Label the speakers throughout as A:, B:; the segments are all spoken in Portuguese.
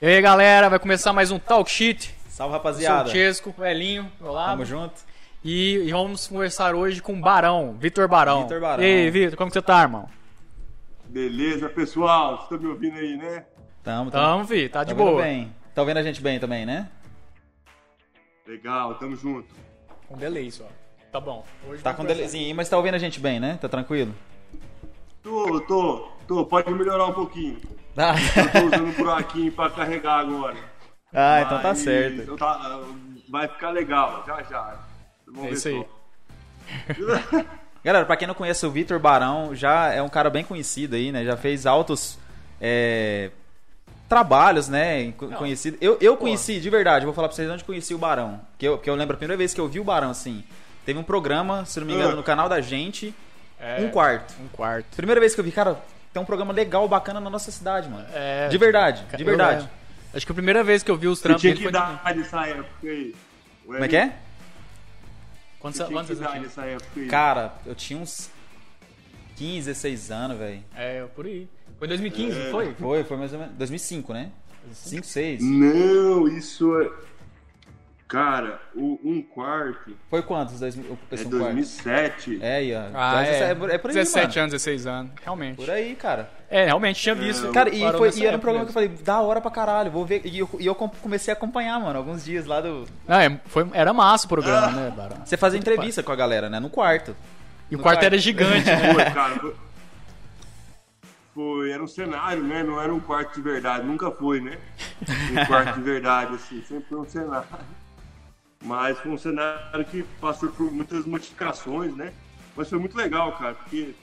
A: E aí galera, vai começar mais um Talk Shit.
B: Salve,
A: Sou o
B: rapaziada.
A: Chesco, o Elinho, do meu lado.
B: Tamo junto.
A: E, e vamos conversar hoje com o Barão, Vitor Barão.
B: Vitor Barão.
A: E aí, Vitor, como que você tá, irmão?
C: Beleza, pessoal? Vocês estão me ouvindo aí, né?
B: Tamo, tamo.
A: Tamo, Vi, tá
B: Tá
A: de
B: vendo
A: boa.
B: bem. Tá vendo a gente bem também, né?
C: Legal, tamo junto.
A: Um delay só. Tá bom. Hoje
B: Tá
A: vamos
B: com
A: conversar.
B: delezinho, mas tá ouvindo a gente bem, né? Tá tranquilo?
C: Tô, tô, tô. Pode melhorar um pouquinho.
B: Ah,
C: Eu tô usando um buraquinho pra carregar agora.
B: ah então tá
C: Mas
B: certo.
C: eu tá- vai ficar legal, já já. Vamos
A: É
C: ver
A: isso aí.
C: só.
B: Galera, pra quem não conhece o Vitor Barão, já é um cara bem conhecido aí, né? Já fez altos é, trabalhos, né? Co-
A: Não.
B: Conhecido. Eu, eu conheci, de verdade, vou falar pra vocês onde conheci o Barão. Que eu, que eu lembro a primeira vez que eu vi o Barão, assim. Teve um programa, se não me engano, no canal da gente,
A: Ah. É,
B: um quarto.
A: Um quarto.
B: Primeira vez que eu vi, cara, tem um programa legal, bacana na nossa cidade, mano.
A: É,
B: de verdade, de
A: eu
B: verdade.
A: lembro. Acho que a primeira vez que eu vi os
C: Você
A: trampos
C: tinha
A: dele
C: que
A: foi...
C: idade nessa época aí?
B: Como é que é?
A: Quantos,
C: Você tinha
A: quantos
C: que
A: anos
C: idade
A: você tinha?
C: nessa época aí?
B: Cara, eu tinha uns 15, 16 anos, velho.
A: É, por aí. Foi em 2015,
C: É.
A: não foi?
B: Foi, foi mais ou menos. 2005, né? 5, 6.
C: Não, isso é... Cara, o um quarto
B: Foi quantos? Dois, o
C: é
B: pessoal quarto?
C: 2007.
B: É, aí, ó.
A: Ah,
B: Então,
A: é.
B: por- é por aí,
A: 17
B: mano.
A: anos, 16 anos. Realmente.
B: Por aí, cara.
A: É, realmente tinha visto.
B: Cara, e,
A: Parou
B: foi,
A: nessa
B: e era um
A: época
B: programa
A: mesmo.
B: que eu falei, da hora pra caralho, vou ver. E eu, e eu com- comecei a acompanhar, mano, alguns dias lá do.
A: Não, é, foi, era massa o
B: Ah.
A: programa, né, Barão?
B: Você fazia entrevista com a galera, né? No quarto.
A: E o
B: No
A: quarto
B: quarto.
A: era gigante, né?
C: Foi, cara. Foi, foi, era um cenário, né? Não era um quarto de verdade. Nunca foi, né? Um quarto de verdade, assim. Sempre foi um cenário. Mas foi um cenário que passou por muitas modificações, né? Mas foi muito legal, cara, porque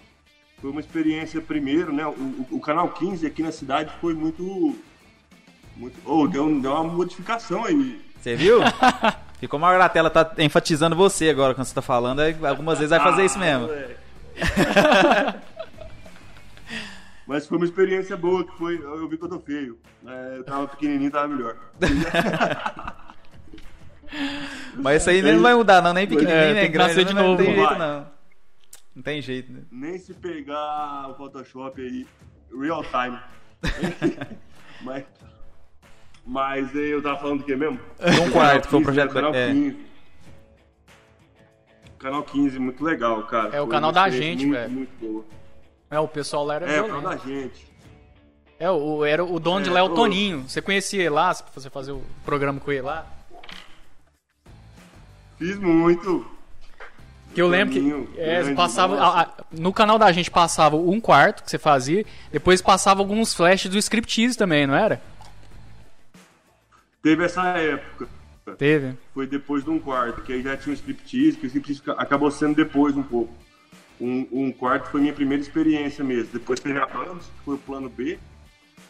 C: foi uma experiência primeiro, né? O, o- o Canal 15 aqui na cidade foi muito... muito oh, deu, deu uma modificação aí.
B: Você viu? Ficou maior a tela, tá enfatizando você agora quando você tá falando. aí Algumas vezes vai fazer isso
C: Ah,
B: mesmo.
C: moleque.
A: Ah,
C: Mas foi uma experiência boa, que foi. Eu vi que eu tô feio. É, eu tava pequenininho, tava melhor.
B: Mas isso aí nem vai mudar, não. Nem pequenininho,
A: É, tem
B: nem
A: que
B: grande.
A: nascer de
B: não,
A: novo.
B: não tem
C: Vai.
B: jeito, não. Não tem jeito, né?
C: Nem se pegar o Photoshop aí, real time. mas, mas aí eu tava falando do que mesmo?
B: Um quarto, foi um
C: Canal 15,
B: projeto...
C: né? Canal
B: é.
C: 15. Canal 15, muito legal, cara.
A: É, o
C: Foi
A: canal
C: uma
A: da
C: experiência
A: gente,
C: muito,
A: velho.
C: Muito boa.
A: É, o pessoal lá era
C: É, o canal
A: violento.
C: da gente.
A: É, o, era o dono de
C: É,
A: lá é o
C: o-
A: Toninho. Você conhecia ele lá, você fazia o programa com ele lá?
C: Fiz muito.
A: Que eu lembro
C: Toninho,
A: que é,
C: grande,
A: passava
C: nossa.
A: a- a- no canal da gente passava um quarto que você fazia, depois passava alguns flashes do scriptease também, não era?
C: Teve essa época.
A: Teve.
C: foi depois de um quarto, que aí já tinha um striptease, que o striptease ca- acabou sendo depois um pouco. Um, um quarto foi minha primeira experiência mesmo. Depois teve a Planos, que foi o plano B,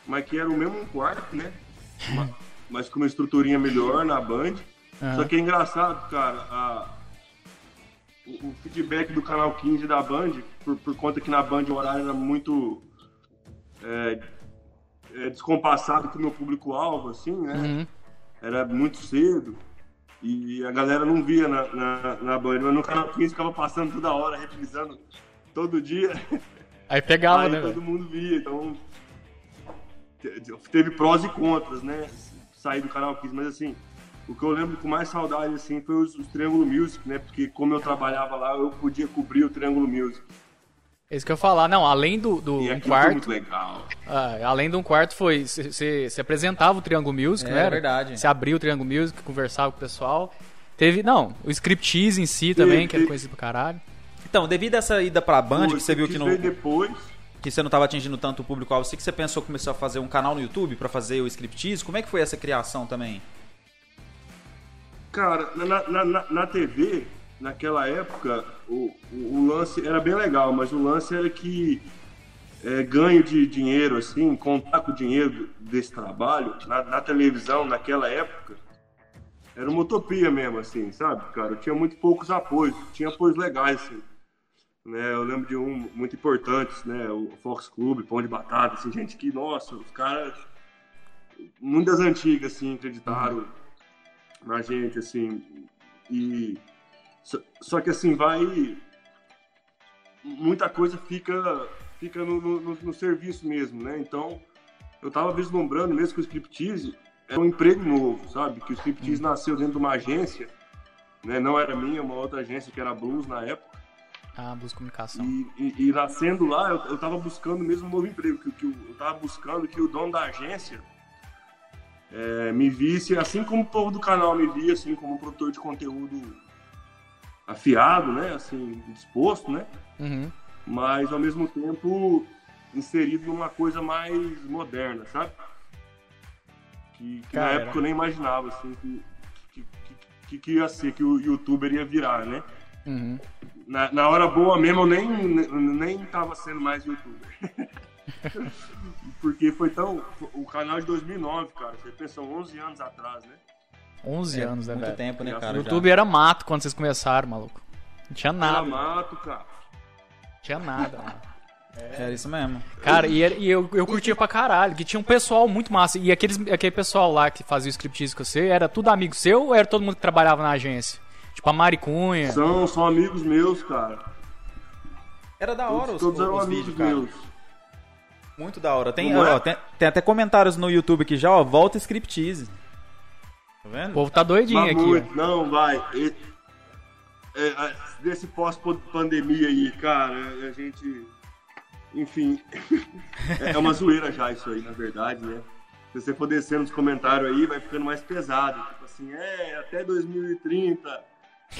C: mas que era o mesmo um quarto, né? Ma- mas com uma estruturinha melhor na Band.
A: Aham.
C: Só que é engraçado, cara, a- o, o feedback do canal 15 da Band, por, por conta que na Band o horário era muito é, é, descompassado com o meu público-alvo, assim, né?
A: Uhum.
C: era muito cedo e a galera não via na, na, na Band, mas no canal 15 ficava passando toda hora, reprisando todo dia,
A: Aí pegava,
C: aí
A: né?
C: todo
A: velho?
C: mundo via, então te- teve prós e contras, né, sair do canal 15, mas assim, o que eu lembro com mais saudade, assim, foi os, os Triângulo Music, né, porque como eu trabalhava lá, eu podia cobrir o Triângulo Music,
A: É isso que eu ia falar. Não, além do, do
B: é
C: e
A: um
C: aquilo foi
A: quarto,
C: muito legal.
A: Ah, além de um quarto foi. Você apresentava o Triângulo Music,
B: É,
A: né?
B: verdade.
A: Você abria o Triângulo Music, conversava com o pessoal. Teve. Não, o scriptease em si também, que era
C: teve.
A: conhecido pra caralho.
B: Então, devido a essa ida pra Band,
C: O
B: que você viu que, não,
C: veio depois...
B: que você não tava atingindo tanto o público-alvo, você que você pensou começou a fazer um canal no YouTube pra fazer o scriptease, como é que foi essa criação também?
C: Cara, na, na, na, na TV, naquela época, o, o, o lance era bem legal, mas o lance era que é, ganho de dinheiro, assim, contar com o dinheiro desse trabalho, na, na televisão, naquela época, era uma utopia mesmo, assim, sabe, cara? Eu tinha muito poucos apoios, tinha apoios legais, assim. Né, eu lembro de um muito importantes, né? O Fox Clube, Pão de Batata, assim, gente que, nossa, os caras, muitas antigas, assim, acreditaram na gente, assim. E só, só que assim, vai. Muita coisa fica, fica no, no- no- no serviço mesmo, né? Então, eu tava vislumbrando mesmo que o striptease era um emprego novo, sabe? Que o striptease nasceu dentro de uma agência, né? Não era minha, uma outra agência que era Blues na época.
A: Ah, Blues Comunicação.
C: E, e, e nascendo lá, eu, eu tava buscando mesmo um novo emprego, que, que eu, eu tava buscando que o dono da agência é, me visse, assim como o povo do canal me via, assim como um produtor de conteúdo afiado, né? Assim, disposto, né?
A: Uhum.
C: mas ao mesmo tempo inserido numa coisa mais moderna, sabe? Que, que na
B: Cara.
C: época eu nem imaginava assim que, que, que, que ia ser, que o youtuber ia virar, né?
A: Uhum.
C: Na, na hora boa mesmo eu nem, nem tava sendo mais youtuber. Porque foi tão. O canal de 2009, cara, você pensa 11 anos atrás, né?
A: 11
B: É,
A: anos, né,
B: muito
A: velho?
B: tempo, né,
C: Já
B: cara?
C: fui
A: O
B: já.
A: YouTube era mato quando vocês começaram, maluco. Não tinha
C: Era
A: nada, não
C: mato, cara.
A: tinha nada, mano.
B: Era isso mesmo.
A: Cara, e, era- e eu, eu curtia pra caralho, que tinha um pessoal muito massa. E aqueles, aquele pessoal lá que fazia o scriptismo com você, era tudo amigo seu ou era todo mundo que trabalhava na agência? Tipo a Maricunha.
C: São, são amigos meus, cara.
B: Era da hora
C: Todos,
B: os,
C: todos
B: os,
C: eram amigos
B: vídeos, cara.
C: meus.
B: Muito da hora. Tem,
C: Não é?
B: ó, tem, tem até comentários no YouTube aqui já, ó. Volta scriptease. Tá
A: O
B: vendo?
A: povo tá doidinho
C: Mas
A: aqui.
B: né?
C: muito, não, vai. E- é, a- desse pós-pandemia aí, cara, a gente. Enfim. é, é uma zoeira já isso aí, na verdade, né? Se você for descendo os comentários aí, vai ficando mais pesado. Tipo assim, é, até 2030,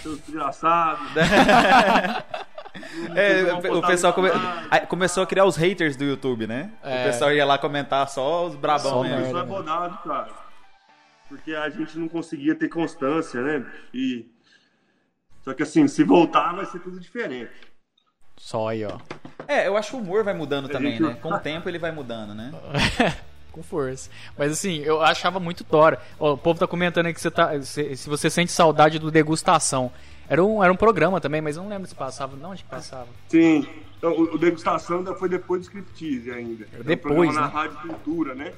C: seus desgraçados.
B: É,
C: Não vão
B: o
C: botar
B: pessoal
C: nunca
B: come-
C: mais.
B: aí começou a criar os haters do YouTube, né?
A: É.
B: O pessoal ia lá comentar só os brabão
A: Só
B: mesmo.
A: merda.
C: Isso é bodado, cara. Porque a gente não conseguia ter constância, né? bicho? E... Só que assim, se voltar, vai ser tudo diferente.
A: Só aí, ó.
B: É, eu acho que o humor vai mudando também,
C: gente-
B: né? Com o tempo ele vai mudando, né?
A: Com força. Mas assim, eu achava muito tora. Ó, o povo tá comentando aí que você tá. Se, se você sente saudade do degustação. Era um, era um programa também, mas eu não lembro se passava. Não, onde que passava?
C: Sim. Então, o o Degustação ainda foi depois do Scriptise ainda. Era um
A: Depois,
C: programa na
A: né?
C: Rádio Cultura, né?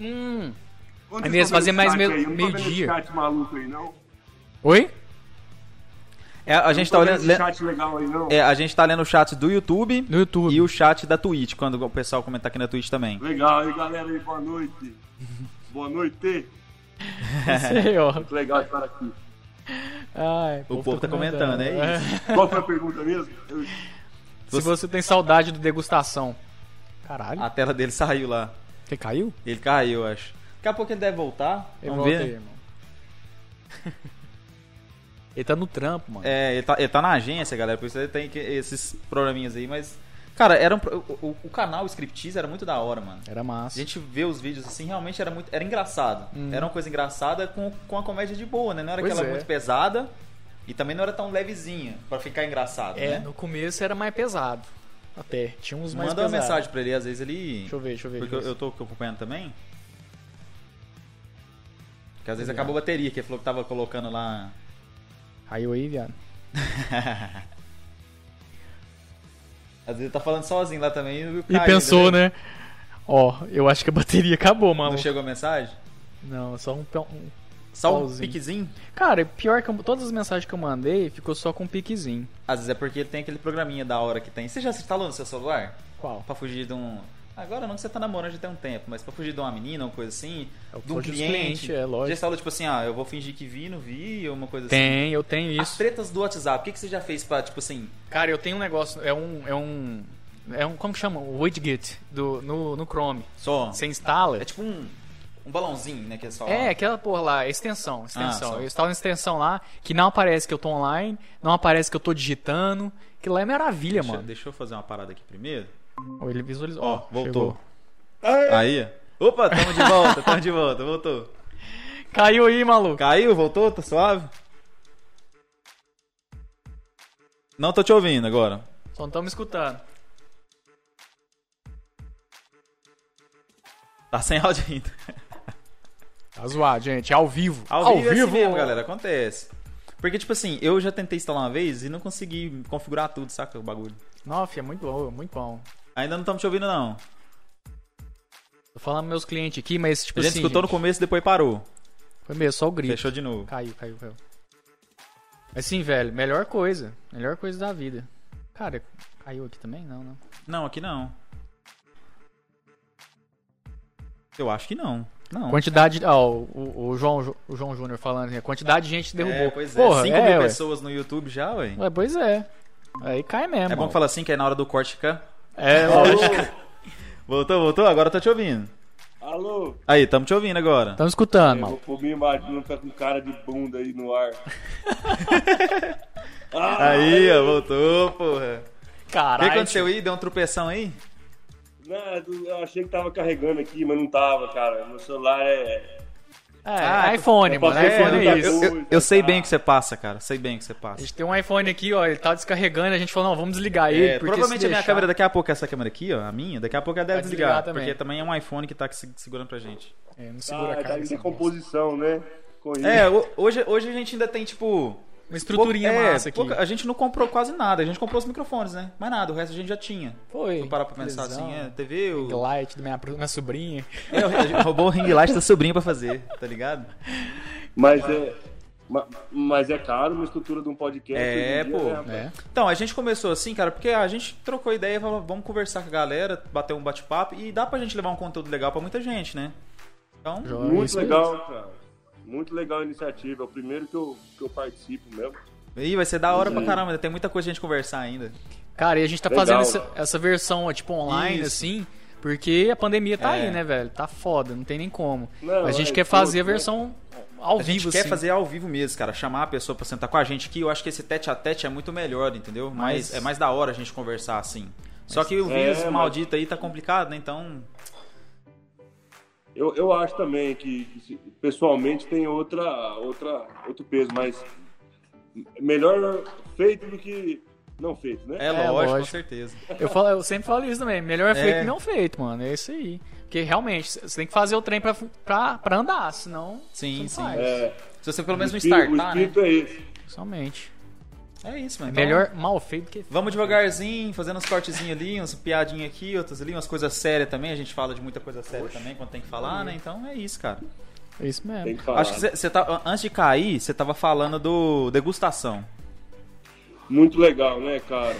A: Hum.
C: Onde
A: É
C: vocês
A: mesmo,
C: estão
A: fazia
C: vendo
A: mais
C: esse
A: meio-
C: chat aí? Eu não tô vendo esse
A: meio-dia.
C: chat maluco aí, não.
A: Oi?
B: É, a gente tá
C: Não tô vendo
B: olhando.
C: esse
A: né?
B: le-
C: chat legal aí, não.
B: é, a gente tá lendo o chat do YouTube
A: No YouTube.
B: e o chat da Twitch, quando o pessoal comentar aqui na Twitch também.
C: Legal aí, galera. aí, Boa noite. Boa noite.
A: Sei, ó.
C: Muito legal estar aqui.
A: Ai,
B: O povo tá comentando, é isso.
C: Qual foi a pergunta mesmo? Eu-
A: Se você tem saudade do degustação. Ah. Caralho,
B: A tela dele saiu lá.
A: você caiu?
B: Ele caiu, eu acho. Daqui a pouco ele deve voltar.
A: Ele
B: Vamos
A: volta
B: ver.
A: aí, irmão. ele tá no trampo, mano.
B: É, ele tá, ele tá na agência, galera, por isso ele tem que- esses programinhas aí, mas. Cara, era um pro- o, o- o canal Scriptease era muito da hora, mano.
A: Era
B: A
A: massa.
B: gente vê os vídeos assim, realmente era muito. Era engraçado. Era uma coisa engraçada com, com a comédia de boa, né? Não era
A: Uhum. Pois
B: aquela
A: é.
B: muito pesada e também não era tão levezinha pra ficar engraçado,
A: É,
B: né?
A: no começo era mais pesado. Até, tinha uns mais
B: Manda uma
A: pesados.
B: mensagem pra ele, às vezes ele.
A: Deixa eu ver, deixa eu ver.
B: Porque eu,
A: deixa
B: eu
A: eu
B: tô acompanhando também. Porque às vezes acabou a bateria, que ele falou que tava colocando lá.
A: ver. Caiu aí, viado.
B: Às vezes ele tá falando sozinho lá também. E,
A: E pensou, né? Ó, eu acho que a bateria acabou, mano.
B: Não chegou a mensagem?
A: Não, só um, um-
B: Só um
A: Pauzinho.
B: piquezinho?
A: Cara, pior que eu- todas as mensagens que eu mandei ficou só com um piquezinho.
B: Às vezes é porque ele tem aquele programinha da hora que tem. Você já se instalou no seu celular?
A: Qual?
B: Pra fugir de um. Agora não que você tá namorando já tem um tempo, mas pra fugir de uma menina, uma coisa assim,
A: É o que
B: de um
A: foge dos
B: cliente.
A: clientes, é, lógico.
B: Já instalou tipo assim, ah, eu vou fingir que vi, não vi, ou uma coisa assim.
A: Tem, eu tenho isso.
B: As tretas do WhatsApp, o que, que você já fez pra, tipo assim,
A: Cara, eu tenho um negócio, é um. É um. É um. Como que chama? O widget do, no, no Chrome.
B: só.
A: Você instala.
B: É tipo um, um balãozinho, né? Que é só.
A: É, aquela porra lá, extensão, extensão.
B: só.
A: eu instalo uma extensão lá, que não aparece que eu tô online, não aparece que eu tô digitando. Que lá é maravilha,
B: deixa,
A: mano.
B: deixa eu fazer uma parada aqui primeiro.
A: Ó, Ele visualizou.
B: Ó,
A: Ó,
B: voltou.
A: chegou.
B: Aí. Opa, tamo de volta, tamo de volta, voltou.
A: Caiu aí, maluco.
B: Caiu, voltou, tá suave? Não tô te ouvindo agora.
A: Só não tão me escutando.
B: Tá sem áudio ainda.
A: Tá zoado, gente. Ao vivo.
B: Ao, vivo, É assim mesmo, galera, acontece. Porque, tipo assim, eu já tentei instalar uma vez e não consegui configurar tudo, saca? O bagulho.
A: Nossa, filho, é muito bom, é muito bom.
B: Ainda não estamos te ouvindo, não.
A: Tô falando pros meus clientes aqui, mas tipo
B: A gente
A: assim.
B: escutou no
A: gente,
B: começo e depois parou.
A: Foi mesmo, só o grito.
B: Fechou de novo.
A: Caiu, caiu, caiu. Mas sim, velho, melhor coisa. Melhor coisa da vida. Cara, caiu aqui também? Não, não.
B: Não, aqui não. Eu acho que não. Não.
A: Quantidade. Ó, o, o João o João Júnior falando assim, a quantidade de gente derrubou.
B: É, pois é.
A: Porra,
B: 5
A: é,
B: mil
A: ué.
B: pessoas no YouTube já, ué.
A: Ué, pois é. Aí cai mesmo.
B: É bom que fala assim, que aí na hora do corte fica.
A: É,
C: Alô?
A: lógico.
B: Voltou, voltou? Agora eu tô te ouvindo.
C: Alô?
B: Aí, tamo te ouvindo agora.
A: Estamos
B: Tá
A: escutando,
C: Eu
A: mal.
C: vou me imaginando tá com cara de bunda aí no ar. Ah,
B: Aí, ó, voltou, porra. O que
A: Caralho.
B: aconteceu aí? Deu um tropeção aí?
C: Nada, né, eu achei que tava carregando aqui, mas não tava, cara. Meu celular é.
A: É,
B: Ah,
A: iPhone,
C: eu
A: mano.
C: passei
A: iPhone
C: muita
A: é
B: eu,
A: isso.
C: coisa.
B: eu- eu- eu sei bem o que você passa, cara. Sei bem o que você
A: A
B: passa.
A: gente tem um iPhone aqui, ó, ele tá descarregando, a gente falou, não, vamos desligar ele.
B: É,
A: porque
B: provavelmente
A: se
B: a minha
A: deixar-
B: câmera daqui a pouco, essa câmera aqui, ó, a minha, daqui a pouco ela deve
A: Vai
B: desligar.
A: desligar também.
B: Porque também é um iPhone que tá se- segurando pra gente.
A: É, não segura
B: Ah,
C: Tá,
A: a
C: tá
A: cara.
C: em
A: essa
C: decomposição, né? Corrida.
B: É, ho- hoje, hoje a gente ainda tem, tipo.
A: bosta. Uma estruturinha
B: pouca- é,
A: massa aqui.
B: pouca- a gente não comprou quase nada, a gente comprou os microfones, né? Mais nada, o resto a gente já tinha.
A: Foi.
B: Vou parar pra pensar
A: televisão,
B: assim, é, TV, o,
A: Light da minha, minha sobrinha.
B: É, a gente roubou o ring light da sobrinha pra fazer, tá ligado?
C: Mas é. ma- Mas é caro uma estrutura de um podcast.
B: É,
C: hoje em dia,
B: pô.
C: né, rapaz?
A: É.
B: Então, a gente começou assim, cara, porque a gente trocou ideia, falou, vamos conversar com a galera, bater um bate-papo e dá pra gente levar um conteúdo legal pra muita gente, né? Então,
A: Joia,
C: Muito
A: isso
C: legal, cara. Muito legal a iniciativa. É o primeiro que eu, que eu participo mesmo.
B: aí vai ser da hora pra caramba, ainda tem muita coisa a gente conversar ainda.
A: Cara, e a gente tá
C: Legal.
A: fazendo essa, essa versão, ó, tipo, online,
B: Isso.
A: assim, porque a pandemia tá
B: É.
A: aí, né, velho? Tá foda, não tem nem como.
C: Não,
A: a gente
C: é
A: quer fazer a
C: tudo, né?
A: versão ao
B: A gente
A: vivo,
B: quer
A: assim.
B: fazer ao vivo mesmo, cara, chamar a pessoa pra sentar com a gente aqui, eu acho que esse tete a tete é muito melhor, entendeu? Mas
A: Mas-
B: é mais da hora a gente conversar assim. Só que o
C: É,
B: vírus
C: mas-
B: maldito aí tá complicado, né? Então,
C: Eu, eu acho também que, que se- pessoalmente tem outra, outra, outro peso, mas melhor feito do que não feito, né?
B: é, lógico,
A: lógico.
B: com certeza.
A: Eu, falo- eu sempre falo isso também. Melhor é feito que não feito, mano. É isso aí. Porque realmente, c- você tem que fazer o trem pra, fu- pra, pra andar, senão.
B: Sim,
A: você não
B: sim.
A: faz.
C: É,
B: Se você pelo menos
C: o
B: não
C: espírito, o
B: startar, né?
C: espírito é esse.
A: Somente.
B: É isso, mano.
A: É
B: Então,
A: melhor mal feito que.
B: Vamos devagarzinho, fazendo uns cortezinhos ali, uns piadinhas aqui, outras ali, umas coisas sérias também. A gente fala de muita coisa séria também quando tem que falar, né? Então é isso, cara.
A: É isso mesmo.
C: Tem que falar.
B: Acho que você tá. Antes de cair, você tava falando do degustação.
C: Muito legal, né, cara?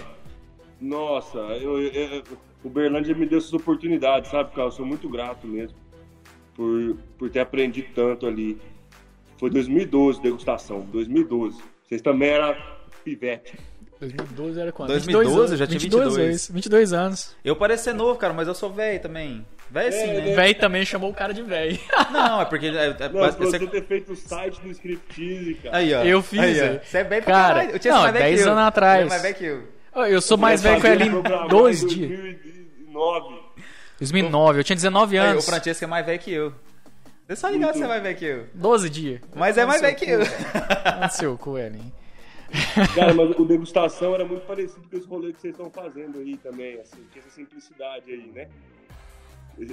C: Nossa, eu, eu- eu- o Berlândia me deu essas oportunidades, sabe, cara? Eu sou muito grato mesmo por, por ter aprendido tanto ali. Foi 2012, degustação, 2012. Vocês também eram pivete.
A: 2012 era quando?
B: 2012,
A: 22
B: eu já tinha 22.
A: anos. 22 anos.
B: Eu pareço ser novo, cara, mas eu sou velho também. Velho sim, né?
A: Véi também chamou o cara de véi.
B: Não, é porque. é- é-
C: Não,
B: mas-
C: pra
B: você-
C: você ter feito o site do Scriptease, cara.
B: Aí, ó.
A: Eu fiz,
B: Aí,
A: é.
B: ó. Você é velho pra
A: Cara,
B: caralho. Eu tinha
A: não,
B: é mais velho que
A: 10
B: eu.
A: anos atrás.
B: Eu tinha mais velho que eu.
A: Eu sou mais velho que o Elinho em dois dias.
C: 2009.
A: 2009, eu tinha 19
B: Aí, o
A: anos.
B: Francesco é mais velho que eu. Você só ligado que você é mais velho que eu.
A: 12 dias.
B: Mas é mais velho que eu.
A: No seu cu, Elinho.
C: Cara, mas o degustação era muito parecido com esse rolê que vocês estão fazendo aí também, assim, com essa simplicidade aí, né?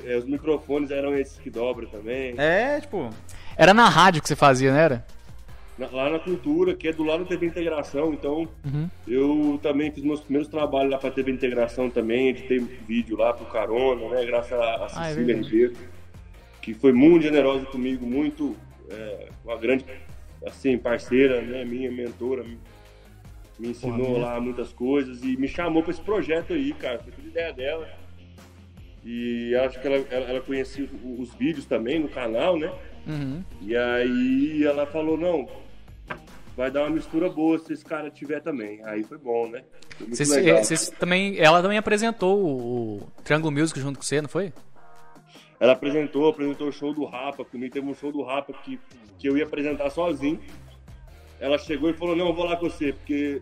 C: É, Os microfones eram esses que dobram também.
B: É, tipo.
A: Era na rádio que você fazia, não era?
C: Na- Lá na Cultura, que é do lado da TV Integração, então
A: Uhum.
C: eu também fiz meus primeiros trabalhos lá pra TV Integração também, editei vídeo lá pro Carona, né? Graças a, a
A: Ah, é
C: Cecília
A: verdade.
C: Ribeiro, que foi muito generosa comigo, muito é, uma grande assim, parceira, né? Minha mentora, me, me ensinou
A: Porra,
C: lá muitas coisas e me chamou pra esse projeto aí, cara. Foi tudo ideia dela. E acho que ela, ela, ela conhecia o- os vídeos também no canal, né?
A: Uhum.
C: E aí ela falou, não, vai dar uma mistura boa se esse cara tiver também. Aí foi bom, né? Foi muito
A: Vocês,
C: legal.
A: eh, vocês também, ela também apresentou o, o Triângulo Music junto com você, não foi?
C: Ela apresentou, apresentou o show do Rapa comigo. Teve um show do Rapa que, que eu ia apresentar sozinho. Ela chegou e falou, não, eu vou lá com você, porque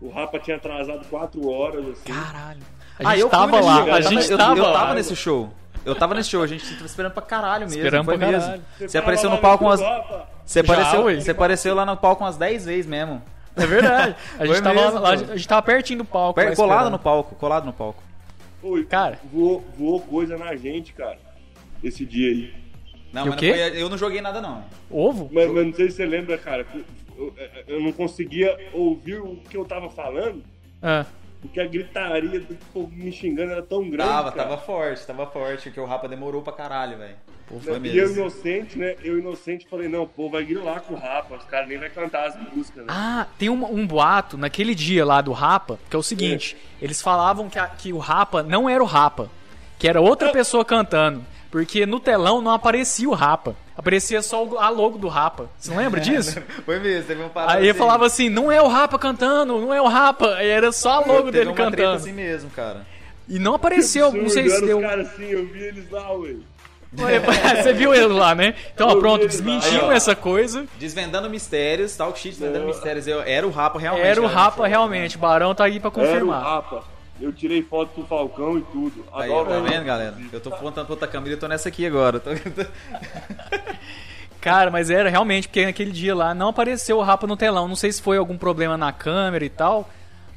C: o Rapa tinha atrasado quatro horas, assim.
A: Caralho. A
B: Ah,
A: gente
B: eu fui
A: tava
B: nesse
A: lá,
B: show,
A: a
B: eu
A: gente
B: eu-
A: tava
B: eu,
A: lá.
B: tava nesse show. Eu tava nesse show, a gente tava esperando pra caralho mesmo.
A: Esperando
B: foi
A: pra
B: mesmo.
A: caralho.
B: Você, apareceu no palco umas.
C: com as...
B: Você
A: Já,
B: apareceu,
A: ué.
B: você apareceu lá no palco umas 10 vezes mesmo.
A: É verdade. A gente,
B: Foi
A: tava, lá,
B: mesmo, pô.
A: a gente tava pertinho do palco. lá
B: Per- colado
A: esperando.
B: no palco, colado no palco.
C: Pô, e
A: Cara.
C: Voou, voou coisa na gente, cara, esse dia aí.
B: Não,
A: E
B: mas
A: o quê?
B: Não foi, eu não joguei nada, não. Hum.
A: Ovo?
C: Mas, mas não sei se você lembra, cara, que eu, eu não conseguia ouvir o que eu tava falando,
A: Ah.
C: porque a gritaria do povo me xingando era tão grande.
B: Tava,
C: cara.
B: tava forte, tava forte, porque o Rapa demorou pra caralho, velho. Pô, foi
C: E eu
B: mesmo.
C: inocente, né? Eu inocente falei, não, pô, vai grilar com o Rapa, os caras nem vai cantar as músicas, né?
A: Ah, tem um, um boato naquele dia lá do Rapa, que é o seguinte: eles falavam que, a- que o Rapa não era o Rapa, que era outra pessoa cantando. Porque no telão não aparecia o Rapa. Aparecia só o- a logo do Rapa. Você não lembra disso?
B: Foi mesmo, teve um parado
A: Aí eu
B: assim.
A: falava assim, não é o Rapa cantando, não é o Rapa. Aí era só a logo
B: Teve
A: dele
B: uma treta
A: cantando.
B: assim mesmo, cara.
A: E não apareceu, não sei se
C: Surdo,
A: deu. um
C: Os caras assim, eu vi eles lá, ué.
A: Você viu ele lá, né? Então, ó,
C: Eu vi
A: pronto,
C: ele lá.
A: desmentiu
B: Aí, ó.
A: essa coisa.
B: Desvendando mistérios, Talk Shit desvendando
C: Eu-
B: mistérios. Eu, era né? o Rapa realmente.
A: Era o
B: cara.
A: Rapa realmente. Barão tá aí pra
C: Era o
A: confirmar.
C: Rapa. Eu tirei foto do Falcão e tudo.
B: Aí,
C: Adoro.
B: tá vendo, galera? Eu tô apontando pra outra câmera e eu tô nessa aqui agora. Tô-
A: Cara, mas era realmente, porque naquele dia lá não apareceu o Rapa no telão. Não sei se foi algum problema na câmera e tal,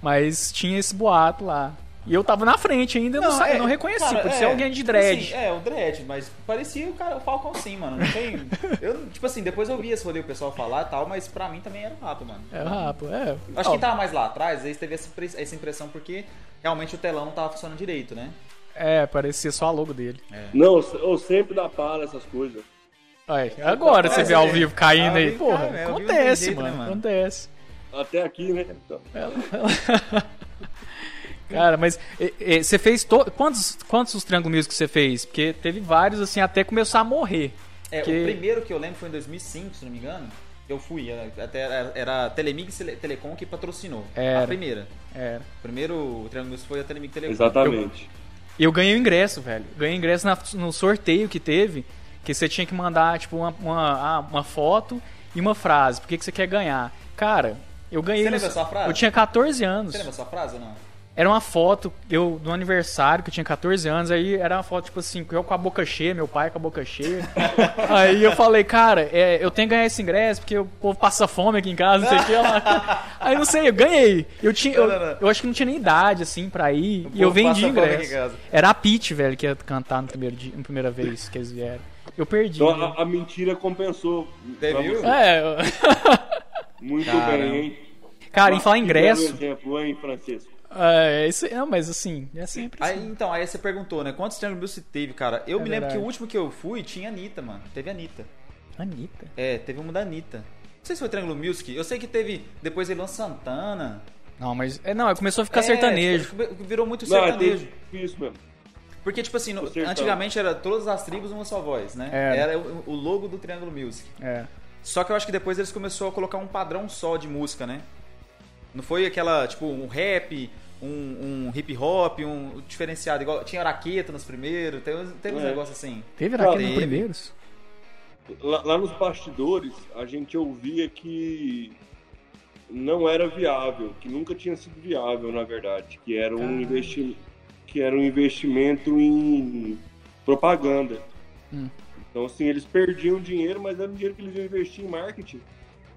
A: mas tinha esse boato lá. E eu tava na frente ainda, eu não, sa- eu não reconheci,
B: cara,
A: por
B: é,
A: ser alguém de
B: tipo
A: dread.
B: assim, é, o dread, mas parecia o cara, o Falcão sim, mano. Não tem. eu, tipo assim, depois eu vi esse rolê o pessoal falar e tal, mas pra mim também era o Rapa, mano.
A: É, o Rapa, é.
B: Acho
A: Ó,
B: que tá- tava mais lá atrás, aí teve essa, impre- essa impressão porque realmente o telão não tava funcionando direito, né?
A: É, parecia só a logo dele.
B: É.
C: Não, eu sempre dá para essas coisas.
A: Aí, agora você vê ao vivo caindo
B: Ao
A: aí.
B: vivo
A: Porra,
B: cai, né? Ao vivo não tem
A: acontece,
B: jeito, né,
A: mano,
B: mano?
A: Acontece.
C: Até aqui, né? Então,
B: É,
A: Cara, mas e- e, você fez. To... Quantos, quantos os Triângulo Music você fez? Porque teve vários, assim, até começar a morrer.
B: É,
A: Que-
B: o primeiro que eu lembro foi em 2005, se não me engano. Eu fui, era- até era, era a Telemig Sele- Telecom que patrocinou.
A: Era.
B: A primeira.
A: É.
B: O primeiro Triângulo foi a Telemig Telecom.
C: exatamente.
A: E eu ganhei o ingresso, velho. Ganhei o ingresso na- no sorteio que teve, que você tinha que mandar, tipo, uma, uma, ah, uma foto e uma frase. Por que, que você quer ganhar? Cara, eu ganhei.
B: Você
A: no-
B: lembra essa frase?
A: Eu tinha 14 anos.
B: Você lembra essa frase ou não?
A: Era uma foto, eu, do aniversário, que eu tinha 14 anos, aí era uma foto, tipo assim, eu com a boca cheia, meu pai com a boca cheia. aí eu falei, cara, é, eu tenho que ganhar esse ingresso, porque o povo passa fome aqui em casa, não sei o que lá. Aí não sei, eu ganhei. Eu, tinha, eu,
B: Não, não, não.
A: eu acho que não tinha nem idade, assim, pra ir.
B: O
A: e eu
B: povo
A: vendi
B: passa fome aqui em
A: ingresso.
B: casa.
A: Era a Pete, velho, que ia cantar no primeiro dia, na primeira vez que eles vieram. Eu perdi.
C: Então a, a mentira compensou.
B: Você
C: pra
B: viu?
C: você.
A: É, eu-
C: Muito
B: Caramba.
C: bem, hein?
A: cara, em falar
C: Que
A: ingresso.
C: belo um exemplo, hein, Francisco?
A: É, isso, não, mas assim, é sempre.
B: Aí, então, aí você perguntou, né? Quantos Triângulo Music teve, cara? Eu
A: É
B: me lembro
A: verdade.
B: que o último que eu fui tinha Anitta, mano. Teve Anitta.
A: Anitta.
B: É, teve um da Anitta. Não sei se foi Triângulo Music. Eu sei que teve depois Elan Santana.
A: Não, mas. é, Não, começou a ficar
B: É,
A: sertanejo.
B: tipo, Virou muito
C: Não, é
B: sertanejo.
C: tudo difícil mesmo.
B: Porque, tipo assim, no-
C: sertão.
B: antigamente era todas as tribos uma só voz, né?
A: É.
B: Era o, o logo do Triângulo Music.
A: É.
B: Só que eu acho que depois eles começaram a colocar um padrão só de música, né? Não foi aquela, tipo, um rap, um, um hip hop, um diferenciado. Igual, tinha araqueta nos primeiros, teve, uns- teve uns
C: É.
B: negócios assim.
A: Teve
C: Não,
A: Araquém no
B: teve.
A: primeiros?
C: Lá, lá nos bastidores, a gente ouvia que não era viável, que nunca tinha sido viável, na verdade, que era um, investi que era um investimento em propaganda.
A: Hum.
C: Então, assim, eles perdiam dinheiro, mas era um dinheiro que eles iam investir em marketing.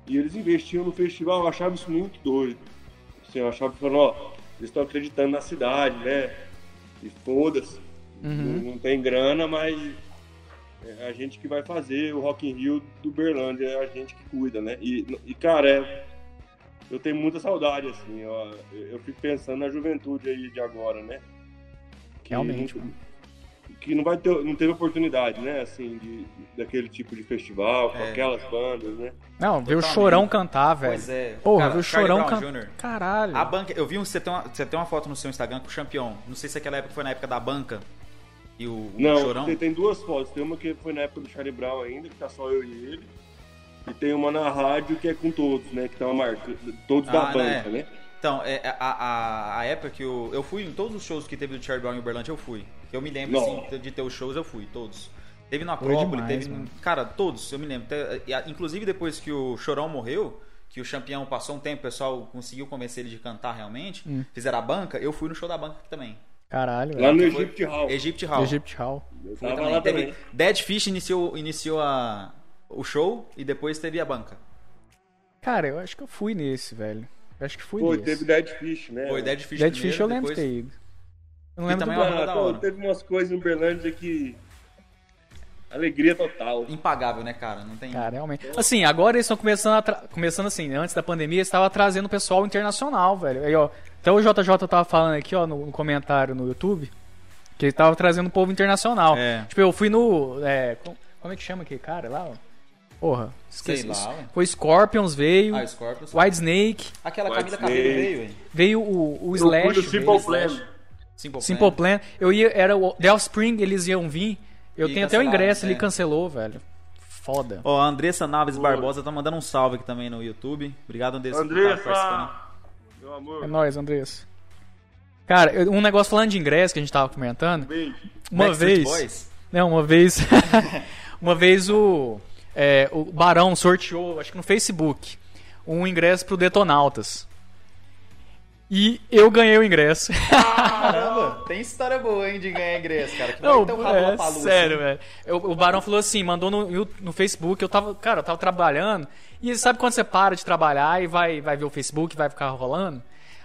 C: E eles investiam no festival, eu achava isso muito doido. Assim, eu achava, falando, ó, eles estão acreditando na cidade, né? E foda-se.
A: Uhum.
C: Não, não tem grana, mas é a gente que vai fazer o Rock in Rio do Berlândia, é a gente que cuida, né? E, e cara, é- eu tenho muita saudade, assim, ó, eu, eu fico pensando na juventude aí de agora, né? Que
A: Realmente,
C: não,
A: mano.
C: Que não vai ter, não teve oportunidade, né, assim, de, daquele tipo de festival, com
B: É.
C: aquelas bandas, né?
A: Não, ver o
B: Totalmente.
A: Chorão cantar, velho.
B: Pois é.
A: Porra,
B: Cara,
A: ver o
B: Charlie
A: Chorão
B: Brown
A: cantar.
B: Jr..
A: Caralho.
B: A banca, eu vi um, você tem uma, você tem uma foto no seu Instagram com o Champion. Não sei se é aquela época foi na época da banca e o, o
C: Não,
B: Chorão.
C: tem, tem duas fotos. Tem uma que foi na época do Charlie Brown ainda, que tá só eu e ele. E tem uma na rádio que é com todos, né? Que tá uma marca. Todos da
B: Ah, né?
C: banca, né?
B: Então, é, a, a, a época que eu, eu fui em todos os shows que teve do Charlie Brown em Uberlândia, eu fui. Eu me lembro,
C: Não.
B: assim, de ter os shows, eu fui, todos. Teve no
A: Foi
B: Acrópole,
A: demais,
B: teve. no-
A: mano.
B: Cara, todos, eu me lembro. Te- e a- Inclusive depois que o Chorão morreu, que o campeão passou um tempo, o pessoal conseguiu convencer ele de cantar realmente,
A: Hum.
B: fizeram a banca, eu fui no show da banca aqui também.
A: Caralho,
C: Lá
A: velho.
C: no
B: É, Foi-
C: Egypt Hall.
B: Egypt Hall.
A: Egypt Hall.
C: Eu
B: Fui
C: tava
B: também.
C: lá
B: Teve-
C: também.
B: Dead Fish iniciou, iniciou a, o show e depois teve a banca.
A: Cara, eu acho que eu fui nesse, velho. Eu acho que fui
C: Foi,
A: nesse.
C: teve Dead Fish, né?
B: Foi Dead Fish
A: Dead
B: primeiro,
A: Fish eu lembro
B: depois...
A: de ter ido. Eu não
B: E
A: lembro
B: também
A: do
B: uma
A: banco.
B: banda
C: Ah,
B: da
C: pô,
B: hora.
C: teve umas coisas em Uberlândia que. Alegria total.
B: Impagável, né, cara? Não tem.
A: Cara, realmente. Assim, agora eles estão começando a tra- começando assim, antes da pandemia, eles estavam trazendo o pessoal internacional, velho. Aí, ó, até o JJ tava falando aqui, ó, no, no comentário no YouTube, que ele tava trazendo o povo internacional.
B: É.
A: Tipo, eu fui no. é, com- como é que chama aquele cara lá, ó? Porra, esqueci.
B: Sei lá, ué.
A: Foi Scorpions, veio.
B: Ah, Scorpions.
A: White Snake,
B: Aquela
C: White
B: Camila Cabello
C: Snake.
B: veio, hein?
A: veio o, o Slash.
C: Simple
A: veio.
C: Plan.
B: Simple,
A: Simple
B: Plan.
A: Plan. Eu ia, era o The Spring, eles iam vir. Eu
B: E
A: tenho até o
B: cancelaram,
A: ingresso,
B: é.
A: ele cancelou, velho. Foda.
B: Ó, a Andressa Naves Barbosa tá mandando um salve aqui também no YouTube. Obrigado, Andressa. por estar tá participando.
C: Andressa! Meu
A: É
C: amor, um
A: nóis, Andrés. Cara, eu- um negócio falando de ingresso que a gente tava comentando.
C: beijo.
A: Uma
B: Backstreet
A: vez.
B: Boys?
A: Não, uma vez. uma vez o. é, o Barão sorteou, acho que no Facebook, um ingresso pro Detonautas. E eu ganhei o ingresso.
B: Caramba, tem história boa, hein, de ganhar ingresso, cara. Que
A: Não,
B: vai ter um
A: é,
B: Lollapalooza,
A: sério,
B: hein?
A: velho. Eu- O Barão falou assim, mandou no, no- no Facebook, eu tava, cara, eu tava trabalhando, e sabe quando você para de trabalhar e vai, vai ver o Facebook, vai ficar rolando?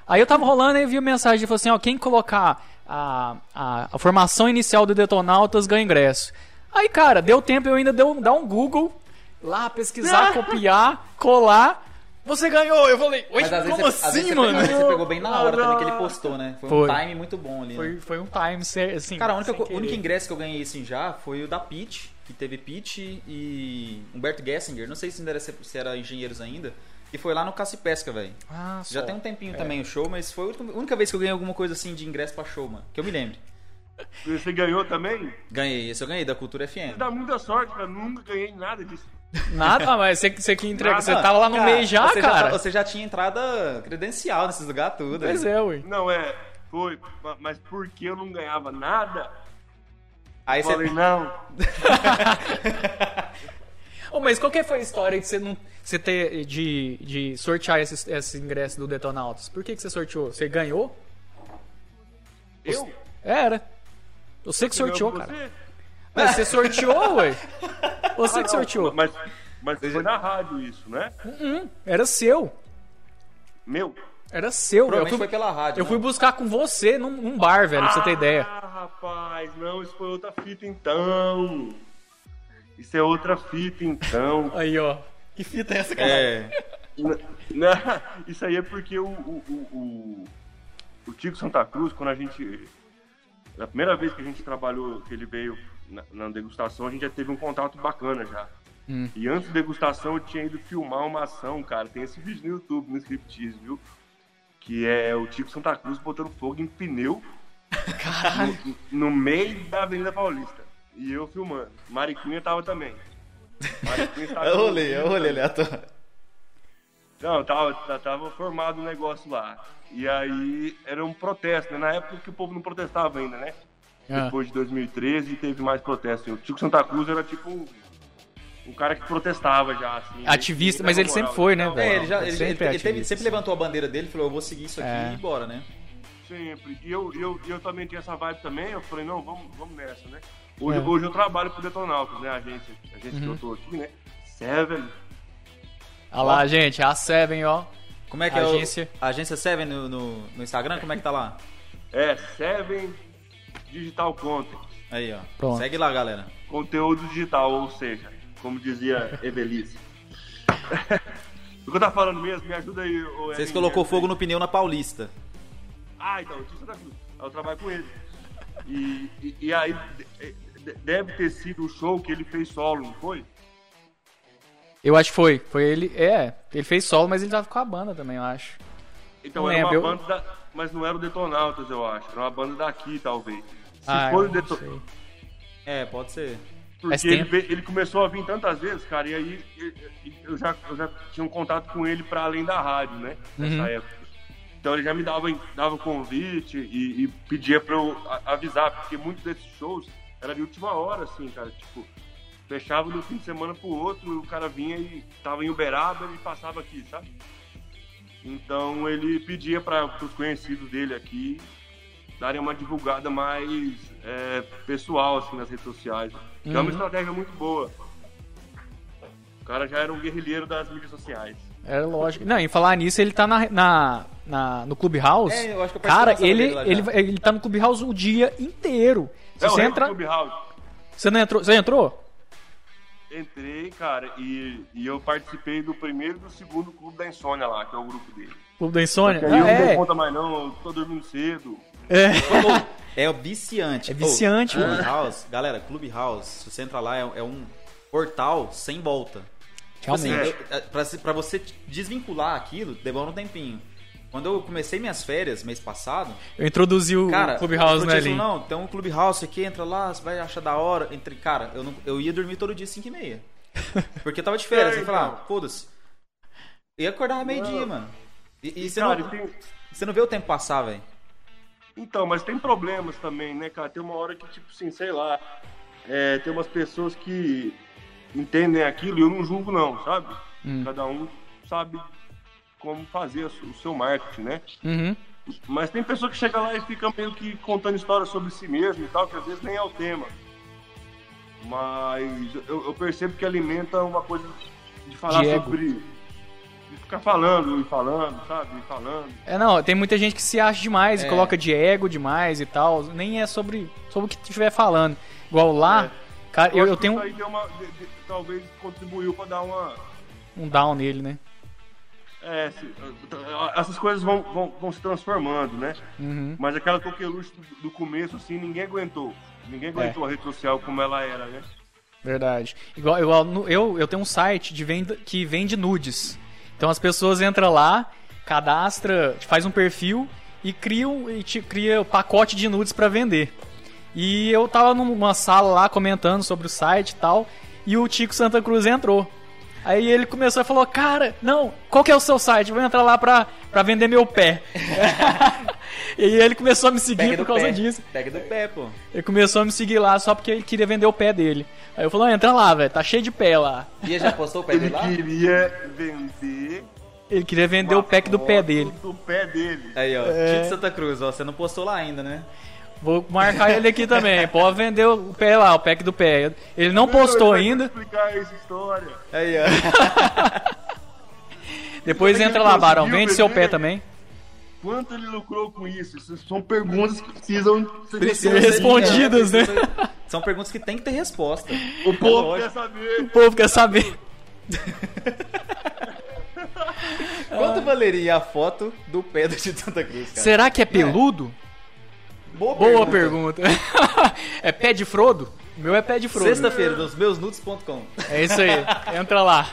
A: Aí eu tava rolando e vi a mensagem, ele falou assim, ó, quem colocar a, a, a formação inicial do Detonautas ganha ingresso. Aí, cara, deu tempo, eu ainda deu, dar um Google, lá, pesquisar, copiar, colar, você ganhou. Eu falei, oi,
B: Mas às
A: como
B: vezes, você- às vezes
A: assim,
B: você,
A: mano?
B: Pegou, às vezes você pegou bem na hora também que ele postou, né? Foi,
A: Foi.
B: um time muito bom ali. né?
A: Foi, foi um time, sério, assim,
B: Cara, a única
A: sem
B: co- o único
A: querer.
B: ingresso que eu ganhei assim já foi o da Pitt, que teve Pitt e Humberto Gessinger. Não sei se ainda era, se era engenheiros ainda. E foi lá no Caça e Pesca, velho.
A: Ah,
B: Já
A: só.
B: tem um tempinho também o show, mas foi a única- única vez que eu ganhei alguma coisa assim de ingresso pra show, mano. Que eu me lembre.
C: Você ganhou também?
B: Ganhei, esse eu ganhei, da Cultura
C: Você
B: FM.
C: dá muita sorte, cara. Nunca ganhei nada disso.
A: Nada, ah, mas você, você que entrega.
B: Ah,
A: Você
B: mano,
A: tava lá no
B: cara,
A: meio já,
B: você
A: cara.
B: tá- você já tinha entrada credencial nesses lugares tudo.
A: Pois
B: aí.
A: é, ui.
C: Não, é, foi, ma- mas porque eu não ganhava nada,
B: Aí
C: eu
A: é
B: você...
C: falei, não.
A: Ô, mas qual que é, foi a história de você não. Você ter de, de sortear esse, esse ingresso do Detonautas? Por que, que você sorteou? Você ganhou?
C: Eu?
A: Era. Você que sorteou,
C: Não,
A: cara.
C: você?
A: Mas você sorteou, ué.
B: Ah,
A: Você que sorteou.
C: Mas, mas foi na rádio isso, né?
A: Era seu.
C: Meu.
A: Era seu, velho. Eu
B: Provavelmente
A: fui,
B: foi pela rádio.
A: eu fui
B: né?
A: buscar com você num, num bar, velho, pra você ter ideia.
C: Ah, rapaz, não, isso foi outra fita então. Isso é outra fita então.
A: Aí, ó.
B: Que fita é essa, cara?
C: É. isso aí é porque o, o, o, o, o Tico Santa Cruz, quando a gente. Na primeira vez que a gente trabalhou, que ele veio na, na degustação, a gente já teve um contato bacana já. E antes da degustação eu tinha ido filmar uma ação, cara. Tem esse vídeo no YouTube, no Scriptease, viu? Que é o Tico Santa Cruz botando fogo em pneu no, no meio da Avenida Paulista. E eu filmando. Mariquinha tava também. Mariquinha tava
B: Eu rolei, eu rolei é aleatório.
C: Não, tava, tá- tava formado um negócio lá. E aí era um protesto, né? Na época que o povo não protestava ainda, né?
A: Ah.
C: Depois de 2013 teve mais protesto. O Tico Santa Cruz era tipo um, um cara que protestava já, assim.
A: Ativista,
C: Ele
A: mas
C: dava
A: ele sempre
C: moral.
A: foi, né,
C: Não,
A: velho?
B: É, ele já ele,
A: Sempre
B: ele- ele
A: ativista,
B: teve- sempre levantou a bandeira dele, falou, eu vou seguir isso aqui
A: É.
B: e bora, né?
C: Sempre. E eu, eu, eu também tinha essa vibe também. Eu falei, não, vamos, vamos nessa, né? Hoje,
A: É. Uhum.
C: hoje eu trabalho pro Detonautas, né? A agência, a agência que eu tô aqui, né? Seven.
A: Olha Ah, lá, gente, a Seven, ó.
B: Como é que
A: Agência.
B: é o... Agência 7 no, no, no Instagram, como é que tá lá?
C: É, Seven Digital Content.
B: Aí, ó.
A: Pronto.
B: Segue lá, galera.
C: conteúdo digital, ou seja, como dizia Evelise. o que eu tava falando mesmo? Me ajuda aí. ô,
B: Vocês
C: Evelise.
B: colocou fogo no pneu na Paulista.
C: Ah, então, eu Santa Cruz. Aí eu trabalho com ele. E, e, e aí de- de- deve ter sido o show que ele fez solo, não foi?
A: Eu acho que foi. Foi ele. É, ele fez solo, mas ele tava com a banda também, eu acho.
C: Então
A: Não
C: era uma
A: lembro, eu-
C: banda da... Mas não era o Detonautas, eu acho. Era uma banda daqui, talvez. Se
A: ah,
C: for
A: eu não
C: o Deton-
A: sei.
B: É, pode ser.
A: Faz
C: Porque ele,
A: tempo.
C: veio- ele começou a vir tantas vezes, cara, e aí e- e- eu já, eu já tinha um contato com ele para além da rádio, né? Nessa
A: Uhum.
C: época. Então ele já me dava, dava convite e, e pedia para eu a- avisar, porque muitos desses shows era de última hora, assim, cara. Tipo, fechava do fim de semana pro outro, e o cara vinha e tava em Uberaba e passava aqui, sabe? Então ele pedia para os conhecidos dele aqui darem uma divulgada mais é, pessoal assim nas redes sociais. Que
A: Uhum.
C: É uma estratégia muito boa. O cara já era um guerrilheiro das mídias sociais.
A: Era É lógico. Não, e falar nisso, ele tá na, na, na- no Clubhouse.
B: É, eu acho que eu
A: Cara,
B: participei
A: ele,
B: dessa vez
A: ele,
B: lá já.
A: ele tá no Clubhouse o dia inteiro. Se
C: é
A: você
C: o
A: entra.
C: Clubhouse.
A: Você não entrou? Você entrou?
C: Entrei, cara, e, e eu participei do primeiro e do segundo clube da insônia lá, que é o grupo dele.
A: Clube da Insônia?
C: Porque aí eu não dou
A: Ah,
C: conta mais não, eu tô dormindo cedo.
A: é, é.
B: É o viciante.
A: É viciante,
B: Ô,
A: mano.
B: Clubhouse, galera, Clubhouse, se você entrar lá, é, é um portal sem volta. Tipo assim,
A: Realmente.
B: eu- é, pra, se- pra você te desvincular aquilo, demora um tempinho. Quando eu comecei minhas férias mês passado,
C: é.
A: Eu introduzi o
B: cara,
A: Clubhouse né, é no
B: eu disse,
A: Elin.
B: não, tem um Clubhouse aqui, entra lá, você vai achar da hora. Entre, cara, eu, não, eu ia dormir todo dia 5 e meia. Porque eu tava de férias,
C: É,
B: eu falava,
C: irmão.
B: ah, foda-se. E acordava meio-dia, mano. E, e você,
C: Cara,
B: não,
C: e tem-
B: você não vê o tempo passar, velho.
C: Então, mas tem problemas também, né, cara? Tem uma hora que, tipo assim, sei lá, é, tem umas pessoas que entendem aquilo e eu não julgo, não, sabe? Cada um sabe como fazer a su- o seu marketing, né?
A: Uhum.
C: Mas tem pessoa que chega lá e fica meio que contando histórias sobre si mesmo e tal, que às vezes nem é o tema. Mas eu, eu percebo que alimenta uma coisa de falar
A: Diego.
C: sobre. de ficar falando e falando, sabe? E falando.
A: É, não, tem muita gente que se acha demais e
B: É.
A: coloca de ego demais e tal. Nem é sobre, sobre o que estiver falando. Igual lá, cara, eu,
C: É. acho
A: eu
C: que
A: tenho
C: Isso aí deu uma, de- de- talvez contribuiu pra dar uma.
A: um down nele, né?
C: É, se- essas coisas vão, vão, vão se transformando, né?
A: Uhum.
C: Mas aquela coqueluche do, do começo, assim, ninguém aguentou.
A: É.
C: Ninguém aguentou a rede social como ela era, né?
A: Verdade. Igual, igual no- eu, eu tenho um site de venda, que vende nudes. Então as pessoas entram lá, cadastra, faz um perfil e cria, um- e te- cria o pacote de nudes pra vender. E eu tava numa sala lá comentando sobre o site e tal, e o Tico Santa Cruz entrou. Aí ele começou a falar, cara, não, qual que é o seu site? Vou entrar lá pra, pra vender meu pé. e ele começou a me seguir por causa
B: pé.
A: disso.
B: Pega do pé, pô.
A: Ele começou a me seguir lá só porque ele queria vender o pé dele. Aí eu falei, não, entra lá, velho, tá cheio de pé lá.
B: Dia já postou o pé
C: Ele
B: dele lá?
C: queria vender.
A: Ele queria vender
C: uma
A: o pack do pé
C: foto
A: dele.
C: Do pé dele.
B: Aí, ó,
A: É.
B: Tito Santa Cruz, ó, você não postou lá ainda, né?
A: Vou marcar ele aqui também. Pode vender o pé lá, o pack do pé. Ele não
C: Eu
A: postou
C: vou
A: ainda,
C: explicar essa história.
B: Aí, ó.
A: depois
C: Como é que
A: entra
C: ele
A: lá, Barão,
C: conseguiu
A: vende seu pé
C: vender?
A: também.
C: Quanto ele lucrou com isso? Essas são perguntas que precisam ser
A: Precisam ser respondidas, né?
B: é. São perguntas que tem que ter resposta.
C: O povo
B: Lógico.
C: quer saber.
A: O povo quer saber. Ah.
B: Quanto valeria a foto do pé do Tito Santa Cruz, cara?
A: Será que é peludo?
B: Boa,
A: Boa pergunta. é pé de Frodo? O meu é pé de Frodo.
B: Sexta-feira, nos meus nudes.com.
A: É isso aí. Entra lá.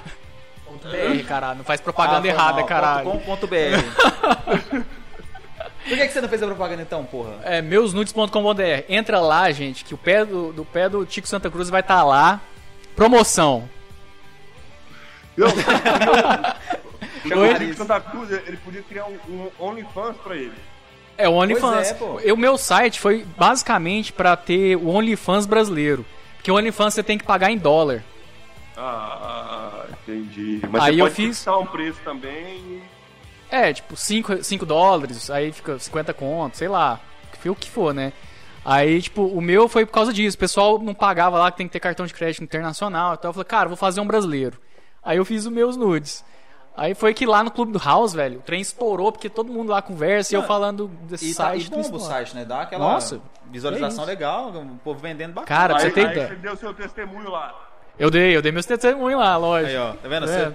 A: BR, caralho. Não faz
B: Ah,
A: propaganda errada, caralho.
B: .com.br Por que, que você não fez a propaganda então, porra?
A: É meusnudes.com.br. Entra lá, gente, que o pé do, do pé do Tico Santa Cruz vai estar lá. Promoção.
C: Eu,
B: Chama o
C: o Henrique
B: nariz.
C: Santa Cruz, ele podia criar um, um OnlyFans pra ele.
A: É o OnlyFans.
B: é, pô.
A: o meu site foi basicamente pra ter o OnlyFans brasileiro. Porque o OnlyFans você tem que pagar em dólar.
C: Ah, entendi. Mas
A: Aí
C: você
A: eu
C: pode
A: fiz-
C: fixar um preço também. e-
A: É, tipo, 5 cinco dólares, aí fica 50 conto, sei lá. Foi o que for, né? Aí, tipo, o meu foi por causa disso. O pessoal não pagava lá que tem que ter cartão de crédito internacional. Então eu falei, cara, eu vou fazer um brasileiro. Aí eu fiz os meus nudes. Aí foi que lá no Clube do House, velho, o trem estourou porque todo mundo lá conversa e eu
B: Não,
A: falando desse
B: E tá
A: site.
B: e
A: do
B: bomba o
A: Instagram.
B: site, né? Dá aquela
A: Nossa,
B: visualização
A: que
B: legal, o povo vendendo bacana.
A: Cara, pra você
C: Aí,
A: ter
C: aí
A: ideia.
C: você deu seu testemunho lá.
A: Eu dei, eu dei meus testemunhos lá, lógico.
B: Aí, ó, tá vendo?
A: É.
B: Você-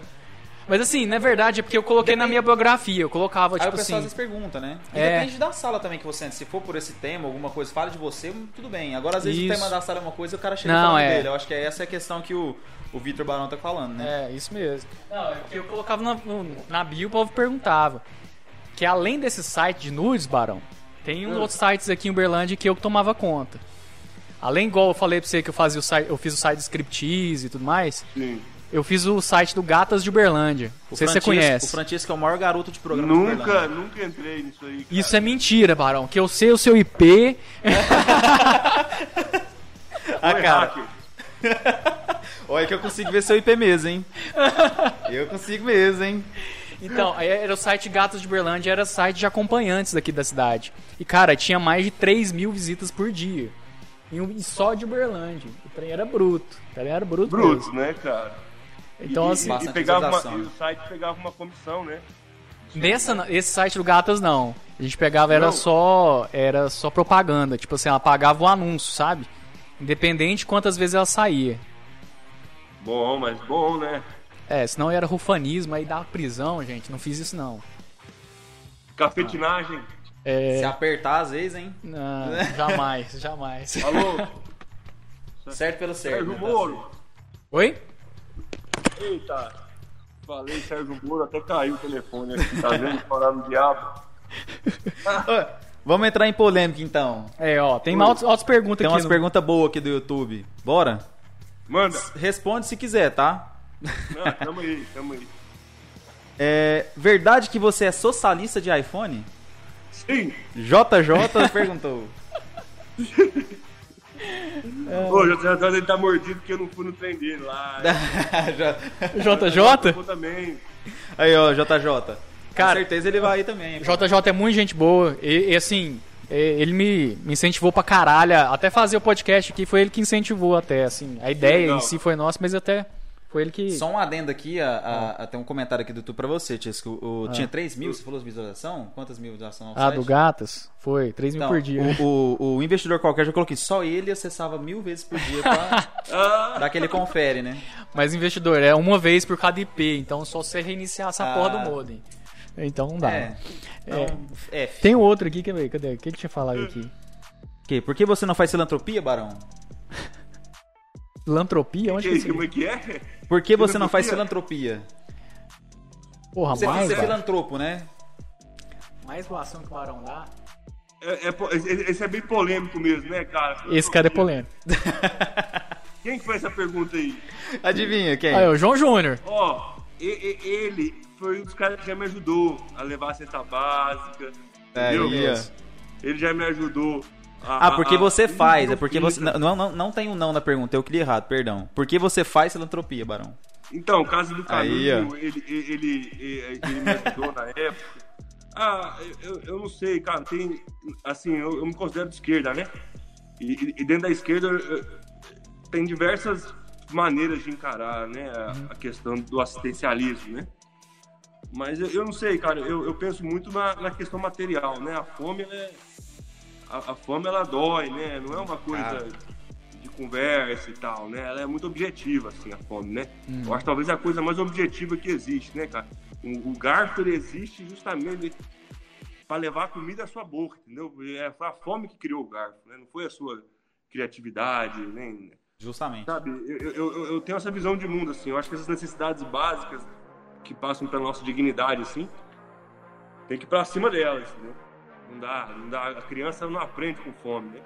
A: Mas assim, na verdade, é porque eu coloquei na minha biografia, eu colocava,
B: Aí o
A: tipo
B: pessoal
A: assim.
B: às vezes pergunta, né? E
A: É.
B: depende da sala também que você entra. Se for por esse tema, alguma coisa, fala de você, tudo bem. Agora, às vezes,
A: Isso.
B: o tema da sala é uma coisa e o cara chega
A: Não,
B: falando
A: é.
B: dele. Eu acho que essa é a questão que o, o Vitor Barão tá falando, né?
A: É, isso mesmo. Não, é porque eu colocava na, no- na bio, o povo perguntava. Que além desse site de nudes, Barão, tem
B: Hum.
A: uns outros sites aqui em Uberlândia que eu que tomava conta. Além, igual eu falei pra você que eu, fazia o site, eu fiz o site de Scriptease e tudo mais,
C: Sim.
A: eu fiz o site do Gatas de Uberlândia. Não sei se você
B: Francisco- O
A: conhece.
B: Francisco é o maior garoto de programa. de
C: Nunca,
B: Uberlândia.
C: nunca entrei nisso aí. cara.
A: Isso é mentira, Barão, que eu sei o seu IP.
B: Ah,
A: é
C: Oi,
B: cara.
C: hacker.
B: Olha que eu consigo ver seu IP mesmo, hein? Eu consigo mesmo, hein?
A: Então, aí era o site Gatos de Berlândia, era site de acompanhantes daqui da cidade. E, cara, tinha mais de 3 mil visitas por dia. E um- e só de Uberlândia. O trem era bruto. O trem era bruto,
C: Bruto,
A: mesmo.
C: né, cara?
A: Então,
C: e,
A: assim,
C: e,
B: Bastante
C: e pegava uma,
B: visualização.
C: e o site pegava uma comissão, né?
A: nessa, não- esse site do Gatas, não. A gente pegava, era
C: Não.
A: só era só propaganda. Tipo assim, ela pagava o anúncio, sabe? Independente de quantas vezes ela saía.
C: Bom, mas bom, né?
A: É, senão era rufanismo, aí dava prisão, gente. Não fiz isso, não.
C: Cafetinagem.
A: É,
B: Se apertar às vezes, hein?
A: não, jamais, jamais.
C: Alô,
A: É
B: Certo pelo certo.
C: Sérgio
B: né? Tá
C: Moro.
A: Oi?
C: Eita. Falei, Sérgio Moro, até caiu o telefone aqui, tá vendo? Falar no diabo.
B: Ó, Vamos entrar em polêmica então.
A: É, ó, tem altas, altas perguntas
B: Tem
A: aqui.
B: umas
A: no-
B: perguntas boas aqui do YouTube. Bora?
C: Manda.
B: Responde se quiser, tá?
C: Não, tamo aí, tamo aí.
B: É verdade que você é socialista de iPhone?
C: Sim.
B: JJ perguntou.
C: Pô, já tá tá- ele tá mordido porque eu não fui no trem dele lá.
B: Já-
C: Eu
A: JJ?
C: vou também.
B: aí, ó, JJ.
A: Cara-
B: Com certeza ele vai aí também.
A: JJ é muito gente boa. E, e, assim, e- ele me, me incentivou pra caralho. a Até fazer o podcast aqui, foi ele que incentivou até, assim. A ideia
C: Legal.
A: em si foi nossa, mas até foi ele que.
B: Só um adendo aqui, a, a- a- tem um comentário aqui do YouTube pra você, Tisco. O- Tinha 3 mil, você falou as visualizações? Quantas mil visualizações? no
A: ah,
B: site?
A: do Gatas? Foi, 3 mil
B: Então,
A: por dia.
B: O, o- o investidor qualquer, já coloquei, só ele acessava mil vezes por dia pra
C: Ah,
B: dar aquele confere, né?
A: Mas investidor, é uma vez por cada IP, então só você reiniciar essa
B: Ah.
A: porra do modem. Então não dá.
B: É. Então, F.
A: Tem um outro aqui, quer ver? Cadê? O que ele tinha falado aqui?
B: Que, por que você não faz filantropia, Barão?
A: Filantropia? Onde
C: que
A: que
C: isso?
A: isso?
C: Como é que é?
B: Por que você não faz filantropia?
A: Porra,
B: Você
A: mais,
B: você é
A: velho.
B: filantropo, né?
A: Mais doação que o Barão dá.
C: É- é po- esse esse é bem polêmico mesmo, né, cara?
A: Esse cara é polêmico.
C: Quem que fez essa pergunta aí?
B: Adivinha quem?
A: Aí, Ah, é o João Júnior.
C: Ó, e- e- ele foi um dos caras que já me ajudou a levar a cesta básica.
B: Aí,
C: entendeu?
B: ó.
C: Ele já me ajudou. a-
B: Ah, porque
C: a-
B: você
C: a-
B: faz, é porque você. Não, não, não tem um não na pergunta, eu queria errado, perdão. Por que você faz filantropia, Barão?
C: Então, o caso do
B: Aí,
C: Caminho,
B: ó.
C: ele, ele, ele- ele me ajudou na época. Ah, eu, eu não sei, cara, tem. Assim, eu, eu me considero de esquerda, né? E, e- e dentro da esquerda eu- tem diversas maneiras de encarar né, a, a questão do assistencialismo, né? Mas eu, eu não sei, cara, eu, eu penso muito na, na questão material, né? A fome, ela é- a, a fome, ela dói, né? Não é uma coisa de conversa e tal, né? Ela é muito objetiva, assim, a fome, né? Eu acho que talvez a coisa mais objetiva que existe, né, cara? O, o garfo, ele existe justamente para levar a comida à sua boca, entendeu? É, foi a fome que criou o garfo, né? Não foi a sua criatividade, nem...
B: Justamente.
C: Sabe, eu, eu- eu, eu tenho essa visão de mundo, assim. Eu acho que essas necessidades básicas que passam pela nossa dignidade, assim, tem que ir pra cima delas, né? Não dá, não dá. A criança não aprende com fome, né?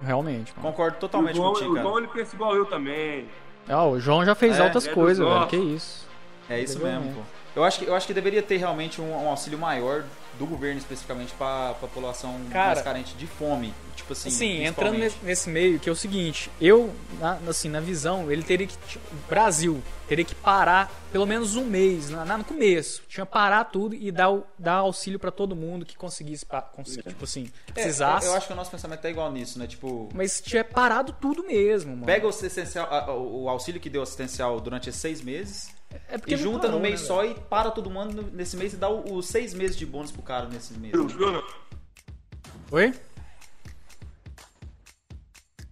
A: Realmente, mano.
B: Concordo
C: O
B: totalmente
C: João,
B: contigo,
C: o João,
B: cara.
C: ele pensa igual eu também.
A: Ah, o João já fez
B: É,
A: altas
C: é dos
A: coisas, velho.
C: nossos.
A: Que isso.
B: É isso
A: Entendeu,
B: mesmo,
A: né?
B: pô. Eu acho que, eu acho que deveria ter realmente um, um auxílio maior do governo especificamente pra pra população
A: Cara.
B: mais carente de fome. Tipo assim,
A: Sim, entrando
B: principalmente.
A: nesse, nesse meio, que é o seguinte, eu, na, assim, na visão, ele teria que. ti- O Brasil teria que parar pelo menos um mês, lá, lá no começo. Tinha que parar tudo e dar, o- dar auxílio pra todo mundo que conseguisse, pra, cons- tipo assim, que
B: É,
A: precisasse.
B: eu, eu acho que o nosso pensamento tá igual nisso, né? Tipo,
A: Mas tinha parado tudo mesmo, mano.
B: pega o, assistencial, a- a- o auxílio que deu assistencial durante esses seis meses
A: é porque
B: e
A: não
B: junta
A: parou,
B: num mês
A: né,
B: só e para todo mundo no- nesse mês e dá o- os seis meses de bônus pro cara nesses meses.
C: Eu, eu,
A: velho? Oi?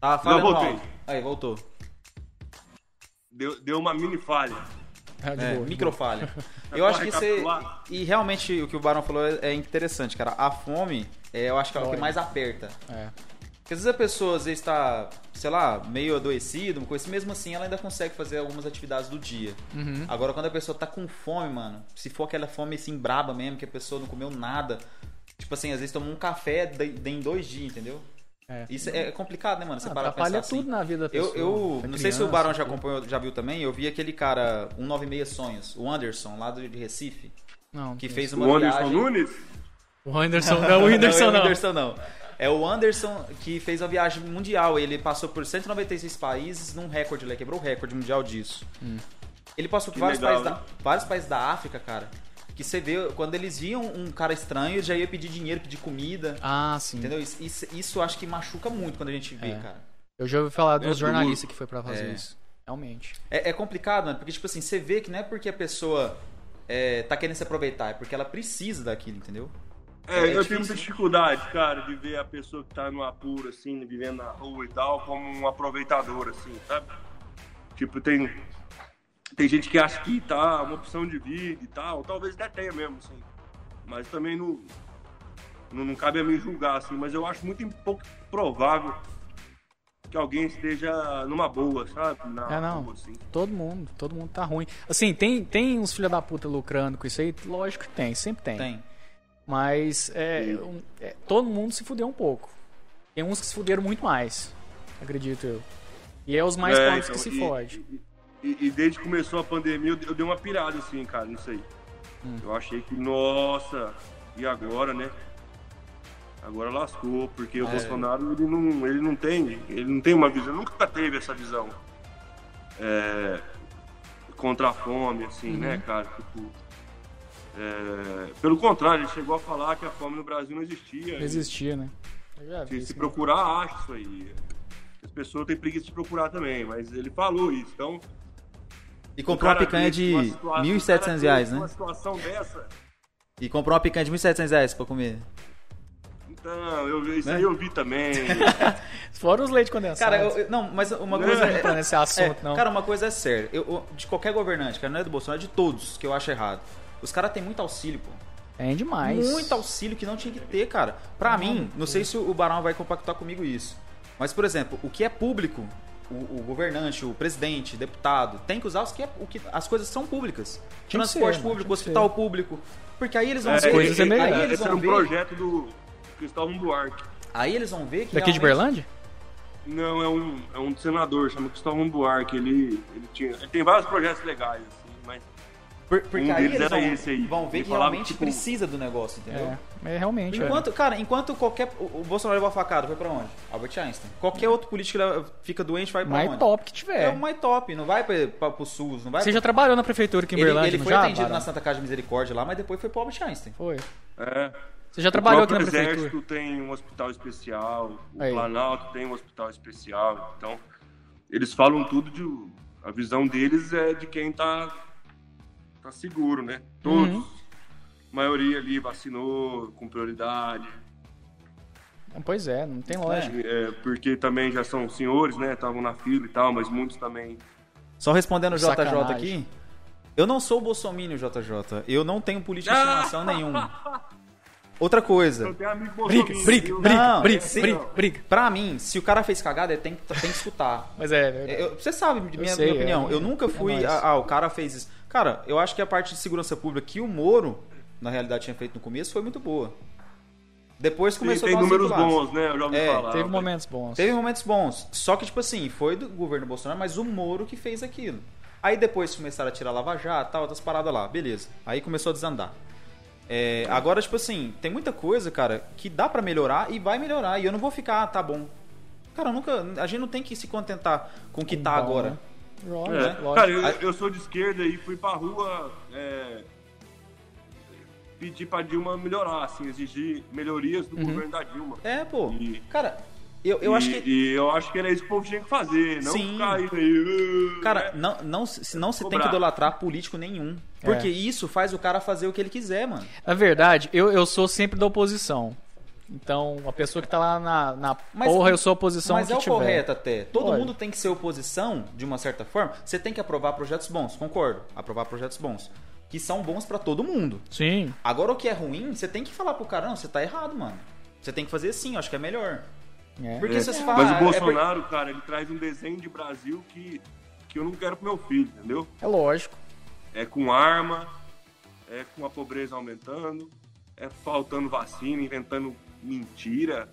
B: Tá falando
C: voltei.
B: mal. Aí, voltou.
C: deu, deu uma mini falha.
A: Ah, de
B: É,
A: boa.
B: microfalha.
C: É
B: Eu
C: bom
B: acho que você.
C: recapitular.
B: E realmente o que o Barão falou é é interessante, cara. A fome, é, eu acho que é o que
A: Dói.
B: mais aperta.
A: É.
B: Porque às vezes a pessoa às vezes está, sei lá, meio adoecida, uma coisa, assim, mesmo assim ela ainda consegue fazer algumas atividades do dia.
A: Uhum.
B: Agora, quando a pessoa tá com fome, mano, se for aquela fome assim braba mesmo, que a pessoa não comeu nada, tipo assim, às vezes toma um café de- de- em dois dias, entendeu?
A: É.
B: Isso é é complicado, né, mano? Você
A: Ah,
B: para pra pensar
A: atrapalha
B: assim.
A: tudo na vida da
B: Eu,
A: pessoa.
B: eu não
A: da
B: sei se
A: criança.
B: o
A: assim.
B: Barão já acompanhou, já viu também, eu vi aquele cara 196 Sonhos, o Anderson, lá do- de Recife,
A: Não, não
B: que
A: conheço.
B: fez uma
C: O
B: viagem...
C: Anderson Nunes?
A: O Anderson não, o Anderson
B: é
A: não.
B: o Anderson não. É o Anderson que fez uma viagem mundial. Ele passou por 196 países num recorde, ele quebrou o recorde mundial disso. Ele passou por
C: Que
B: vários,
C: legal,
B: países da, vários países da África, cara. Que você vê, quando eles viam um cara estranho, eles já ia pedir dinheiro, pedir comida.
A: Ah, sim.
B: Entendeu? Isso, isso, isso eu acho que machuca muito quando a gente vê,
A: É.
B: cara.
A: Eu já ouvi falar
C: É
A: dos
C: duro.
A: jornalistas que foi pra fazer
B: É.
A: isso. Realmente.
B: É, é complicado, mano, porque, tipo assim, você vê que não é porque a pessoa é, tá querendo se aproveitar, é porque ela precisa daquilo, entendeu?
C: É,
B: É
C: eu
B: difícil,
C: tenho muita
B: né?
C: dificuldade, cara, de ver a pessoa que tá no apuro, assim, vivendo na rua e tal, como um aproveitador, assim, sabe? Tipo, tem, tem gente que acha que tá uma opção de vida e tal, talvez até tenha mesmo, assim. Mas também não, não, não cabe a mim julgar, assim, mas eu acho muito pouco provável que alguém esteja numa boa, sabe? Na
A: É, não.
C: rua, assim.
A: Todo mundo, todo mundo tá ruim. Assim, tem, tem uns filha da puta lucrando com isso aí? Lógico que tem, sempre tem.
B: Tem.
A: Mas é,
C: Tem.
A: um- é, todo mundo se fudeu um pouco. Tem uns que se fuderam muito mais, acredito eu. E é os mais
C: É,
A: pobres
C: então,
A: que se
C: e-
A: fode.
C: E, e desde que começou a pandemia, eu, eu dei uma pirada assim, cara, não sei.
A: Hum.
C: Eu achei que, nossa, e agora, né? Agora lascou, porque
A: É.
C: o Bolsonaro ele não, ele não tem, ele não tem uma visão, nunca teve essa visão é, contra a fome, assim,
A: Uhum.
C: né, cara? Tipo, é, pelo contrário, ele chegou a falar que a fome no Brasil não existia.
A: Não existia, né? Eu já vi
C: Se, se
A: isso, né?
C: procurar, acha isso aí. As pessoas têm preguiça de procurar também, mas ele falou isso. Então,
B: E comprou uma
C: cara
B: picanha de
C: vive uma situação- o
B: 1.700
C: cara
B: reais,
C: vive
B: né?
C: Uma situação dessa.
B: E comprou uma picanha de 1.700 reais pra comer.
C: Então, eu, vi- isso
B: Né?
C: aí eu vi também.
A: Fora os leite condensado.
B: Cara, eu- eu- não, mas uma
C: Não,
B: coisa. é,
A: não entra nesse assunto, não.
B: Cara, uma coisa é séria. Eu- eu- de qualquer governante, cara, não é do Bolsonaro, é de todos que eu acho errado. Os caras têm muito auxílio, pô.
A: É demais.
B: Muito auxílio que não tinha que ter, cara. Pra mim, não sei se o Barão vai compactuar comigo isso. Mas, por exemplo, o que é público, o, o governante, o presidente, deputado, tem que usar os que é- o que, as coisas que são públicas.
A: que
B: Transporte
A: ser, mano,
B: público,
A: tinha que
B: hospital público. Porque aí eles vão
C: É,
B: ver.
A: coisas é
B: aí, né?
A: melhor.
B: eles
C: Esse era
B: vão
C: um
B: ver
C: projeto do Cristóvão Buarque.
B: aí eles vão ver que.
A: Daqui de
B: realmente-
A: Berlândia?
C: Não, é um, é um senador, chama Cristóvão Buarque. Ele, ele, tinha, ele tem vários projetos legais, assim, mas
B: Por- Porque
C: Um
B: aí
C: deles
B: eles vão,
C: era esse aí.
B: vão ver
C: Ele
B: que
C: falava,
B: realmente
C: tipo,
B: precisa do negócio, entendeu?
A: É, é realmente. é.
B: Enquanto, cara, enquanto qualquer. O o Bolsonaro levou a facada, foi pra onde? Albert Einstein. Qualquer outro político que leva- fica doente, vai pra
A: É. mais
B: onde?
A: top que
B: É
A: tiver.
B: o mais top, não vai pra, pra, pro SUS, não vai
A: Você
B: pra-
A: já trabalhou na prefeitura aqui em
B: Ele,
A: Berlândia?
B: ele
A: não
B: foi
A: já,
B: atendido
A: Barão?
B: na Santa Casa de Misericórdia lá, mas depois foi pro Albert Einstein.
A: Foi.
C: é.
A: Você já
C: O
A: trabalhou aqui
C: próprio
A: na prefeitura?
C: Exército tem um hospital especial, o
A: Aí.
C: Planalto tem um hospital especial. Então, eles falam tudo de. A visão deles é de quem tá, tá seguro, né? Todos.
A: Uhum.
C: A maioria ali vacinou com prioridade.
A: Pois é, não tem lógica.
C: é, porque também já são senhores, né? Estavam na fila e tal, mas muitos também.
B: Só respondendo o JJ
A: Sacanagem.
B: aqui. Eu não sou bolsominion, JJ. Eu não tenho política de estimação nenhuma. Outra coisa.
C: Eu tenho amigo
A: Briga,
C: bolsominion,
A: briga,
C: viu?
A: briga,
B: Não,
A: briga,
B: é assim,
A: briga,
C: não.
A: briga.
B: Pra mim, se o cara fez cagada, ele tem, que- tem que escutar.
A: Mas é, é
B: É, eu- você sabe minha, minha
A: sei,
B: opinião.
A: é.
B: eu nunca
A: É
B: fui.
A: nóis.
B: ah, ah, o cara fez isso. Cara, eu acho que a parte de segurança pública que o Moro, na realidade, tinha feito no começo foi muito boa. Depois
C: Sim,
B: começou
C: tem
B: a dar umas
C: números
B: recuadas.
C: bons, né? Eu já ouvi
B: É,
C: falar.
A: Teve momentos bons.
B: Teve um- momentos bons. Só que, tipo assim, foi do governo Bolsonaro, mas o Moro que fez aquilo. Aí depois começaram a tirar Lava Jato, tal, outras paradas lá. Beleza. Aí começou a desandar. É, agora, tipo assim, tem muita coisa, cara, que dá pra melhorar e vai melhorar. E eu não vou ficar, ah, tá bom. Cara, eu nunca. A gente não tem que se contentar com o que tá
A: Bom,
B: agora.
A: né? Lógico,
C: É.
A: lógico.
C: Cara, eu, eu sou de esquerda e fui pra rua é, pedir pra Dilma melhorar, assim, exigir melhorias do governo da Dilma.
B: Uhum. É, pô.
C: E-
B: Cara, eu, eu
C: e,
B: acho que.
C: e eu acho que era isso que o povo tinha que fazer, não
B: Sim.
C: ficar aí. "Ah",
B: Cara,
C: né?
B: não, não, se- não se tem que
C: Cobrar.
B: idolatrar político nenhum.
A: É.
B: Porque isso faz o cara fazer o que ele quiser, mano.
A: Na verdade, eu, eu sou sempre da oposição. Então, a pessoa que tá lá na, na
B: Mas-
A: porra, eu sou a oposição
B: Mas
A: que
B: é o
A: tiver.
B: correto até. Todo
A: Olha.
B: mundo tem que ser oposição, de uma certa forma. Você tem que aprovar projetos bons, concordo. Aprovar projetos bons. Que são bons pra todo mundo.
A: Sim.
B: Agora, o que é ruim, você tem que falar pro cara, não, você tá errado, mano. Você tem que fazer assim, eu acho que é melhor.
A: É.
B: Porque se você fala...
C: Mas
B: "Ah,
C: o
B: é
C: Bolsonaro, cara, ele traz um desenho de Brasil que, que eu não quero pro meu filho, entendeu?
A: É lógico.
C: É com arma, é com a pobreza aumentando, é faltando vacina, inventando mentira,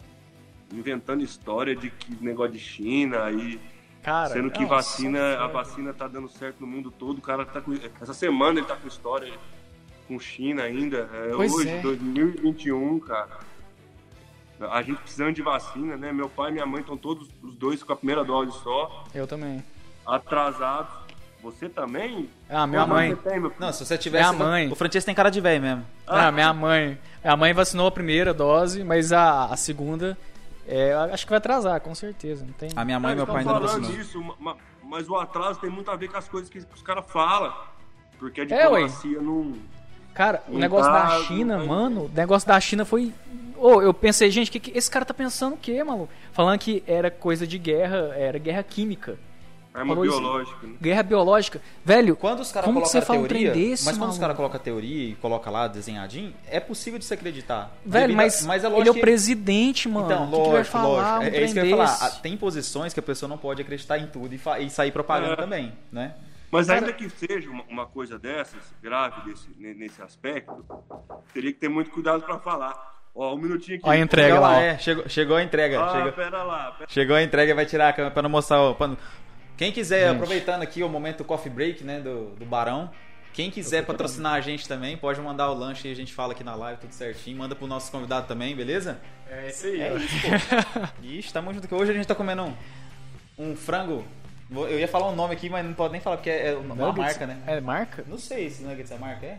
C: inventando história de que negócio de China e
A: Cara,
C: Sendo que
A: nossa,
C: vacina, a vacina tá dando certo no mundo todo. O cara tá com. Essa semana ele tá com história com China ainda. É
A: Pois
C: hoje,
A: é.
C: 2021, cara. A gente precisando de vacina, né? Meu pai e minha mãe estão todos os dois com a primeira dose só,
A: Eu também.
C: atrasados. Você também?
A: Ah, minha
C: Quantos anos
A: mãe.
C: você tem, meu
B: per-
C: filho?
B: Não, se você tivesse...
A: Minha É mãe.
B: O Francesco tem cara de velho mesmo.
A: Ah, minha mãe. Minha mãe vacinou a primeira dose, mas a, a segunda. é, eu acho que vai atrasar, com certeza. Não tem.
B: A minha mãe e meu
C: Tão
B: pai ainda não
C: falando
B: vacinou.
C: isso, ma- ma- mas o atraso tem muito a ver com as coisas que os caras falam. Porque a
A: É, ué.
C: diplomacia não.
A: Cara, o
C: Não
A: negócio
C: tá,
A: da
C: não
A: China,
C: tá
A: mano, o negócio da China foi. Ô, eu pensei, gente, que, que- esse cara tá pensando o quê, mano? Falando que era coisa de guerra, era guerra química.
C: Arma
A: Falou isso.
C: é biológica, né?
A: Guerra biológica. Velho,
B: Quando os caras
A: como que
B: colocam
A: você
B: a
A: fala um trem
B: teoria,
A: desse,
B: mas quando os
A: maluco?
B: caras colocam a teoria e colocam lá desenhadinho, é possível de se acreditar.
A: Velho,
B: Devido a-
A: mas,
B: mas é lógico
A: ele é o
B: que-
A: presidente, mano.
B: Então,
A: o que
B: lógico,
A: que vai falar?
B: lógico.
A: Um
B: É- é, isso que eu
A: trem
B: ia falar.
A: desse?
B: Ah, Tem posições que a pessoa não pode acreditar em tudo e, fa- e sair propagando
C: É.
B: também, né?
C: Mas ainda que seja uma, uma coisa dessas, grave desse, ne- nesse aspecto, teria que ter muito cuidado para falar. Ó, um minutinho aqui.
A: Ó, a entrega
B: Chegou
A: lá, ó.
B: é, chegou, chegou a entrega.
C: Ah,
B: chegou,
C: pera lá. Pera...
B: chegou a entrega e vai tirar a câmera pra não mostrar. o- pra não- Quem quiser, aproveitando aqui o momento coffee break, né, do, do Barão. Quem quiser patrocinar a gente também, pode mandar o lanche e a gente fala aqui na live, tudo certinho. Manda pro nosso convidado também, beleza?
A: É isso aí.
B: É isso, pô. Ixi, tamo junto que hoje a gente tá comendo um, um frango. Vou- Eu ia falar um nome aqui, mas não pode nem falar, porque é é uma marca, né?
A: É marca?
B: Não sei se Nuggets é marca, é?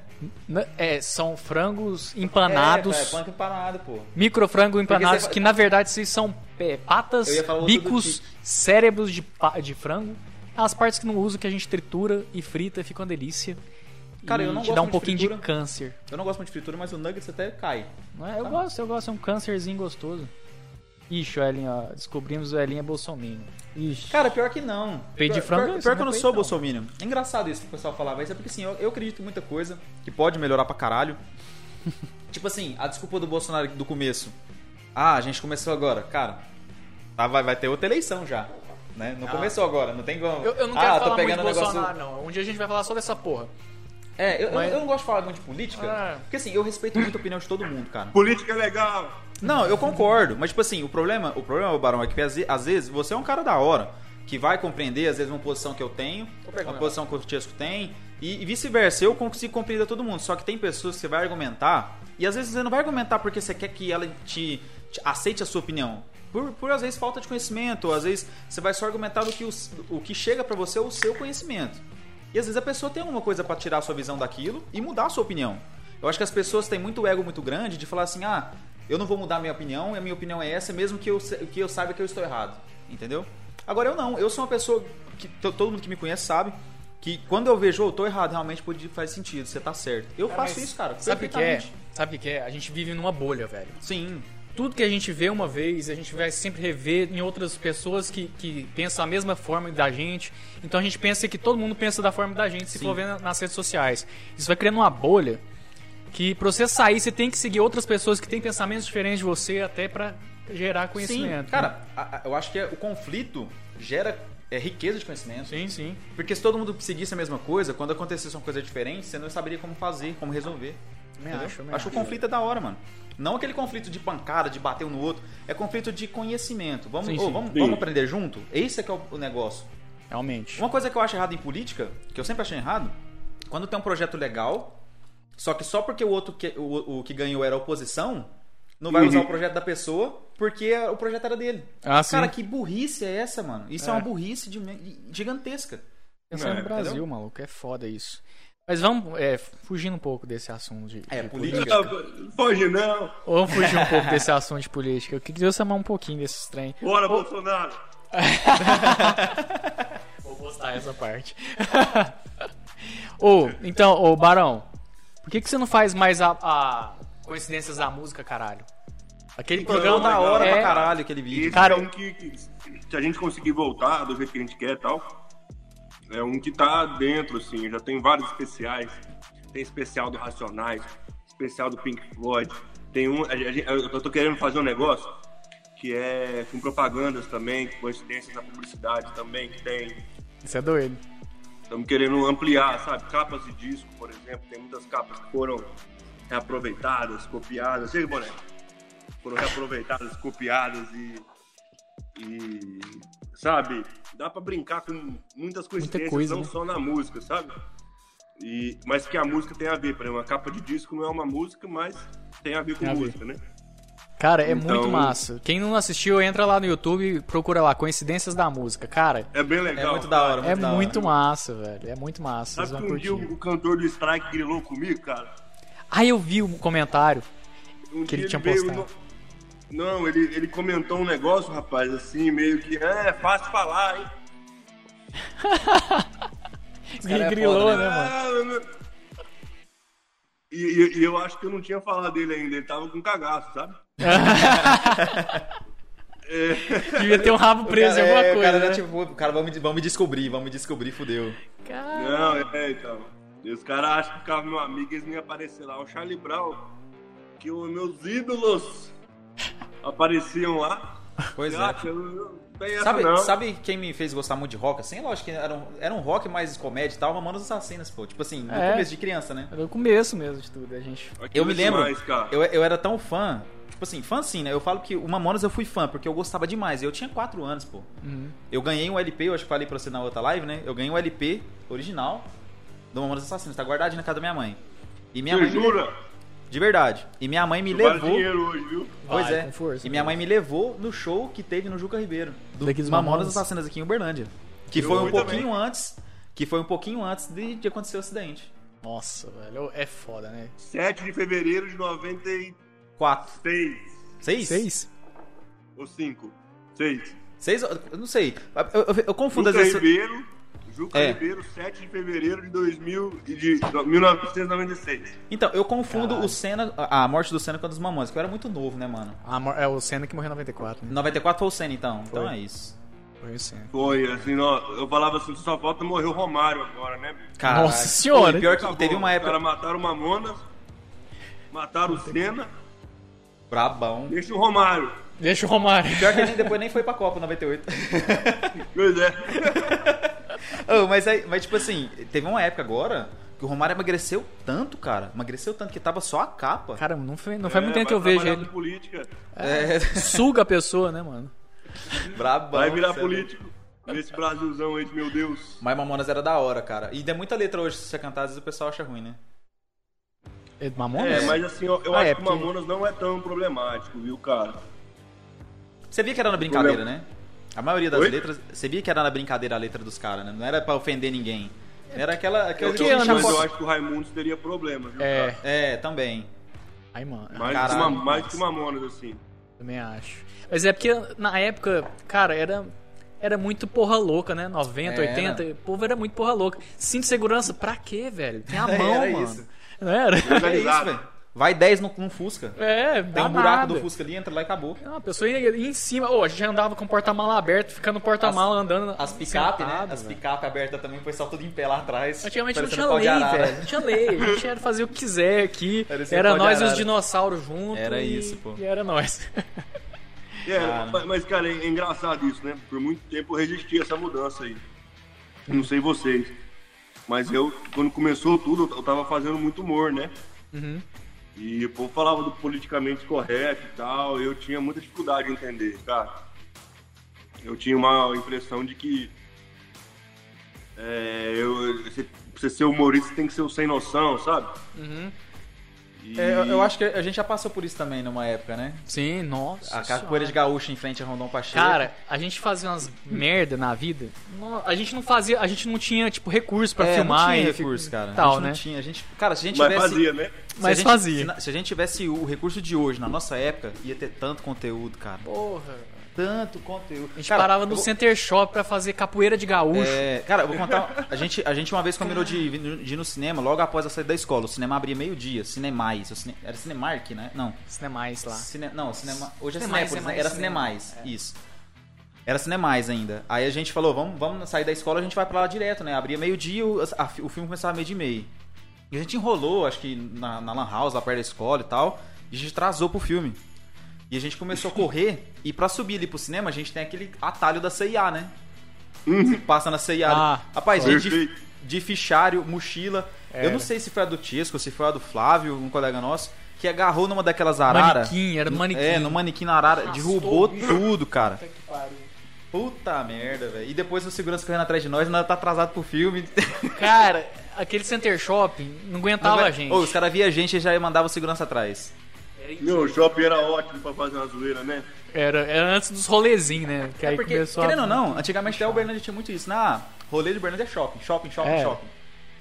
A: N- É, são frangos empanados.
B: É, é, punk empanado, pô.
A: Microfrango empanados,
B: você fa-
A: que na verdade vocês são é, patas,
B: Eu ia falar outro do
A: bicos,
B: tique.
A: cérebros de, pa- de frango. As partes que não uso, que a gente tritura e frita, fica uma delícia.
B: Cara,
A: e
B: eu não
A: te
B: gosto
A: dá um
B: muito de
A: pouquinho de,
B: fritura.
A: câncer.
B: Eu não gosto muito de fritura, mas o Nuggets até cai.
A: Não é? Eu
B: Tá.
A: gosto, eu gosto, é um câncerzinho gostoso. Ixi, o Elinho, ó, descobrimos o Elinho é bolsominion. Ixi.
B: Cara, pior que não.
A: Peito de
B: Pior-
A: frango,
B: Pior, pior,
A: isso
B: que eu
A: não
B: não
A: é
B: sou
A: peito,
B: bolsominion. É engraçado isso que o pessoal falava isso, é porque assim, eu, eu acredito em muita coisa que pode melhorar pra caralho. tipo assim, a desculpa do Bolsonaro do começo. Ah, a gente começou agora. Cara, tá, vai, vai ter outra eleição já. Né?
A: Ah.
B: Não começou agora, não tem como.
A: Eu, eu não
B: ah,
A: quero
B: tô
A: falar muito
B: pegando
A: de
B: um negócio-
A: Bolsonaro, não. Um dia a gente vai falar só dessa porra.
B: É, eu,
A: Mas-
B: eu não gosto de falar muito de política,
A: Ah.
B: porque assim, eu respeito muito a opinião de todo mundo, cara.
C: Política é legal.
B: Não, eu concordo. Mas, tipo assim, o problema, o problema, Barão, é que às ve- às vezes você é um cara da hora, que vai compreender, às vezes, uma posição que eu tenho, uma posição que o Tiesco tem, e, e vice-versa. Eu consigo compreender todo mundo. Só que tem pessoas que você vai argumentar, e às vezes você não vai argumentar porque você quer que ela te, te aceite a sua opinião. Por, por, às vezes, falta de conhecimento, ou às vezes você vai só argumentar do que o, o que chega pra você é o seu conhecimento. E às vezes a pessoa tem alguma coisa pra tirar a sua visão daquilo e mudar a sua opinião. Eu acho que as pessoas têm muito ego muito grande de falar assim: ah, eu não vou mudar a minha opinião, e a minha opinião é essa, mesmo que eu, sa- que eu saiba que eu estou errado. Entendeu? Agora eu não, eu sou uma pessoa que to- todo mundo que me conhece sabe que quando eu vejo, "Oh, eu tô errado, realmente pode, faz sentido, você tá certo. Eu faço isso, cara.
A: Sabe o que é?
B: perfeitamente.
A: Sabe o que é? A gente vive numa bolha, velho.
B: Sim.
A: Tudo que a gente vê uma vez, a gente vai sempre rever em outras pessoas que, que pensam a mesma forma da gente. Então a gente pensa que todo mundo pensa da forma da gente se for ver na- nas redes sociais. Isso vai criando uma bolha que pra você sair, você tem que seguir outras pessoas que têm pensamentos diferentes de você até pra gerar conhecimento. né?
B: Sim. Cara, a- a- eu acho que é- o conflito gera é, riqueza de conhecimento.
A: Sim, sim.
B: Porque se todo mundo seguisse a mesma coisa, quando acontecesse uma coisa diferente, você não saberia como fazer, como resolver.
A: Também
B: Entendeu?
A: acho, também
B: acho que o
A: acho.
B: conflito é da hora, mano. Não aquele conflito de pancada, de bater um no outro. É conflito de conhecimento. Vamos,
A: Sim,
B: ô,
A: sim.
B: vamos,
C: Sim.
B: vamos aprender junto? Esse é que é o- o negócio.
A: Realmente.
B: Uma coisa que eu acho errado em política, que eu sempre achei errado, quando tem um projeto legal, só que só porque o outro que, o, o que ganhou era oposição, não vai
C: Uhum.
B: usar o projeto da pessoa, porque o projeto era dele.
A: Ah,
B: Cara,
A: sim.
B: que burrice é essa, mano? Isso
A: É.
B: é, uma burrice de- gigantesca.
A: Pensando
C: É,
A: no Brasil,
B: entendeu?
A: maluco, é foda isso. Mas vamos, é, fugindo um pouco desse assunto de,
B: É,
A: de
B: política.
C: Não, foge não.
A: Vamos fugir um pouco desse assunto de política. Eu queria chamar um pouquinho desses trem.
C: Bora, Bolsonaro.
A: Vou postar essa parte. Ô, então, ô Barão, por que, que você não faz mais a, a Coincidências da Música, caralho? Aquele
C: Então,
A: programa
B: Tipo, da hora
A: é,
B: pra caralho aquele
C: E
B: vídeo.
C: esse
A: Cara,
C: é um que, que se a gente conseguir voltar do jeito que a gente quer e tal, é um que tá dentro, assim, já tem vários especiais. Tem especial do Racionais, especial do Pink Floyd. Tem um. a gente- eu eu tô querendo fazer um negócio que é com propagandas também, com coincidências na publicidade também, que tem.
A: Isso é doido.
C: Estamos querendo ampliar, sabe? Capas de disco, por exemplo. Tem muitas capas que foram reaproveitadas, copiadas. Chega, boné. Foram reaproveitadas, copiadas e. E. Sabe? Dá pra brincar com muitas coincidências,
A: coisa,
C: não
A: né?
C: só na música, sabe? E, mas que a música tem a ver, por exemplo, a capa de disco não é uma música, mas tem a ver com
A: Tem a ver.
C: música, né?
A: Cara, é
C: Então-
A: muito massa. Quem não assistiu, entra lá no YouTube e procura lá Coincidências da Música. Cara,
C: É bem
B: É
C: legal.
B: muito da hora.
A: é
B: da
A: muito
B: hora.
A: massa, velho. É muito massa. Vocês
C: Sabe
A: vão
C: que um dia
A: curtir.
C: o cantor do Strike grilou comigo, cara?
A: Ah, eu vi um comentário.
C: Um
A: Que ele
C: dia
A: tinha
C: veio
A: postado.
C: no- Não, ele, ele comentou um negócio, rapaz, assim, meio que, "Ah, é fácil falar, hein?
B: cara é
A: Grilou,
B: foda,
A: né,
B: né?
A: mano?
C: Ah, meu- meu." E, e- e eu acho que eu não tinha falado dele ainda, ele tava com cagaço, sabe?
A: Devia ter um rabo preso em alguma
B: é,
A: coisa.
B: O cara, já,
A: né?
B: tipo, o cara, vamos, vamos me descobrir, vamos me descobrir, fudeu.
A: Cara,
C: Não, é, então. E os caras acham que ficava meu amigo, eles nem apareceram lá. O Charlie Brown, que os meus ídolos apareciam lá.
B: Pois
C: Ah,
B: é.
C: eu não tem essa
B: Sabe,
C: não.
B: sabe quem me fez gostar muito de rock? Assim, lógico que era um, era um rock mais comédia e tal, Mamonas Assassinas, pô. Tipo assim, no
A: É.
B: começo de criança, né?
A: era o começo mesmo de tudo, a gente.
B: Eu
C: Aquilo
B: me
C: é
B: lembro,
C: demais, cara.
B: eu, eu era tão fã, tipo assim, fã sim, né? Eu falo que o Mamonas eu fui fã, porque eu gostava demais. Eu tinha 4 anos, pô.
A: Uhum.
B: Eu ganhei um LP, eu acho que falei pra você na outra live, né? Eu ganhei um LP original do Mamonas Assassinas, tá guardado na casa da minha mãe. E minha
C: Você
B: mãe.
C: jura?
B: De verdade. E minha mãe me
C: Tu vale
B: levou.
C: dinheiro hoje, viu?
B: Pois
A: Vai,
B: é.
A: com força,
B: e minha
A: né?
B: mãe me levou no show que teve no Juca Ribeiro. Do
A: Daqui dos
B: Mamonas
A: Mamonas.
B: Assassinas aqui em Uberlândia. Que
C: Eu
B: foi um
C: fui
B: pouquinho
C: também.
B: antes. Que foi um pouquinho antes de, de acontecer o acidente.
A: Nossa, velho, é foda, né?
C: 7 de fevereiro de 96
B: Quatro. Seis?
A: Seis?
C: ou 5. 6.
B: Seis? Eu não sei. Eu, eu- eu confundo
C: Juca
B: às vezes.
C: Ribeiro, Juca
B: É.
C: Ribeiro, 7 de fevereiro de, 2000, e de 1996.
B: Então, eu confundo
A: Caralho.
B: o Senna, a a morte do Senna com a dos Mamonas, que eu era muito novo, né, mano?
A: Ah, mo- é o Senna que morreu em 94, né?
B: 94 foi o Senna, então. Então
A: Foi.
B: é isso.
A: Foi o Senna.
C: Foi, assim, ó, eu falava assim, só falta morrer o Romário agora, né? bicho?
B: Caralho.
A: Nossa senhora,
B: Pô, e Pior que
C: Acabou.
B: teve uma
C: Os
B: época.
C: caras mataram o Mamonas, mataram o Senna,
B: Brabão.
C: deixa o Romário.
A: Deixa o Romário.
B: Pior que ele depois nem foi pra Copa 98.
C: Pois é.
B: Ô, mas, aí- mas, tipo assim, teve uma época agora que o Romário emagreceu tanto, cara. Emagreceu tanto que tava só a capa.
A: Cara, não, foi, não faz muito
C: É,
A: tempo que eu
C: vai
A: vejo
C: trabalhar
A: ele.
C: com política,
B: É,
A: Suga a pessoa, né, mano?
B: brabão.
C: vai virar
B: sério.
C: político nesse Brasilzão aí, de meu Deus.
B: Mas Mamonas era da hora, cara. E tem muita letra hoje, se você cantar, às vezes o pessoal acha ruim, né?
A: É do Mamonas?
C: É, mas assim, eu, eu
A: Ah,
C: acho
A: é,
C: que o
A: porque-
C: Mamonas não é tão problemático, viu, cara?
B: Você via que era na brincadeira, né? A maioria das
C: Oi?
B: letras, você via que era na brincadeira a letra dos caras, né? Não era pra ofender ninguém. Era aquela. aquela
A: que
B: aquele
A: ano
C: Mas
A: Chapo-
B: chacota-
C: eu acho que o Raimundos teria problema, viu,
A: É.
C: cara?
B: É, também.
A: Ai, mano.
C: Mais, que
B: Caralho.
C: uma, mais que o Mamonas, assim.
A: Também acho. Mas é porque na época, cara, era era muito porra louca, né? 90,
B: Era.
A: 80, o povo era muito porra louca. Cinto de segurança, pra quê, velho? Tem a mão,
B: Era
A: mano.
B: isso.
A: Não era?
B: É isso,
C: Organizado.
B: velho. Vai 10 no, no Fusca.
A: É,
B: Tem
A: dá
B: um buraco
A: nada.
B: do Fusca ali, entra lá e acabou.
A: Não, a pessoa ia, ia em cima. Ô, a gente andava com o porta-mala aberto, ficando no porta-mala andando.
B: As picape, né?
A: sentado,
B: As
A: velho.
B: picape abertas também, o pessoal tudo em pé lá atrás.
A: Antigamente não tinha
B: parecendo pau de
A: lei,
B: arara.
A: velho. Não tinha lei. A gente era fazer o que quiser aqui.
B: Parecia
A: Era
B: pau de
A: nós e os
B: arara.
A: dinossauros juntos.
B: Era isso, pô.
A: E era nós.
C: É, mas, mas, cara, é engraçado isso, né? Por muito tempo eu resisti a essa mudança aí. Não sei vocês. Mas eu, quando começou tudo, eu tava fazendo muito humor, né?
B: Uhum.
C: E o povo falava do politicamente correto e tal. Eu tinha muita dificuldade de entender, cara. Eu tinha uma impressão de que. É, eu, você, pra você ser humorista, você tem que ser o sem noção, sabe? E-
B: Uhum. É, eu, eu acho que a gente já passou por isso também numa época, né?
A: Sim, nossa.
B: A
A: senhora.
B: capoeira de gaúcho em frente a Rondon Pacheco.
A: Cara, a gente fazia umas merda na vida. No- A gente não fazia, a gente não tinha tipo recurso pra
B: é,
A: filmar
B: não tinha
A: e
B: recurso,
A: fi-
B: cara. a
A: Tal,
B: gente
A: né?
B: não tinha. A gente, cara, se a gente
C: Mas
B: tivesse.
C: fazia, né?
B: se a
A: Mas
B: gente-
A: fazia.
B: Se, na- se a gente tivesse o recurso de hoje na nossa época, ia ter tanto conteúdo, cara.
A: Porra.
B: Tanto conteúdo.
A: A gente
B: Cara,
A: parava
B: eu
A: no
B: vou-
A: center shop pra fazer capoeira de gaúcho.
B: É, cara, eu vou contar. A gente, a gente uma vez combinou de, ir- de ir no cinema logo após a saída da escola. O cinema abria meio-dia. Cinemais. o cine- era Cinemark, né? Não.
A: Cinemais lá.
B: Cine- não, cinema, hoje é
A: Cinemais,
B: Cinépolis, né?
A: Cinemais, É.
B: Era
A: Cinemais.
B: Cinemais, isso. Era Cinemais ainda. Aí a gente falou, vamos, vamos sair da escola, a gente vai pra lá direto, né? Abria meio-dia, o, a- o filme começava meio de meio. E a gente enrolou, acho que na, na Lan House, lá perto da escola e tal, e a gente atrasou pro filme. E a gente começou a correr, e pra subir ali pro cinema, a gente tem aquele atalho da CIA, né? Você passa na CIA. ali.
A: Ah,
B: Rapaz, gente de,
C: perfeito.
B: de fichário, mochila. Eu não sei se foi a do Tisco, se foi a do Flávio, um colega nosso, que agarrou numa daquelas araras.
A: Manequim, era manequim.
B: É, no manequim na arara.
A: Arrastou
B: derrubou
A: o bicho.
B: tudo, cara.
A: Puta que pariu.
B: Puta merda, velho. E depois o segurança correndo atrás de nós, nós tá atrasado pro filme.
A: Cara, aquele center shopping não aguentava a gente.
B: Ô, os caras via a gente e já mandava o segurança atrás.
C: Meu, o shopping era ótimo pra fazer uma zoeira, né?
A: Era, era antes dos rolezinhos, né? Que aí
B: É Porque,
A: começou a-
B: querendo ou não, antigamente até o Uberlândia tinha muito isso. Na rolê de Uberlândia é shopping, shopping, shopping,
A: É.
B: shopping.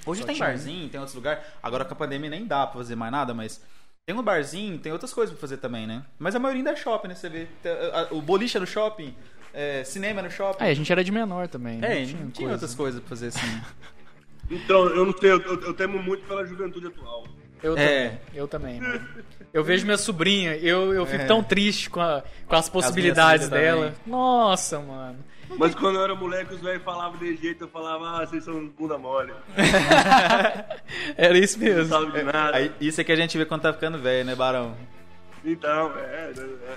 B: Hoje tem
A: tinha, né?
B: barzinho, tem outros lugares. Agora com a pandemia nem dá pra fazer mais nada, mas tem um barzinho, tem outras coisas pra fazer também, né? Mas a maioria ainda é shopping, né? Você vê. tem- a- a- O boliche é no shopping, é, cinema é no shopping.
A: Ah, e a gente era de menor também.
B: É,
A: não
B: tinha,
A: tinha
B: tinha
A: coisa.
B: outras coisas pra fazer assim.
C: Então, eu não tenho, eu, eu temo muito pela juventude atual.
A: Eu
B: É.
A: também. Eu também. mano. Eu vejo minha sobrinha, eu, eu fico
B: É.
A: tão triste com, a- com as possibilidades
B: minhas filhas
A: dela. Nossa, mano.
C: Mas quando eu era moleque, os velhos falavam desse jeito, eu falava, ah, vocês são bunda mole,
A: Era isso
C: não
A: mesmo.
C: sabe de nada.
B: Aí, isso é que a gente vê quando tá ficando velho, né, Barão?
C: Então, é,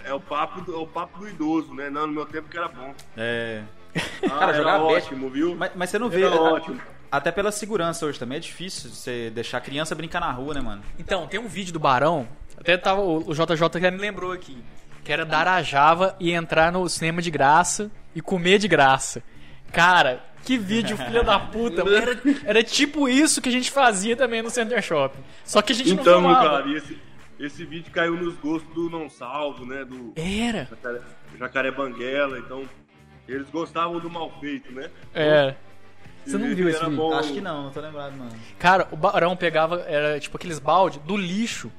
C: é, é o papo do, é o papo do idoso, né? Não, no meu tempo que era bom.
B: É.
C: Ah,
B: Cara,
C: era
B: jogava bet-
C: ótimo, viu?
B: Mas, mas você não vê.
C: Era
B: a-
C: ótimo.
B: Até pela segurança hoje também é difícil você deixar a criança brincar na rua, né, mano?
A: Então, tem um vídeo do Barão, até tava, o o JJ já me lembrou aqui, que era dar a Java e entrar no cinema de graça e comer de graça. Cara, que vídeo, filha da puta. mano. Era, era tipo isso que a gente fazia também no Center Shopping. Só que a gente
C: Então,
A: não filmava.
C: cara, e esse, esse vídeo caiu nos gostos do Não Salvo, né? Do
B: É.
A: Era.
C: Jacaré, Jacaré Banguela, então... Eles gostavam do mal feito, né?
A: É. Você não
C: E
A: viu esse
C: era
A: vídeo?
C: bom.
B: Acho que não, não tô lembrado, mano.
A: Cara, o Barão pegava, era tipo aqueles balde do lixo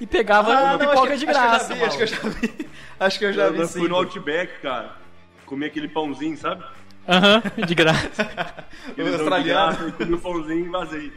A: e pegava
B: Ah, não, acho
A: pipoca
B: que-
A: de
B: acho que eu já
A: graça.
B: vi, Acho que eu
A: maluco.
B: já vi. Acho que eu já
C: Eu,
B: vi
C: fui
B: sim.
C: no Outback, cara. Comi aquele pãozinho, sabe?
A: Aham, de graça.
B: O
C: Eles dão de
B: australiano.
C: graça, eu Comi o pãozinho e vazei.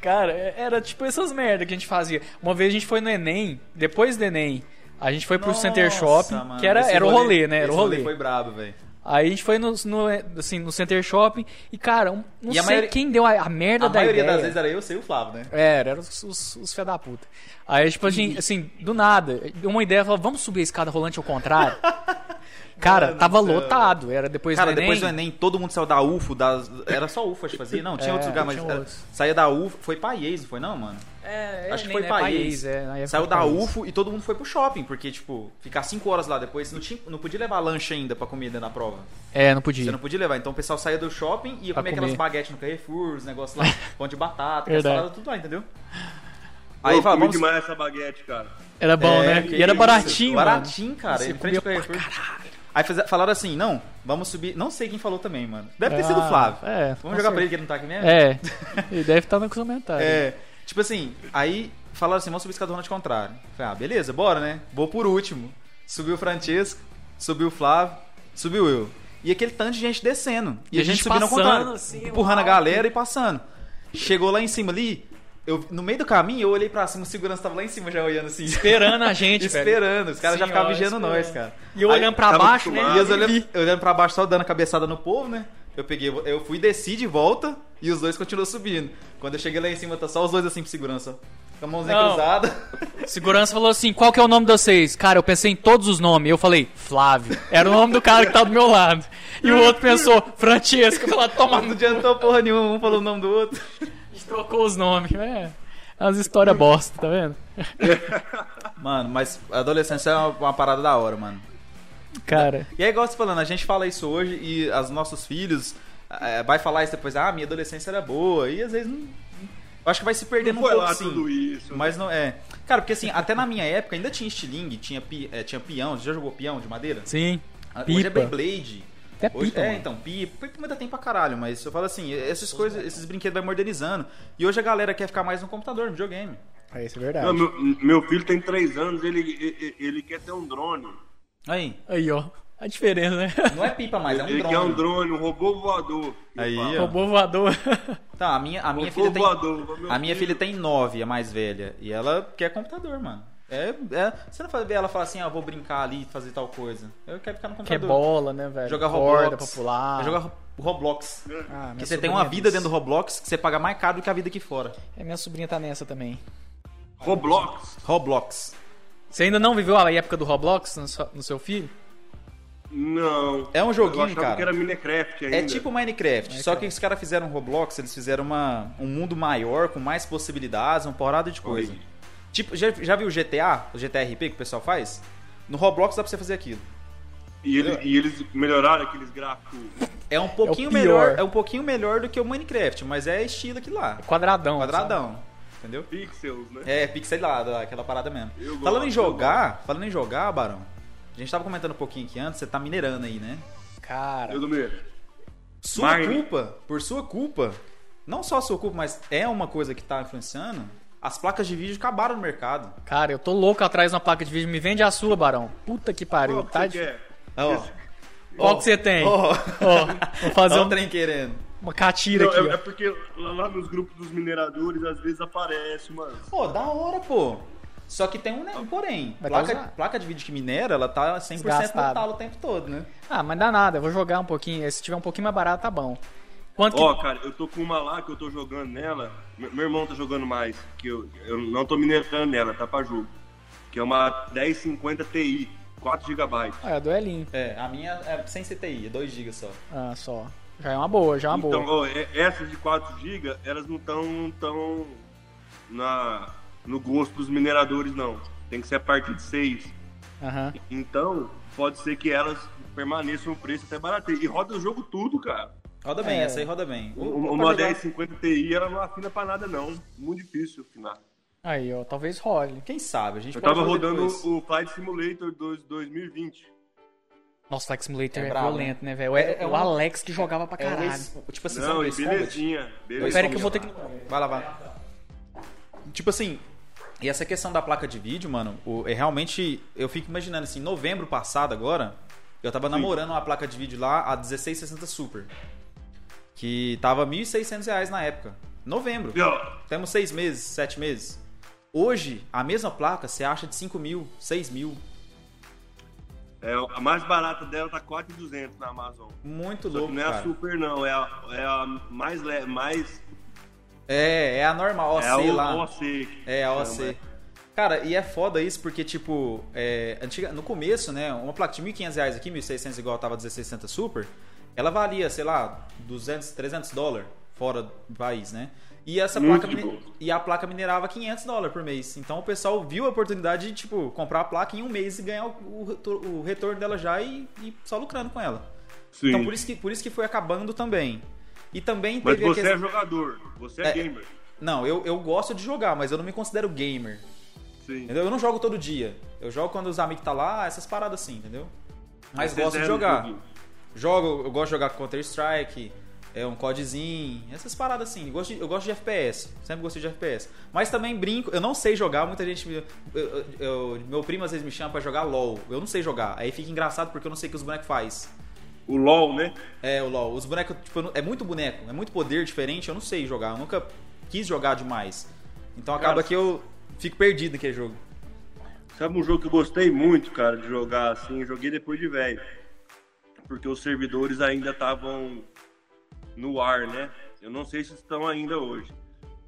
A: Cara, era tipo essas merda que a gente fazia. Uma vez a gente foi no Enem, depois do Enem, a gente foi pro
B: Nossa,
A: Center Shopping,
B: mano,
A: que era,
B: esse
A: era o rolê, né? Era
B: esse
A: o rolê.
B: foi brabo, velho.
A: Aí a gente foi no, no, assim, no Center Shopping e, cara, um- não
B: E
A: sei
B: a maioria-
A: quem deu a, a merda
B: A
A: da
B: maioria
A: ideia.
B: das vezes era eu, sei o Flávio, né?
A: É, Era, eram os, os, os fé da puta. Aí, tipo, assim, assim, do nada, deu uma ideia, falou, vamos subir a escada rolante ao contrário. Cara,
B: Mano
A: tava
B: do céu.
A: lotado, era depois
B: Cara,
A: do Enem.
B: depois do Enem, todo mundo saiu da UFO, das... era só UFO, acho que fazia. Não, tinha
A: É,
B: outros lugares, mas
A: tinha
B: era-
A: outros.
B: saía da UFO, foi pra IES, não foi não, mano?
A: É,
B: acho que
A: Enem,
B: foi
A: né,
B: pra
A: País,
B: IES.
A: é, na época
B: Saiu
A: foi
B: da
A: País.
B: UFO e todo mundo foi pro shopping, porque, tipo, ficar 5 horas lá depois, não, tinha, não podia levar lanche ainda pra comida na prova.
A: É, não
B: Você
A: podia.
B: não podia levar. Então o pessoal saía do shopping e ia
A: Pra
B: comer
A: comer.
B: aquelas baguetes no Carrefour, os negócios lá, pão de batata, aquelas
A: Verdade.
B: paradas, tudo lá, entendeu?
C: Aí
B: Aí
C: eu
B: fala,
C: comi
B: vamos...
C: demais essa baguete, cara.
A: Era bom,
B: É,
A: né?
B: que
A: E era
B: isso,
A: baratinho, mano.
B: Baratinho, cara.
A: Você
B: Em frente ao
A: comia pra
B: Carrefour. Aí fiz- falaram assim, não, vamos subir. Não sei quem falou também, mano. Deve ter sido o
A: Ah,
B: Flávio.
A: é, com
B: vamos jogar
A: certeza.
B: pra ele que ele não tá aqui mesmo?
A: É, ele deve estar nos comentários.
B: É, Tipo assim, aí falaram assim, vamos subir a escada rolante contrário. Falei, ah, beleza, bora, né? Vou por último. Subiu o Francesco, subiu o Flávio, subiu eu. E aquele tanto de gente descendo. E,
A: E
B: a gente,
A: gente
B: subindo ao
A: passando,
B: contrário.
A: assim,
B: empurrando a
A: uau.
B: galera e passando. Chegou lá em cima ali, eu, no meio do caminho, eu olhei pra cima, o segurança tava lá em cima já olhando assim.
A: Esperando a gente, velho.
B: Esperando, os caras já
A: Sim,
B: ficavam
A: ó,
B: vigiando
A: esperando.
B: nós, cara.
A: E eu
B: Aí,
A: olhando pra
B: tava
A: baixo, né?
C: Ah,
B: acostumado. E eu
A: Nem
B: olhando, eu olhando pra baixo, só dando cabeçada no povo, né? Eu peguei, eu fui, desci de volta e os dois continuam subindo. Quando eu cheguei lá em cima, tá só os dois assim pro segurança. Com a mãozinha
A: Não.
B: cruzada.
A: Segurança falou assim: qual que é o nome de vocês? Cara, eu pensei em todos os nomes. Eu falei, Flávio. Era o nome do cara que tá do meu lado. E o outro pensou, Francesco. Eu falei, toma,
B: Não adiantou porra nenhuma, um falou o nome do outro.
A: a gente trocou os nomes. É, as histórias bosta, tá vendo?
B: Mano, mas a adolescência é uma, uma parada da hora, mano.
A: Cara,
B: E é igual você falando, a gente fala isso hoje e os nossos filhos eh, vai falar isso depois, ah, minha adolescência era boa. E às vezes não. Eu acho que vai se perdendo
C: Não
B: um
C: foi
B: pouco
C: lá
B: sim.
C: tudo isso. né?
B: Mas não é. Cara, porque assim, até na minha época ainda tinha estilingue, tinha, pi- eh, tinha peão. Você já jogou peão de madeira?
A: sim.
B: Ah, Hoje é
A: Pipa.
B: Beyblade.
A: Até
B: Hoje,
A: pipa,
B: é,
A: mano.
B: então, pipa. Pipa ainda tem pra caralho, mas eu falo assim, essas coisas, esses brinquedos vai modernizando. E hoje a galera quer ficar mais no computador, no videogame.
A: É, isso é
C: Não,
A: verdade.
C: meu, meu filho tem três anos, ele, ele, ele quer ter um drone.
B: Aí,
A: Aí, ó. A diferença, né?
B: não é pipa mais, é um
C: ele
B: drone.
C: quer um drone, um robô voador. Eu
B: Aí,
C: falo.
B: ó.
A: Roubou voador.
B: Tá, a minha, a minha
C: Robô
B: filha tem
C: voador, meu
B: A minha
C: filho.
B: filha tem 9, a mais velha, e ela quer computador, mano. É, é- você não vai ver ela falar assim, ah, vou brincar ali, fazer tal coisa. Eu quero ficar no
A: Que é
B: computador.
A: bola, né, velho?
B: Jogar
A: Corda
B: Roblox.
A: popular.
B: Jogar Ro- Roblox.
A: Ah,
C: É.
A: minha
B: Que você tem
A: sobrinha
B: uma vida
A: disse.
B: dentro do Roblox que você paga mais caro do que a vida aqui fora.
A: É, minha sobrinha tá nessa também.
C: Roblox.
B: Roblox.
A: Você ainda não viveu a época do Roblox no seu, no seu filho?
C: Não.
B: É um joguinho,
C: eu achava
B: cara.
C: que era Minecraft ainda.
B: É tipo Minecraft, só que os caras fizeram Roblox, eles fizeram uma, um mundo maior, com mais possibilidades, uma porrada de coisa.
C: Oi.
B: Tipo, já, já viu o GTA, o GTRP que o pessoal faz? No Roblox dá pra você fazer aquilo.
C: E, ele- e eles melhoraram aqueles gráficos.
B: É um pouquinho
A: pior.
B: melhor, é um pouquinho melhor do que o Minecraft, mas é estilo aqui lá.
A: Quadradão.
B: Quadradão, entendeu?
C: Pixels, né?
B: É, pixelado, aquela parada mesmo.
C: Eu gosto,
B: falando em
C: eu
B: jogar, falando em jogar, Barão. A gente tava comentando um pouquinho aqui antes, você tá minerando aí, né?
A: sabe? Cara.
C: Eu do meio.
B: Sua
C: Mine.
B: culpa, por sua culpa, não só sua culpa, mas é uma coisa que tá influenciando. As placas de vídeo acabaram no mercado.
A: Cara, eu tô louco atrás de uma placa de vídeo. Me vende a sua, Barão. Puta que pariu.
C: Qual que
A: tá
C: você
A: de...
C: quer?
B: Ó,
A: Qual que você tem? Ó,
B: ó,
A: vou fazer
B: ó
A: um...
B: o trem querendo.
A: Uma catira
C: Não,
A: aqui.
C: é,
A: ó.
C: é porque lá lá nos grupos dos mineradores, às vezes aparece, mano.
B: Pô, da hora, pô. Só que tem um né, porém.
A: Vai
B: Placa,
A: causar.
B: placa de vídeo que minera, ela tá 100% no
A: Desgastada.
B: talo o tempo todo, né?
A: Ah, mas dá nada, eu vou jogar um pouquinho. Se tiver um pouquinho mais barato, tá bom. Quanto que-
C: Ó, cara, eu tô com uma lá que eu tô jogando nela. Me- Meu irmão tá jogando mais, que eu, eu não tô minerando nela, tá pra jogo. Que é uma 1050 Ti, 4GB.
A: Ah, é duelinho.
B: É, a minha é sem CTI, é 2 GB só.
A: Ah, só. Já é uma boa, já é uma
C: então,
A: boa.
C: ó, é- essas de 4GB, elas não tão, tão na, no gosto dos mineradores, não. Tem que ser a partir de 6.
A: Aham.
C: Então, pode ser que elas permaneçam o preço até barateiro. E roda o jogo tudo, cara.
B: Roda bem,
A: É.
B: essa aí roda bem.
C: Um-
B: Uh,
C: um-
B: pra
C: Uma
B: jogar-
C: 1050 Ti, ela não afina pra nada, não. Muito difícil afinar.
A: Aí, ó, talvez role.
B: Quem sabe, a gente
C: Eu
B: pode
C: tava
B: fazer
C: rodando
B: depois.
C: o Flight Simulator dos 2020.
A: Nossa, Flex Simulator
B: É
A: é,
B: brabo,
A: violento, né, velho? É,
B: É- é
A: o
B: um-
A: Alex que jogava pra
B: É um
A: caralho.
B: ex- tipo assim,
C: Não,
B: sabe,
C: e
B: ex- combat?
C: belezinha. belezinha.
A: Pera aí que eu vou ter que.
B: Vai lá, vai. Tipo assim, e essa questão da placa de vídeo, mano, o- é realmente. Eu fico imaginando assim, novembro passado agora, eu tava namorando uma placa de vídeo lá, a 1660 Super. Que tava R$ 1.600 reais na época. Novembro.
C: Ó,
B: Temos seis meses, sete meses. Hoje, a mesma placa você acha de 5 mil, 6 mil.
C: é, a mais barata dela tá 4,200 na Amazon.
B: Muito
C: Só que
B: louco,
C: não é a
B: cara.
C: super, não. É a, é a mais, le- mais...
B: É, é a normal, OC
C: é a O-
B: lá.
C: OC.
B: É, a OC.
C: Chama.
B: Cara, e é foda isso porque, tipo, é, antiga, no começo, né, uma placa de 1.500 reais aqui, 1.600 igual tava 1660 Super, ela valia, sei lá, 200, 300 dólares fora do país, né? E essa
C: Muito
B: placa
C: de
B: mine-
C: boa.
B: e a placa minerava 500 dólares por mês. Então o pessoal viu a oportunidade de, tipo, comprar a placa em um mês e ganhar o, o retor- o retorno dela já e, e só lucrando com ela.
C: Sim.
B: Então por isso, que, por isso que foi acabando também. E também
C: Mas
B: teve a
C: você
B: questão-
C: é jogador. Você é,
B: É.
C: gamer.
B: Não, eu, eu gosto de jogar, mas eu não me considero gamer.
C: Sim.
B: Entendeu? Eu não jogo todo dia. Eu jogo quando os amigos tá lá, essas paradas assim, entendeu? Mas
C: Você
B: gosto de
C: zera um o
B: jogar.
C: joguinho.
B: Jogo, eu gosto de jogar Counter Strike, é um CODzinho, essas paradas assim. Eu gosto, de, eu gosto de FPS, sempre gostei de FPS. Mas também brinco, eu não sei jogar, muita gente me, eu- eu- eu- meu primo às vezes me chama pra jogar LoL. Eu não sei jogar. Aí fica engraçado porque eu não sei o que os bonecos faz.
C: O LOL, né?
B: É, o LoL, os bonecos, tipo, eu não- é muito boneco, é muito poder diferente, eu não sei jogar, eu nunca quis jogar demais. Então acaba
C: Cara,
B: que eu fico perdido naquele jogo.
C: Sabe um jogo que eu gostei muito, cara, de jogar assim? Joguei depois de velho. Porque os servidores ainda estavam no ar, né? Eu não sei se estão ainda hoje.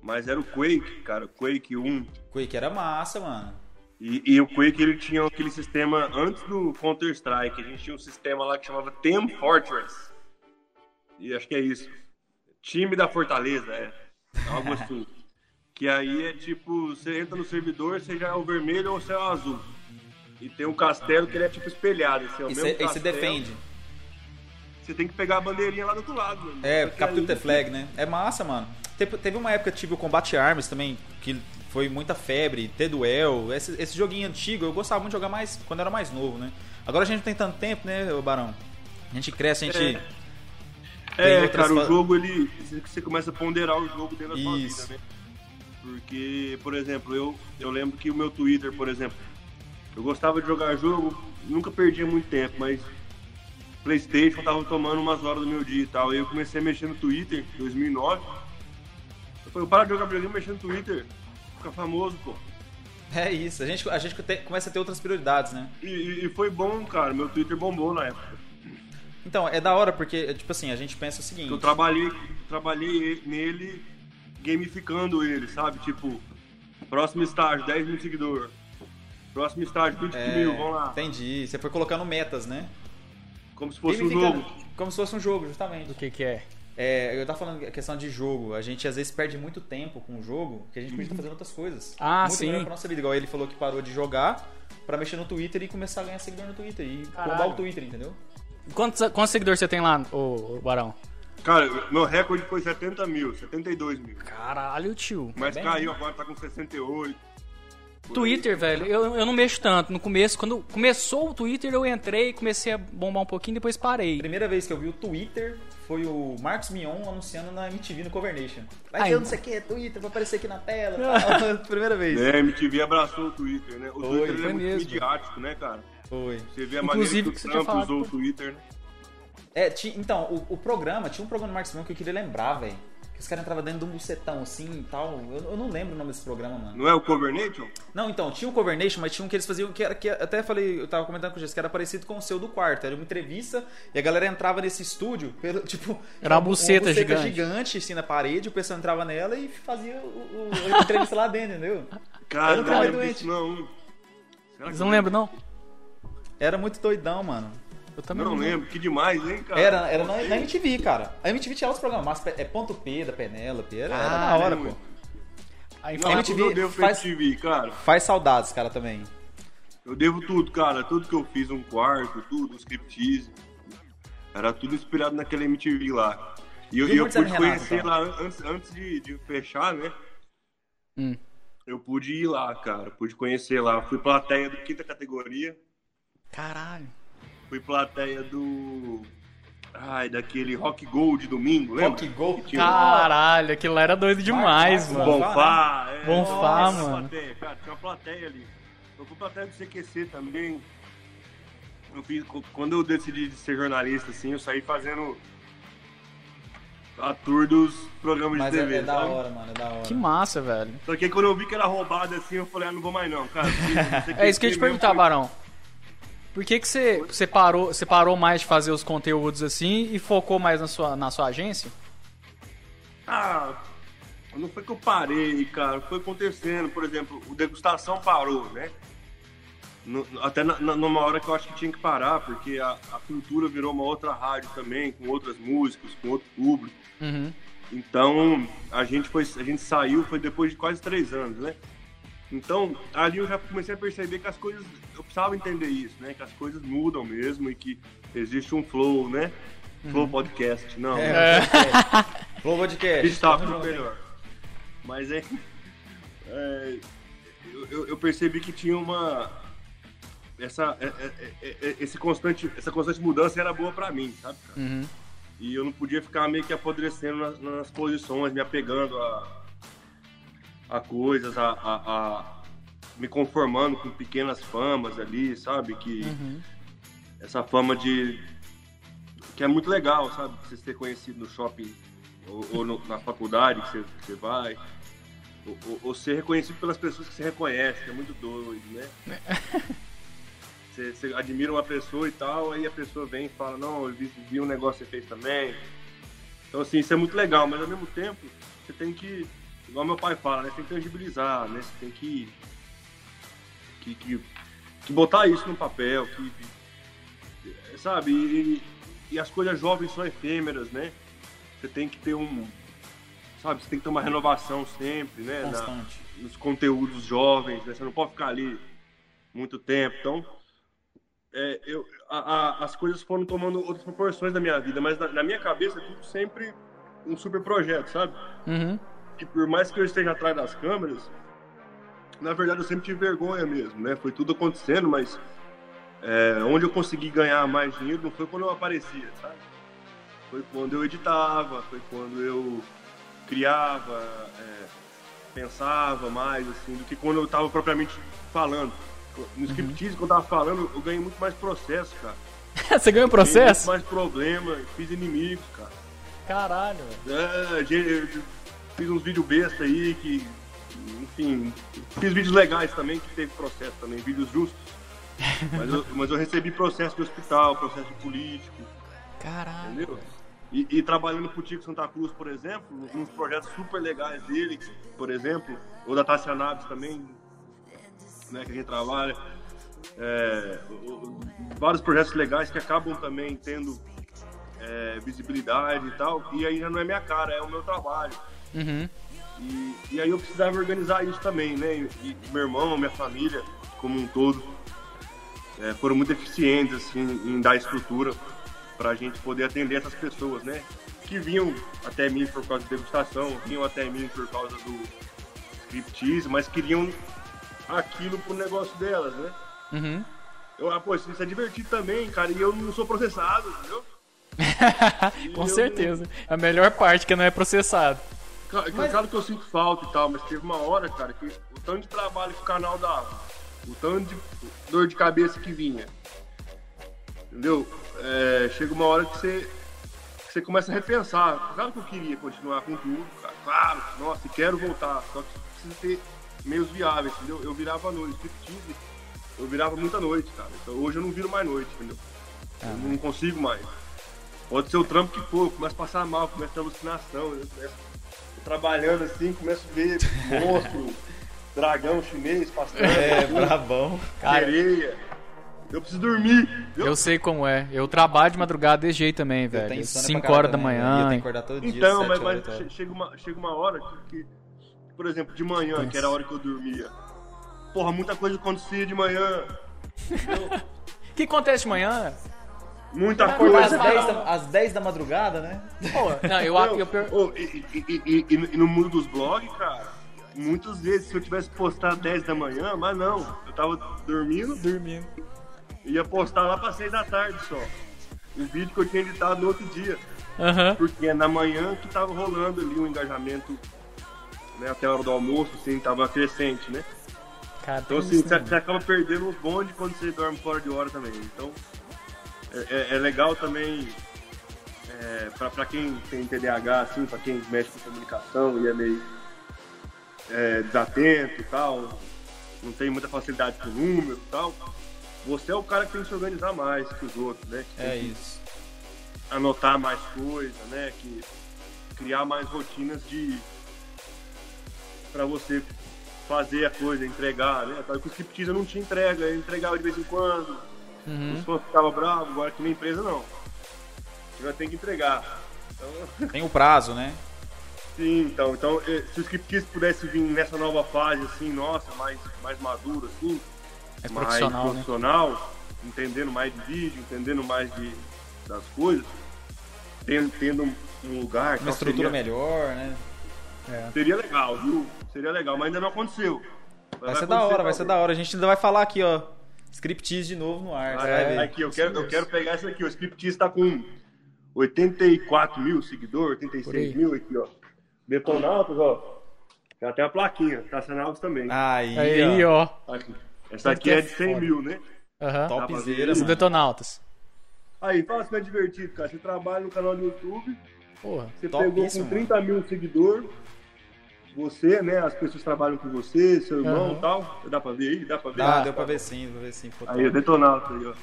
C: Mas era o Quake, cara, o Quake 1.
B: Quake era massa, mano.
C: E, e o Quake ele tinha aquele sistema antes do Counter Strike. A gente tinha um sistema lá que chamava Team Fortress. E acho que é isso. Time da Fortaleza, é. Algo assim. que aí é tipo, você entra no servidor, você já é o vermelho ou você é o azul. E tem um castelo que ele é tipo espelhado. Assim, é o
B: E
C: mesmo
B: você
C: castelo.
B: defende.
C: Você tem que pegar a bandeirinha lá do outro lado. mano.
B: É,
C: Porque
B: Capture
C: aí-
B: the Flag, né? É massa, mano. Teve, teve uma época que tive o Combate Arms também, que foi muita febre, ter duel. Esse, esse joguinho antigo, eu gostava muito de jogar mais quando eu era mais novo, né? Agora a gente não tem tanto tempo, né, ô Barão? A gente cresce, a gente. Tem
C: É,
B: outras
C: cara, o
B: fa-
C: jogo ele. Você começa a ponderar o jogo dentro da sua
B: Isso.
C: vida, né? Porque, por exemplo, eu, eu lembro que o meu Twitter, por exemplo, eu gostava de jogar jogo, nunca perdia muito tempo, mas Playstation tava tomando umas horas do meu dia e tal. E eu comecei a mexer no Twitter em 2009. Eu falei, eu paro de jogar videogame mexendo no Twitter, fica famoso, pô.
B: É isso, a gente, a gente te- começa a ter outras prioridades, né?
C: E, e- e foi bom, cara, meu Twitter bombou na época.
B: Então, é da hora porque, tipo assim, a gente pensa o seguinte.
C: Eu trabalhei, trabalhei nele gamificando ele, sabe? Tipo, próximo estágio, 10 mil seguidor. Próximo estágio, 20
B: é,
C: mil, vamos lá.
B: Entendi. Você foi colocando metas, né?
C: Como se fosse um
B: Gamificando,
C: jogo.
B: Como se fosse um jogo, justamente.
A: Do que que é?
B: É, eu tava falando a questão de jogo. A gente às vezes perde muito tempo com o jogo, que a gente podia estar fazendo outras coisas.
A: Ah,
B: muito
A: sim.
B: melhor pra nossa vida. Igual ele falou que parou de jogar pra mexer no Twitter e começar a ganhar seguidor no Twitter. E
A: Caralho.
B: roubar o Twitter, entendeu?
A: Quantos, quantos seguidores você tem lá, ô, ô, Barão?
C: Cara, meu recorde foi 70 mil, 72 mil.
A: Caralho, tio.
C: Mas
B: Bem,
C: caiu agora, tá com 68. Por
A: Twitter, velho, eu, eu não mexo tanto. No começo, quando começou o Twitter, eu entrei, comecei a bombar um pouquinho, depois
B: A
A: parei.
B: primeira vez que eu vi o Twitter foi o Marcos Mion anunciando na MTV no Covernation. Vai
A: Ai.
B: ter não sei o que, Twitter, vai aparecer aqui na tela. tal. primeira
C: aí.
B: vez.
C: É, a MTV abraçou o Twitter, né? O Twitter ele
A: foi
C: é muito
A: mesmo.
C: midiático, né, cara?
B: Foi.
C: Você vê a
A: Inclusive,
C: maneira
A: que
C: que
A: você
C: o
A: tinha
C: Trump
A: falado
C: usou o
A: por-
C: Twitter, né?
B: É, ti- então, o, o programa, tinha um programa do Marcos Mion que eu queria lembrar, velho. Que os caras entravam dentro de um bucetão assim e tal. Eu, eu não lembro o nome desse programa, mano.
C: Não é o Covernation?
B: Não, então, tinha o Cover Nation, mas tinha um que eles faziam que era que até falei, eu tava comentando com o Jess, que era parecido com o seu do quarto. Era uma entrevista e a galera entrava nesse estúdio, pelo, tipo.
A: Era uma buceta gigante.
B: gigante assim na parede, o pessoal entrava nela e fazia o, o- a entrevista lá dentro, entendeu?
C: Cara,
B: Eu não
C: eu não,
B: tava
C: lembro
B: doente.
C: disso, não. Será
A: Vocês
C: que
A: não
C: eu-
A: lembram, não?
B: Era muito doidão, mano.
A: Eu também
C: Não lembro, que demais, hein, cara?
B: Era, era na, na MTV, cara. A MTV tinha outros programas, mas é ponto P da Penélope, era, era
A: Ah,
B: na Tá hora,
C: né,
B: pô.
C: mano?
A: Aí
C: Não,
A: fala-
B: MTV
C: tudo eu devo pra
B: faz-
C: MTV, cara.
B: Faz saudades, cara, também.
C: Eu devo tudo, cara. Tudo que eu fiz, um quarto, tudo, um striptease. Era tudo inspirado naquela MTV lá. E eu,
B: E o
C: e eu
B: Marcelo
C: pude
B: Renato,
C: conhecer
B: então?
C: lá an- antes, antes de, de fechar, né?
A: Hum.
C: Eu pude ir lá, cara. Pude conhecer lá. Fui plateia do quinta categoria.
A: Caralho.
C: Fui plateia do. Ai, daquele Rock Gold domingo, lembra?
B: Rock Gold?
C: Que tinha
A: Caralho, aquilo lá era doido demais,
B: Marcos,
C: o
A: mano.
B: Marcos.
C: Bonfá. É,
A: Bonfá,
C: tinha
A: né? mano.
C: plateia, cara, tinha uma plateia ali. Eu fui plateia do CQC também. Eu fiz, quando eu decidi de ser jornalista, assim, eu saí fazendo a tour dos programas
B: Mas
C: um de
B: é,
C: TV.
B: é da
C: sabe?
B: hora, mano, é da hora.
A: Que massa, velho.
C: Só que aí quando eu vi que era roubado, assim, eu falei, ah, não vou mais não, cara. porque CQC
A: É isso que eu ia te
C: mesmo
A: perguntar,
C: foi-
A: Barão. Por que, que você, você, parou, você parou mais de fazer os conteúdos assim e focou mais na sua, na sua agência?
C: Ah, não foi que eu parei, cara. Foi acontecendo, por exemplo, o degustação parou, né? No- até na- na- numa hora que eu acho que tinha que parar, porque a, a cultura virou uma outra rádio também, com outras músicas, com outro público.
A: Uhum.
C: Então, a gente foi, a gente saiu, foi depois de quase três anos, né? Então, ali eu já comecei a perceber que as coisas, eu precisava entender isso, né? Que as coisas mudam mesmo e que existe um flow, né? Flow podcast, não. né?
B: Flow Podcast.
C: Está
B: tamo
C: pro
B: junto, hein?
C: melhor. Mas é, é, eu- eu, eu percebi que tinha uma essa é- é- é- é- esse constante essa constante mudança era boa pra mim, sabe? cara?
A: Uhum.
C: E eu não podia ficar meio que apodrecendo nas, nas posições, me apegando a a coisas, a, a- a- me conformando com pequenas famas ali, sabe? Que essa fama de. que é muito legal, sabe? Você ser conhecido no shopping ou, ou no- na faculdade que você, que você vai. Ou, ou- ou ser reconhecido pelas pessoas que você reconhece, que é muito doido, né? Você, você admira uma pessoa e tal, aí a pessoa vem e fala, não, eu vi, vi um negócio que você fez também. Então assim, isso é muito legal, mas ao mesmo tempo, você tem que, igual meu pai fala, né? Você tem que tangibilizar, né? Você tem que. que, que, que botar isso no papel, que sabe? E, e as coisas jovens são efêmeras, né? Você tem que ter um, sabe? Você tem que ter uma renovação sempre, né? Na-
B: Constante.
C: nos conteúdos jovens, né? Você não pode ficar ali muito tempo. Então, é, eu, a- a- as coisas foram tomando outras proporções na minha vida, mas na, na minha cabeça é tudo sempre um super projeto, sabe?
A: Uhum.
C: E por mais que eu esteja atrás das câmeras, na verdade eu sempre tive vergonha mesmo, né? Foi tudo acontecendo, mas é, onde eu consegui ganhar mais dinheiro não foi quando eu aparecia, sabe? Foi quando eu editava, foi quando eu criava, é, pensava mais, assim, do que quando eu tava propriamente falando. No scriptease, quando eu tava falando, eu ganhei muito mais processo, cara.
A: você ganhou um
C: Ganhei muito
A: processo?
C: mais problema, fiz inimigos, cara.
A: Caralho, velho.
C: É, gente, eu fiz uns vídeos besta aí que. Enfim. Fiz vídeos legais também, que teve processo também, vídeos justos. Mas eu, mas eu recebi processo de hospital, processo de político,
A: Caralho.
C: entendeu? E, e trabalhando com o Tico Santa Cruz, por exemplo, uns projetos super legais dele, por exemplo, ou da Tassia Naves também, né, que a gente trabalha. É, o- o- vários projetos legais que acabam também tendo é, visibilidade e tal, e aí já não é minha cara, é o meu trabalho.
A: Uhum.
C: E, e aí eu precisava organizar isso também, né? E, e meu irmão, minha família, como um todo, é, foram muito eficientes assim, em dar estrutura para a gente poder atender essas pessoas, né? Que vinham até mim por causa de degustação, vinham até mim por causa do striptease, mas queriam aquilo pro negócio delas, né?
A: Uhum.
C: Eu, ah, pô, isso é divertido também, cara, e eu não sou processado, entendeu?
A: Com
C: eu-
A: certeza. A melhor parte que não é processado.
C: Claro, é claro que eu sinto falta e tal, mas teve uma hora, cara, que o tanto de trabalho que o canal dava, o tanto de dor de cabeça que vinha, Entendeu? É, chega uma hora que você, que você começa a repensar. Claro que eu queria continuar com tudo, cara. claro, nossa, e quero voltar. Só que precisa ter meios viáveis, entendeu? Eu virava à noite, striptease, eu virava muita noite, cara. Então hoje eu não viro mais noite, entendeu? Eu não consigo mais. Pode ser o trampo que for, eu começo a passar mal, começo a ter alucinação, eu começo trabalhando assim, começo a ver monstro, dragão chinês passando,
B: É, brabão.
C: sereia. Eu preciso dormir.
A: Eu... sei como é. Eu trabalho de madrugada de jeito também,
B: Eu tenho
A: velho.
B: insônia
A: 5
B: pra
A: horas da
B: caralho também, Eu
A: manhã.
B: tenho que acordar todo dia.
C: Então,
B: sete
C: mas,
B: horas,
C: mas
B: oito horas.
C: che- chega, uma, chega uma hora que, que, por exemplo, de manhã, que era a hora que eu dormia. Porra, muita coisa acontecia de manhã.
A: O que acontece de manhã?
C: Muita
B: Acordar às
C: coisa.
B: 10, da, às 10 da madrugada, né?
A: Pô, não, eu,
C: Não,
A: eu, per-
C: ô, e, e- e- e- e no- e no mundo dos blogs, cara, muitas vezes se eu tivesse postado 10 da manhã, mas não, eu tava dormindo,
A: dormindo.
C: e ia postar lá pra 6 da tarde só. O vídeo que eu tinha editado no outro dia.
A: Aham.
C: Porque é na manhã que tava rolando ali o engajamento, né, até a hora do almoço, assim, tava crescente, né?
A: Cara,
C: Então,
A: tem
C: assim,
A: isso,
C: você
A: né?
C: você acaba perdendo os bondes quando você dorme fora de hora também. Então, é, é- é legal também, é, pra, pra quem tem TDAH, assim, pra quem mexe com comunicação e é meio é, desatento e tal, não tem muita facilidade com número e tal, você é o cara que tem que se organizar mais que os outros, né? Que
B: É
C: tem que
B: isso.
C: anotar mais coisa, né? Que criar mais rotinas de para você fazer a coisa, entregar, né? Porque o striptease eu não tinha entrega, eu entregava de vez em quando, os fãs ficavam bravos, agora aqui na empresa não. Você vai ter que entregar. Então,
B: Tem o prazo, né?
C: sim, então, então eh, se o striptease pudesse vir nessa nova fase, assim, nossa, mais, mais maduro, assim,
A: É
C: mais
A: profissional, né?
C: profissional, entendendo mais de vídeo, entendendo mais de, das coisas, tendo, tendo um- um lugar.
B: Uma
C: tal,
B: estrutura
C: seria,
B: melhor, né?
C: Seria legal, viu? Seria legal, mas ainda não aconteceu.
B: Vai ser da
C: tá
B: hora, vai ser da hora. A gente ainda vai falar aqui, ó. Scriptease de novo no ar. você vai ver.
C: Ah, é, Aqui, eu quero, eu quero pegar isso aqui. O Scriptease tá com 84 mil seguidores,
A: Por aí.
C: 86 mil aqui, ó. Detonautas, ó. Ela tem uma plaquinha, Tassanautas também.
B: Aí,
A: Aí,
B: ó.
A: ó.
C: Aqui.
B: Tá
C: Essa aqui é de 100 mil, né?
A: Aham.
C: Dá pra ver.
B: Topzera,
A: Os
B: mano.
A: detonautas.
C: Aí, fala se não é divertido, cara. Você trabalha no canal do YouTube,
A: Porra.
C: Você pegou
B: Topíssimo,
C: com 30 mil seguidores. Você, né? As pessoas trabalham com você, seu irmão e
A: Aham.
C: tal. Dá pra ver aí? Dá pra ver?
B: Dá, deu pra ver sim, deu pra ver sim. Pô,
C: Aí, o detonauta tá aí, ó.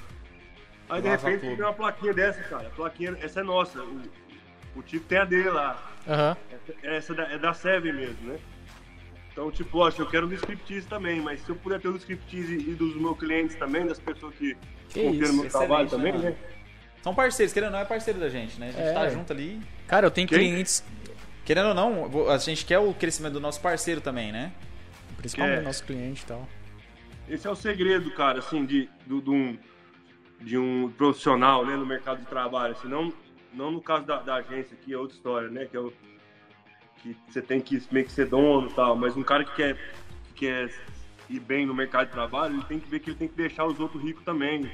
C: Aí, de
B: Lava
C: repente,
B: tudo.
C: tem uma plaquinha dessa, cara. A plaquinha, essa é nossa. O, o Tico tem a dele lá.
A: Aham.
C: Essa, essa é da- é da Seven mesmo, né? Então, tipo, poxa, eu quero do Scriptease também, mas se eu puder ter do Scriptease e dos meus clientes também, das pessoas que,
A: Que
C: confiam
A: isso,
C: no meu trabalho
B: excelente,
C: também,
B: né,
C: né?
B: mano? São parceiros, querendo ou não, é parceiro da gente, né? A gente
A: É.
B: tá junto ali.
A: Cara, eu tenho
C: Quem?
A: clientes.
B: Querendo ou não, vo- a gente quer o crescimento do nosso parceiro também, né?
A: Principalmente
C: Quer?
A: nosso cliente e tal.
C: Esse é o segredo, cara, assim, de, do- do um, de um profissional, né, no mercado de trabalho. Assim, não, não no caso da, da agência, que é outra história, né, que é o, que você tem que meio que ser dono e tal, mas um cara que quer, que quer ir bem no mercado de trabalho, ele tem que ver que ele tem que deixar os outros ricos também.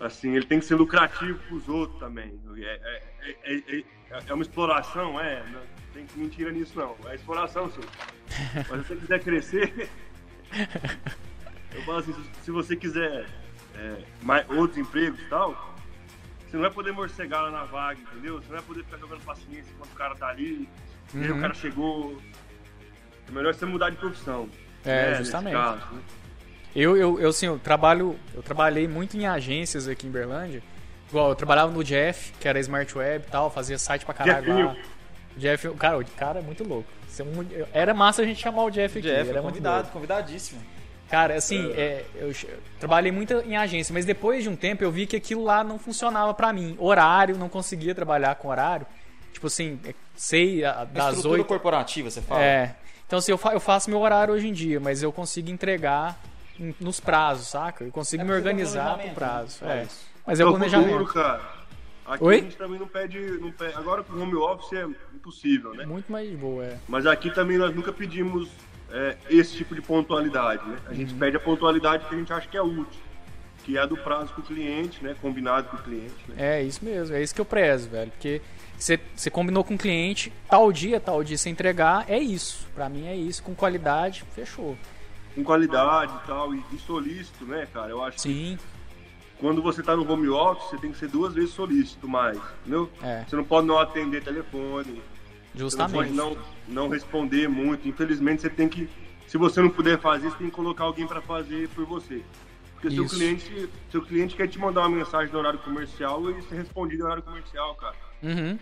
C: Assim, ele tem que ser lucrativo para os outros também. É, é- é- é- é uma exploração, é. Não tem que mentira nisso, não. É exploração, sim. Mas se você quiser crescer, eu falo assim, se você quiser é, mais, outros empregos e tal, você não vai poder morcegar lá na vaga, entendeu? Você não vai poder ficar jogando paciência enquanto o cara tá ali, e aí
A: Uhum.
C: o cara chegou. É melhor você mudar de profissão.
A: É,
C: nesse
A: justamente.
C: caso, né?
A: Eu, eu, eu, assim, eu trabalho. Eu trabalhei muito em agências aqui em Berlândia. Igual, eu trabalhava no Jeff, que era Smart Web e tal, fazia site pra caralho lá.
C: Jeffinho.
A: Jeff, cara, o cara é muito louco. Isso é muito- Era massa a gente chamar o Jeff aqui.
B: Jeff,
A: ele é muito
B: convidado,
A: louco.
B: convidadíssimo.
A: Cara, assim, é, eu che- eu trabalhei muito em agência, mas depois de um tempo eu vi que aquilo lá não funcionava pra mim. Horário, não conseguia trabalhar com horário. Tipo assim, é, sei, a-
B: A
A: das
B: estrutura
A: oito
B: corporativa, você fala.
A: é. Então, assim, eu, fa- eu faço meu horário hoje em dia, mas eu consigo entregar em- nos prazos, saca? Eu consigo
B: É
A: me
B: porque tem um
A: organizar pro
B: planejamento,
A: prazo.
B: né?
A: é.
B: É isso.
A: Mas é
C: É
A: o
C: o futuro,
A: planejamento.
C: cara. Aqui
A: Oi?
C: a gente também não pede, não pede. Agora com o home office é impossível, né?
A: Muito mais de boa, é.
C: Mas aqui também nós nunca pedimos é, esse tipo de pontualidade, né? A gente
A: Uhum.
C: pede a pontualidade que a gente acha que é útil, que é a do prazo com o cliente, né? Combinado com o cliente, né?
A: É isso mesmo, é isso que eu prezo, velho. Porque você você combinou com o cliente, tal dia, tal dia você entregar, é isso. Pra mim é isso, com qualidade, fechou.
C: Com qualidade e tal, e, e solícito, né, cara? Eu acho
A: Sim,
C: Quando você tá no home office, você tem que ser duas vezes solícito mais, entendeu?
A: É.
C: Você não pode não atender telefone,
A: Justamente.
C: você não pode não, não responder muito. Infelizmente, você tem que, se você não puder fazer, você tem que colocar alguém para fazer por você. Porque seu
A: Isso.
C: cliente, seu cliente quer te mandar uma mensagem no horário comercial e você responde no horário comercial, cara.
A: Uhum.
C: Ele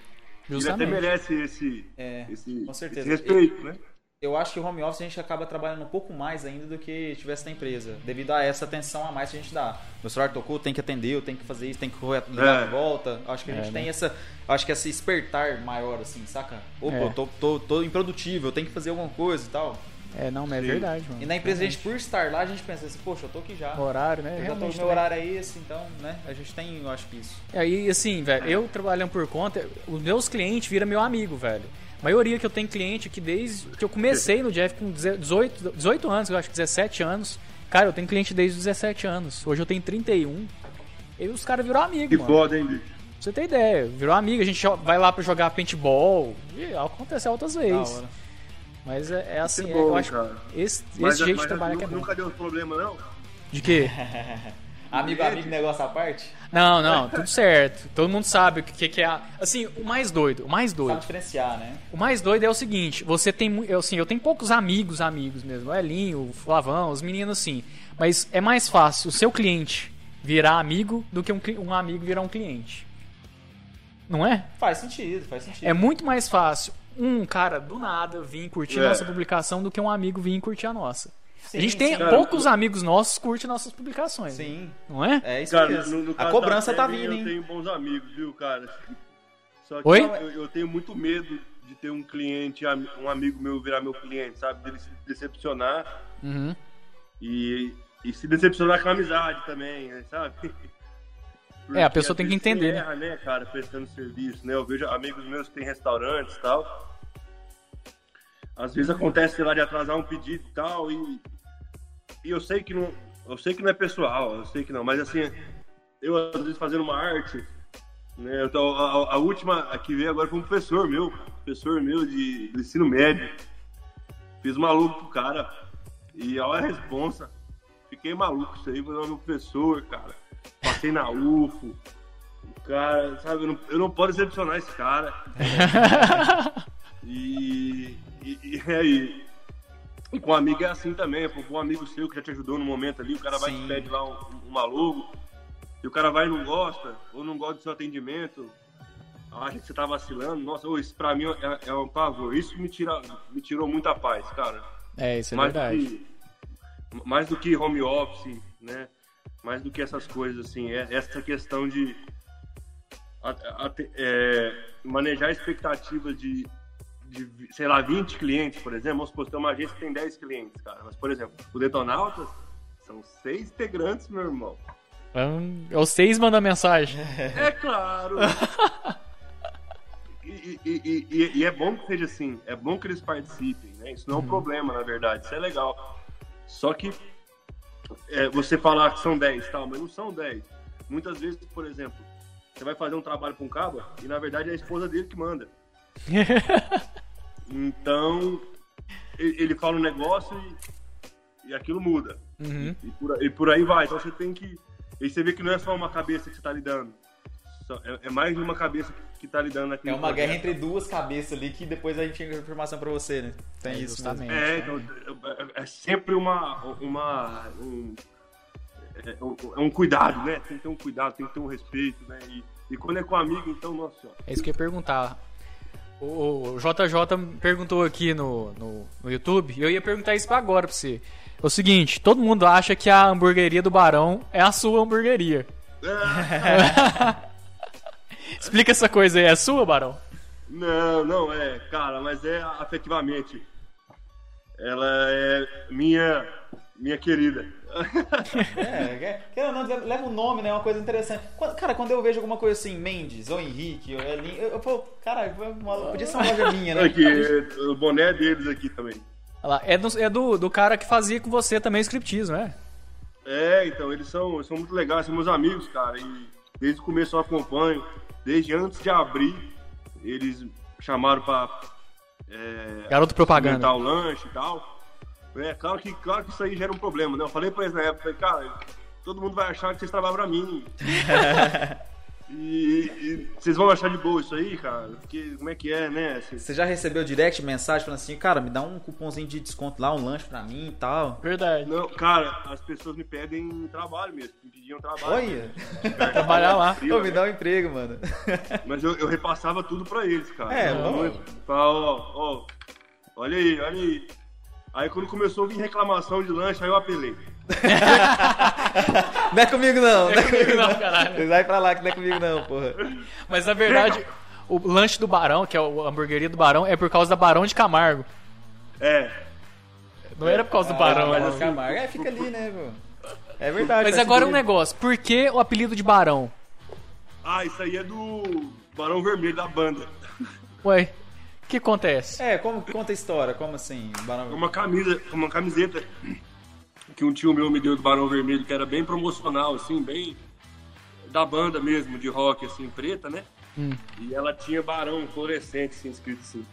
C: até
A: Justamente.
C: merece esse,
B: É,
C: esse,
B: com certeza.
C: esse respeito, né?
B: Eu acho que o home office a gente acaba trabalhando um pouco mais ainda do que tivesse na empresa, devido a essa atenção a mais que a gente dá. Meu celular tocou, tem que atender, eu tenho que fazer isso, tem que correr ligar
C: É.
B: de volta. Acho que a
A: É,
B: gente
A: né?
B: tem essa, acho que esse despertar maior assim, saca? Opa,
A: É.
B: eu tô, tô, tô improdutível, eu tenho que fazer alguma coisa e tal.
A: É, não, mas é
C: Sim.
A: verdade, mano.
B: E na empresa a gente por estar lá, a gente pensa assim, poxa, eu tô aqui já.
A: O horário, né?
B: Eu já tô,
A: Realmente
B: meu
A: também.
B: horário é esse, então, né? A gente tem, eu acho que isso.
A: E aí, assim, velho, eu trabalhando por conta, os meus clientes viram meu amigo, velho. A maioria que eu tenho cliente que desde que eu comecei no Jeff com 18, 18 anos, eu acho que 17 anos. Cara, eu tenho cliente desde os 17 anos. Hoje eu tenho 31. E os caras viram amigo,
C: Que
A: mano.
C: foda, hein, bicho?
A: Pra você ter ideia, virou amigo, a gente jo- vai lá pra jogar paintball. E acontece outras
B: Da
A: vezes.
B: hora.
A: Mas é, é assim,
C: é
A: é,
C: bom,
A: eu acho
C: cara.
A: que esse,
C: Mas-
A: esse jeito
C: mas
A: de trabalhar que é bom.
C: Nunca deu problema, não?
A: De quê?
B: Amigo, amigo, negócio à parte,
A: Não, não, tudo certo. Todo mundo sabe o que, que é. a- Assim, o mais doido, o mais
B: sabe
A: doido.
B: diferenciar, né?
A: O mais doido é o seguinte, você tem mu- eu, assim, eu tenho poucos amigos, amigos mesmo, o Elinho, o Flavão, os meninos assim, mas é mais fácil o seu cliente virar amigo do que um, cli- um amigo virar um cliente. Não é?
B: Faz sentido, faz sentido.
A: É muito mais fácil um cara do nada vir curtir
C: É.
A: nossa publicação do que um amigo vir curtir a nossa.
B: Sim,
A: a gente tem
B: sim.
A: poucos amigos nossos que curtem nossas publicações,
B: Sim.
A: não é?
B: É isso
C: Cara,
B: mesmo.
C: no- no
B: a
C: caso
B: cobrança
C: da
B: tá
C: Kevin,
B: vindo, hein?
C: Eu tenho bons amigos, viu, cara? Só que
A: Oi?
C: Eu, eu tenho muito medo de ter um cliente, ami- um amigo meu virar meu cliente, sabe? Dele se decepcionar
A: Uhum.
C: e, e se decepcionar com a amizade também, né, sabe? Porque
A: É, a pessoa
C: às
A: tem que
C: vezes
A: entender,
C: você
A: né?
C: Erra, né, cara, prestando serviço, né? Eu vejo amigos meus que têm restaurantes e tal. Às vezes acontece, sei lá, de atrasar um pedido e tal, e, e eu sei que não. Eu sei que não é pessoal, eu sei que não, mas assim, eu às vezes fazendo uma arte, né? Eu tô- a, a- a última a que veio agora foi um professor meu, professor meu de, de ensino médio. Fiz uma logo pro cara. E olha a responsa. Fiquei maluco isso aí, foi meu professor, cara. Passei na UFO. O cara, sabe, eu não, eu não posso decepcionar esse cara. e, e, e é aí. E com um amigo é assim também, pô, com um amigo seu que já te ajudou no momento ali, o cara vai e
B: Sim.
C: te pede lá um, um maluco, e o cara vai e não gosta, ou não gosta do seu atendimento, acha que você tá vacilando, nossa, ô, isso pra mim é, é um pavor. Isso me, tira, me tirou muita paz, cara.
A: É, isso é
C: mais, do
A: verdade.
C: que, mais do que home office, né? Mais do que essas coisas, assim, é, essa questão de a- a- te- é, manejar expectativas de, de, sei lá, 20 clientes, por exemplo. Vamos supor, tem uma agência que tem 10 clientes, cara. Mas, por exemplo, o Detonautas são seis integrantes, meu irmão.
A: Hum, É os seis mandam mensagem.
C: É claro. E, e- e- e- e é bom que seja assim, é bom que eles participem, né? Isso não é um problema, na verdade, isso é legal. Só que é, você falar que são 10, tal, mas não são 10. Muitas vezes, por exemplo, você vai fazer um trabalho com um cabo e na verdade é a esposa dele que manda.
A: É
C: Então, e- ele fala um negócio e, e aquilo muda.
A: Uhum.
C: E por, aí- e por aí vai. Então você tem que. E você vê que não é só uma cabeça que você tá lidando. Só- é, é mais de uma cabeça que, que tá lidando
B: É
C: naquele
B: uma
C: projeto.
B: guerra entre duas cabeças ali que depois a gente chega com informação pra você, né? Tem
A: É,
B: isso
A: justamente.
B: mesmo.
C: É, então, é, é sempre uma. uma um, é, um- é um cuidado, né? Tem que ter um cuidado, tem que ter um respeito, né? E, e quando é com amigo, então, nossa senhora.
A: É isso que eu ia perguntar. O, o JJ perguntou aqui no, no, no YouTube, e eu ia perguntar isso pra agora pra você. É o seguinte, todo mundo acha que a hamburgueria do Barão é a sua hamburgueria. Explica essa coisa aí, é sua, Barão?
C: Não, não é, cara, mas é afetivamente. Ela é minha, minha querida.
B: É, é, querendo ou não, leva o nome, né? É uma coisa interessante. Quando- cara, quando eu vejo alguma coisa assim, Mendes, ou Henrique, ou Elin, eu, eu falo, cara, podia ser uma loja minha, né?
C: Aqui, o boné é deles aqui também.
A: Olha lá, é do, é do, do cara que fazia com você também o scriptismo, né?
C: É, então, eles são, eles são muito legais, são meus amigos, cara. E desde o começo eu acompanho. Desde antes de abrir, eles chamaram pra é,
A: Garoto propaganda.
C: experimentar o lanche e tal. É, claro que, claro que isso aí gera um problema, né? Eu falei pra eles na época, falei, cara, todo mundo vai achar que vocês trabalham pra mim. e, e vocês vão achar de boa isso aí, cara? Porque como é que é, né? Assim,
B: Você já recebeu direct, mensagem falando assim, cara, me dá um cupomzinho de desconto lá, um lanche pra mim e tal.
A: Verdade.
C: não, cara, as pessoas me pedem trabalho mesmo, me pediam trabalho.
B: Olha,
A: Trabalhar lá.
C: Frio,
B: Ô, me
C: né?
B: dá um emprego, mano.
C: Mas eu, eu repassava tudo pra eles, cara.
B: É,
C: Eu-
B: bom.
C: eu- Falava, ó, ó, olha aí, olha aí. Aí quando começou a vir reclamação de lanche, aí eu apelei.
B: Não é comigo não, não é comigo
A: Não,
B: não.
A: caralho.
B: Vocês vai pra lá que não é comigo não, porra.
A: Mas na verdade, o lanche do Barão, que é o a hamburgueria do Barão, é por causa da Barão de Camargo.
C: É,
A: Não era por causa do Barão.
B: mas
A: não.
B: assim, Camargo. É, fica ali, né, pô? É verdade.
A: Mas
B: faz
A: agora um
B: sentido.
A: negócio. Por que o apelido de Barão?
C: ah, isso aí é do Barão Vermelho, da banda.
A: Ué, o que acontece?
B: É, como conta a história, como assim? Barão...
C: Uma camisa, uma camiseta que um tio meu me deu do Barão Vermelho, que era bem promocional, assim, bem da banda mesmo, de rock, assim, preta, né? E ela tinha Barão fluorescente, assim, escrito assim.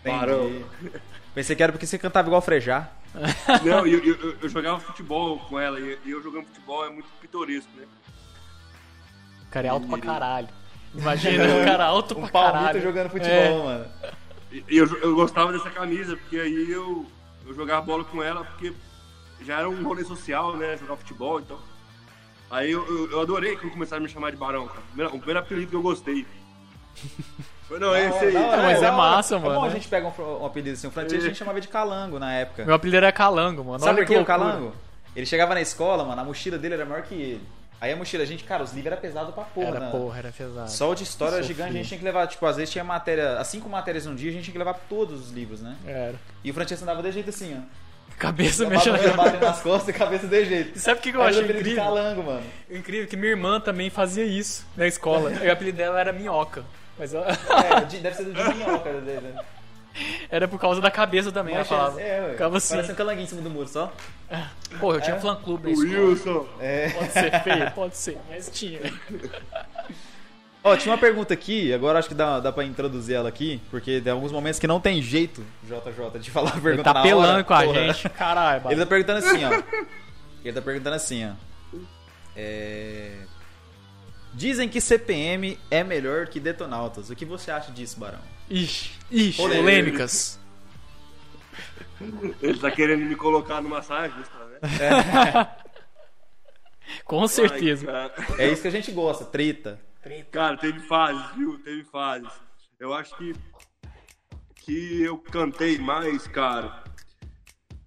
B: Entendi.
C: Barão.
B: Pensei que era porque você cantava igual Frejá.
C: Não, e eu, eu- eu- eu jogava futebol com ela, e e eu jogando futebol é muito pitoresco, né?
A: Cara, é alto pra caralho. Imagina, o cara é alto pra
B: Um palmito
A: caralho.
B: jogando futebol,
A: É.
B: mano.
C: E e eu, jo- eu gostava dessa camisa, porque aí eu, eu jogava bola com ela, porque já era um rolê social, né? Jogar futebol, então. Aí eu, eu, eu adorei quando começaram a me chamar de Barão, cara. Primeiro- o primeiro apelido que eu gostei. Foi, não, é esse aí.
B: Da hora,
A: mas é
B: da hora.
A: massa,
B: É
A: mano,
B: bom a
A: né?
B: gente pega um, fr- um apelido assim. O Francesco a gente chamava de Calango na época.
A: Meu apelido era Calango, mano. Olha
B: Sabe por que o
A: loucura.
B: Calango? Ele chegava na escola, mano, a mochila dele era maior que ele. Aí a mochila, a gente, cara, os livros eram pesados pra porra,
A: Era
B: né?
A: porra, era pesado.
B: Só o de história era
A: Sofri.
B: gigante, a gente tinha que levar, tipo, às vezes tinha matéria, as cinco matérias num dia, a gente tinha que levar todos os livros, né?
A: Era.
B: E o Francesco andava de jeito assim, ó.
A: Cabeça mexendo.
B: Batendo, batendo nas costas e a cabeça de jeito.
A: Sabe o que, que eu
B: Aí
A: acho
B: é o apelido de
A: incrível?
B: Calango, mano.
A: Incrível que minha irmã também fazia isso na escola. e o apelido dela era Minhoca. Mas ela...
B: É, de- deve ser do de minhoca dele, né?
A: era por causa da cabeça também, ela
B: Mancha-
A: falava.
B: é, ué.
A: Ficava assim.
B: Parece É. um calanguinho em cima do muro, só.
A: Pô, eu tinha um fã
C: é
A: clube na escola.
C: Wilson.
B: É.
A: Pode ser feio, pode ser, mas tinha.
B: Ó, tinha uma pergunta aqui, agora acho que dá, dá pra introduzir ela aqui, porque tem alguns momentos que não tem jeito, JJ, de falar a pergunta
A: Ele tá
B: na
A: pelando
B: hora,
A: com a
B: porra.
A: gente. Caralho,
B: Ele
A: mano.
B: tá perguntando assim, ó. Ele tá perguntando assim, ó. É... Dizem que CPM é melhor que Detonautas. O que você acha disso, Barão?
A: Ixi, ixi,
C: Polêmica.
A: polêmicas.
C: Ele tá querendo me colocar numa saia justa, né?
A: Com certeza.
C: Ai, cara.
B: É isso que a gente gosta, treta.
C: Cara, teve fases, viu? Teve fases. Eu acho que que eu cantei mais, cara.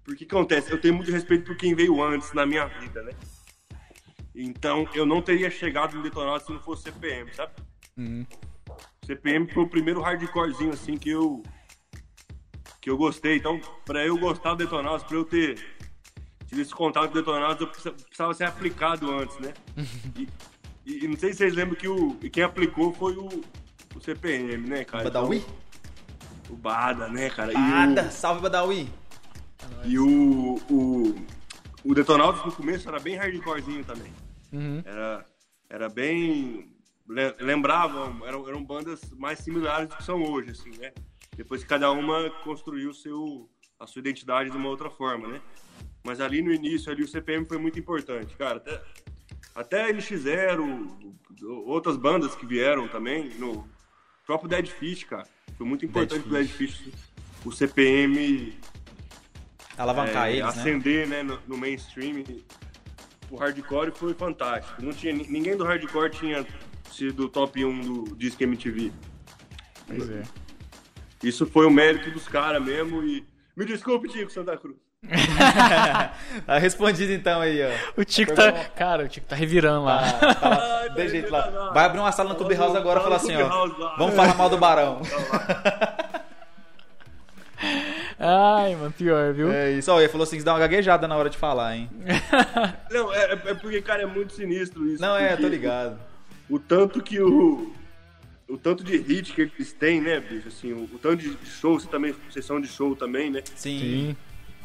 C: Porque acontece, eu tenho muito respeito por quem veio antes na minha vida, né? Então, eu não teria chegado no Detonautas se não fosse CPM, sabe? CPM foi o primeiro hardcorezinho assim que eu que eu gostei. Então, pra eu gostar do Detonautas, pra eu ter tido esse contato com o Detonautas, eu precisa- precisava ser aplicado antes, né? E, e- e não sei se vocês lembram que o e quem aplicou foi o, o CPM, né, cara?
B: Badawi?
C: O Bada, né, cara? E o-
B: Nada, salve Badawi.
C: E o, o, o Detonautas no começo era bem hardcorezinho também. Era, era bem. le- Lembravam, eram, eram bandas mais similares do que são hoje, assim, né? Depois que cada uma construiu seu, a sua identidade de uma outra forma, né? Mas ali no início, ali o CPM foi muito importante, cara. Até, até eles fizeram outras bandas que vieram também, no o próprio Dead Fish, cara. Foi muito importante pro Dead Fish o CPM
B: Alavancar
C: é,
B: eles, né?
C: acender né, no, no mainstream. O hardcore foi fantástico. Não tinha, ni- ninguém do hardcore tinha sido top 1 do Disque MTV.
A: Pois é.
C: Isso foi o mérito dos caras mesmo e. Me desculpe, Tico Santa Cruz.
B: Ah, Respondido então aí, ó.
A: O Tico tá. Cara, o Tico tá revirando lá.
B: Ah, tava de jeito lá. Vai abrir uma sala no Clubhouse agora e falar assim, ó. Vamos falar mal do Barão.
A: Ai, mano, pior, viu?
B: Ah. É isso. Ó, ele falou assim que dá uma gaguejada na hora de falar, hein?
C: Não, é, é porque, cara, é muito sinistro isso.
B: Não, é,
C: porque
B: tô ligado.
C: O tanto que o. O tanto de hit que eles têm, né, bicho? Assim, o, o tanto de show, você também, sessão de show também, né?
B: Sim.
A: Sim.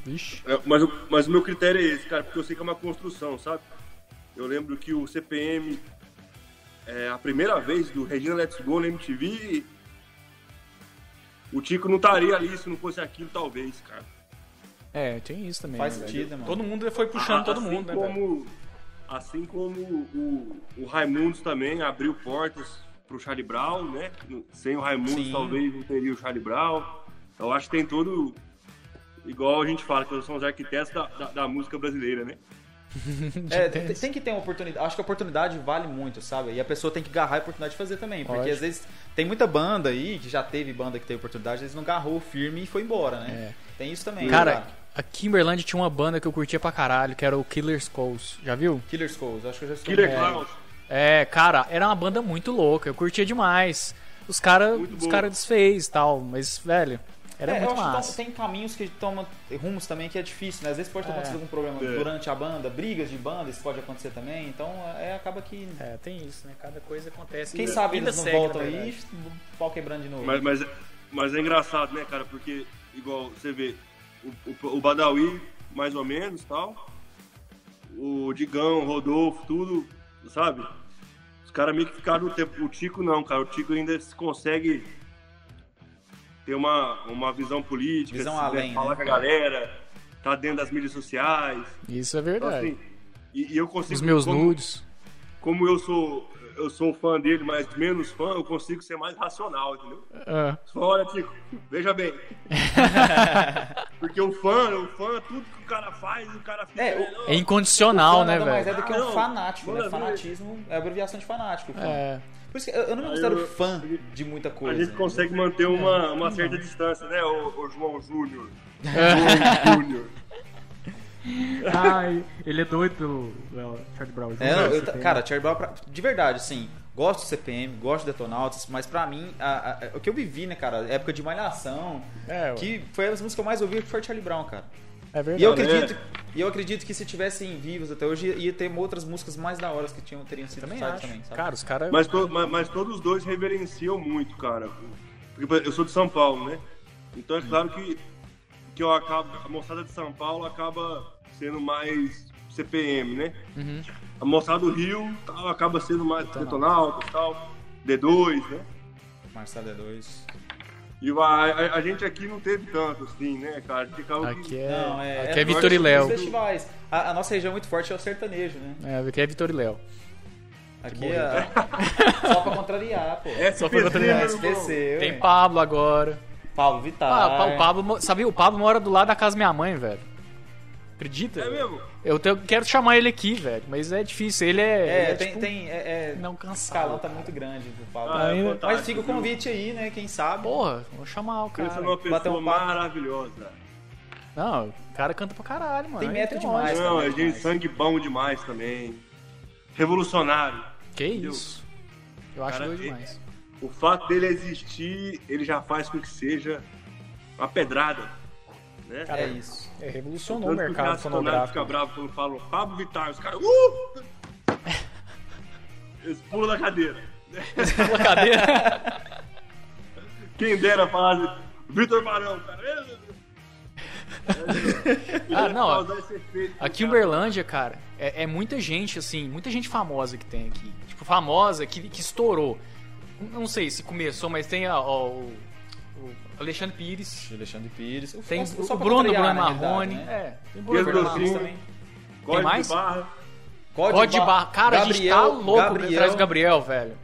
A: Vixe.
C: É, mas, o- mas o meu critério é esse, cara, porque eu sei que é uma construção, sabe? Eu lembro que o CPM, é, a primeira vez do Regina Let's Go na MTV, o Tico não estaria ali se não fosse aquilo, talvez, cara.
A: É, tem isso também.
B: Faz
A: né, velho?
B: sentido, mano. Ah,
A: Todo mundo foi puxando todo
C: assim
A: mundo, né, velho?
C: como, Assim como o, o Raimundos também abriu portas pro Charlie Brown, né? Sem o Raimundos
B: Sim.
C: talvez não teria o Charlie Brown. Eu acho que tem todo... Igual a gente fala, que são os arquitetos da, da- da música brasileira, né?
B: É, tem tem que ter uma oportunidade. Acho que a oportunidade vale muito, sabe? E a pessoa tem que agarrar a oportunidade de fazer também. Porque
A: Lógico.
B: às vezes tem muita banda aí, que já teve banda que teve oportunidade, às vezes não agarrou firme e foi embora, né? Tem isso também.
A: É. Cara,
B: tá?
A: aqui em Berlândia tinha uma banda que eu curtia pra caralho, que era o Killer Skulls. Já viu?
B: Killer Skulls, acho que eu já escutei.
C: Killer
B: É.
C: Clowns.
A: É, cara, era uma banda muito louca, eu curtia demais. Os caras
C: Muito
A: os
C: boa.
A: cara desfez e tal, mas, velho, era
B: É, eu
A: muito
B: acho que
A: massa.
B: tom- tem caminhos que tomam rumos também que é difícil, né? Às vezes pode
A: É.
B: ter acontecido algum problema
C: É.
B: durante a banda, brigas de banda, isso pode acontecer também. Então, é, acaba que.
A: É, tem isso, né? Cada coisa acontece.
B: Quem
A: e
B: sabe
A: vida
B: eles não
A: segue, na
B: voltam aí
A: verdade.
B: e pau quebrando de novo.
C: Mas, mas, mas é engraçado, né, cara? Porque, igual você vê, o, o, o Badawi, mais ou menos, tal. O Digão, o Rodolfo, tudo, sabe? Os caras meio que ficaram no tempo. O Tico não, cara. O Tico ainda se consegue ter uma, uma visão política,
B: Visão
C: se- né,
B: além,
C: falar
B: né?
C: com a galera, tá dentro das mídias sociais.
A: Isso é
C: Então,
A: verdade.
C: assim, e, e eu consigo.
A: Os meus
C: como-
A: nudes.
C: Como eu sou, eu sou um fã dele, mas menos fã, eu consigo ser mais racional, entendeu?
A: Ah,
C: Só olha, Tico, veja bem. Porque o fã, o fã, tudo que o cara faz, o cara fica.
B: É,
A: é incondicional, né,
B: nada mais é
A: velho?
B: do que um
C: Ah, não.
B: fanático, né?
C: Manda ver.
B: Fanatismo é a abreviação de fanático. fã.
A: É,
B: Por isso que eu, eu não me considero
C: eu-
B: fã de muita
C: a
B: coisa.
C: gente consegue manter uma, uma certa distância, né, o, João Júnior? João Júnior.
A: Ai, ele é doido pelo Charlie Brown.
B: É, eu- eu- cara, Charlie Brown, é pra- de verdade, assim, gosto do CPM, gosto do Detonautas, mas pra mim, a- a- o que eu vivi, né, cara, época de malhação,
A: É, ué.
B: que foi as músicas que eu mais ouvi que foi Charlie Brown, cara.
A: é verdade.
B: E eu acredito, e eu acredito que se tivessem vivos até hoje, ia ter outras músicas mais da hora que tinham, teriam sido
A: também
B: lançadas
A: acho.
B: também, sabe?
A: Cara, os caras.
C: Mas, to- ma- mas todos os dois reverenciam muito, cara. Porque por exemplo, eu sou de São Paulo, né? Então é claro que, que eu acabo, a moçada de São Paulo acaba sendo mais CPM, né? A moçada do Rio tal, acaba sendo mais detonauta e tal, D2, né?
B: Marcelo é dois.
C: E vai- a, a gente aqui não teve tanto, assim, né, cara? A gente acaba que-
A: Aqui é,
B: Não, é,
A: aqui é
B: é
A: Vitor e
C: forte,
A: Léo.
B: Os festivais. A, a nossa região muito forte é o sertanejo, né?
A: É, aqui é Vitor e Léo.
B: Aqui é. Só pra contrariar, pô.
C: É,
A: Só foi
C: SPC,
A: contrariar.
C: meu irmão.
B: SPC.
A: Tem Pablo agora.
B: Pablo Vittar.
A: Ah, pa- o Pablo, mo- sabia? O Pablo mora do lado da casa da minha mãe, velho. Acredita?
C: É mesmo?
A: Eu te- quero chamar ele aqui, velho, mas é difícil. Ele é. ele
B: É,
A: é,
B: tem.
A: tipo,
B: tem é, é,
A: Não
B: o escalão
A: cansado.
B: tá muito grande do Pablo.
C: Ah, é
B: Mas
C: fantástico,
B: fica o
C: viu?
B: convite aí, né? Quem sabe.
A: Porra, vou chamar o cara.
C: Pensa numa
B: Bateu
C: pessoa
B: um papo.
C: maravilhosa.
A: Não, o cara canta pra caralho, mano.
B: Tem
A: Aí
B: método
A: lógica.
B: demais.
C: Não, é
B: também,
C: gente
B: mas-
C: sangue bom demais também. Revolucionário.
B: né?
A: Que isso. Eu acho
C: Cara,
A: doido
C: e-
A: demais.
C: O fato dele existir, ele já faz com que seja uma pedrada. Né?
B: É isso.
A: É, revolucionou
B: um
C: Tanto
A: o
C: que
A: mercado
C: Renato Tonelli fica
A: fonográfico.
C: bravo quando falam Pablo Vittar, os caras. Uh! Eles pulam da cadeira.
A: Pula cadeira.
C: Quem dera falar Vitor Barão, cara. Ele
A: Ah,
C: ia
A: não,
C: causar esse efeito,
A: Aqui em
C: cara.
A: Uberlândia, cara, é, é muita gente, assim, muita gente famosa que tem aqui. Tipo, famosa que, que estourou. Não sei se começou, mas tem ó, ó, o, o Alexandre Pires.
B: Alexandre Pires.
A: Tem
B: Só-
A: o,
B: só pra
A: Bruno,
B: contrariar,
A: Bruno
B: na verdade,
A: Marrone.
B: né?
A: É, tem
C: Pedro
A: Bruno Bruno
C: Docinho.
A: Marrone
B: também.
A: também.
C: Código
A: mais?
C: de barra.
A: Código de barra. Cara, a gente tá louco
B: Gabriel, Então,
A: atrás do Gabriel, velho.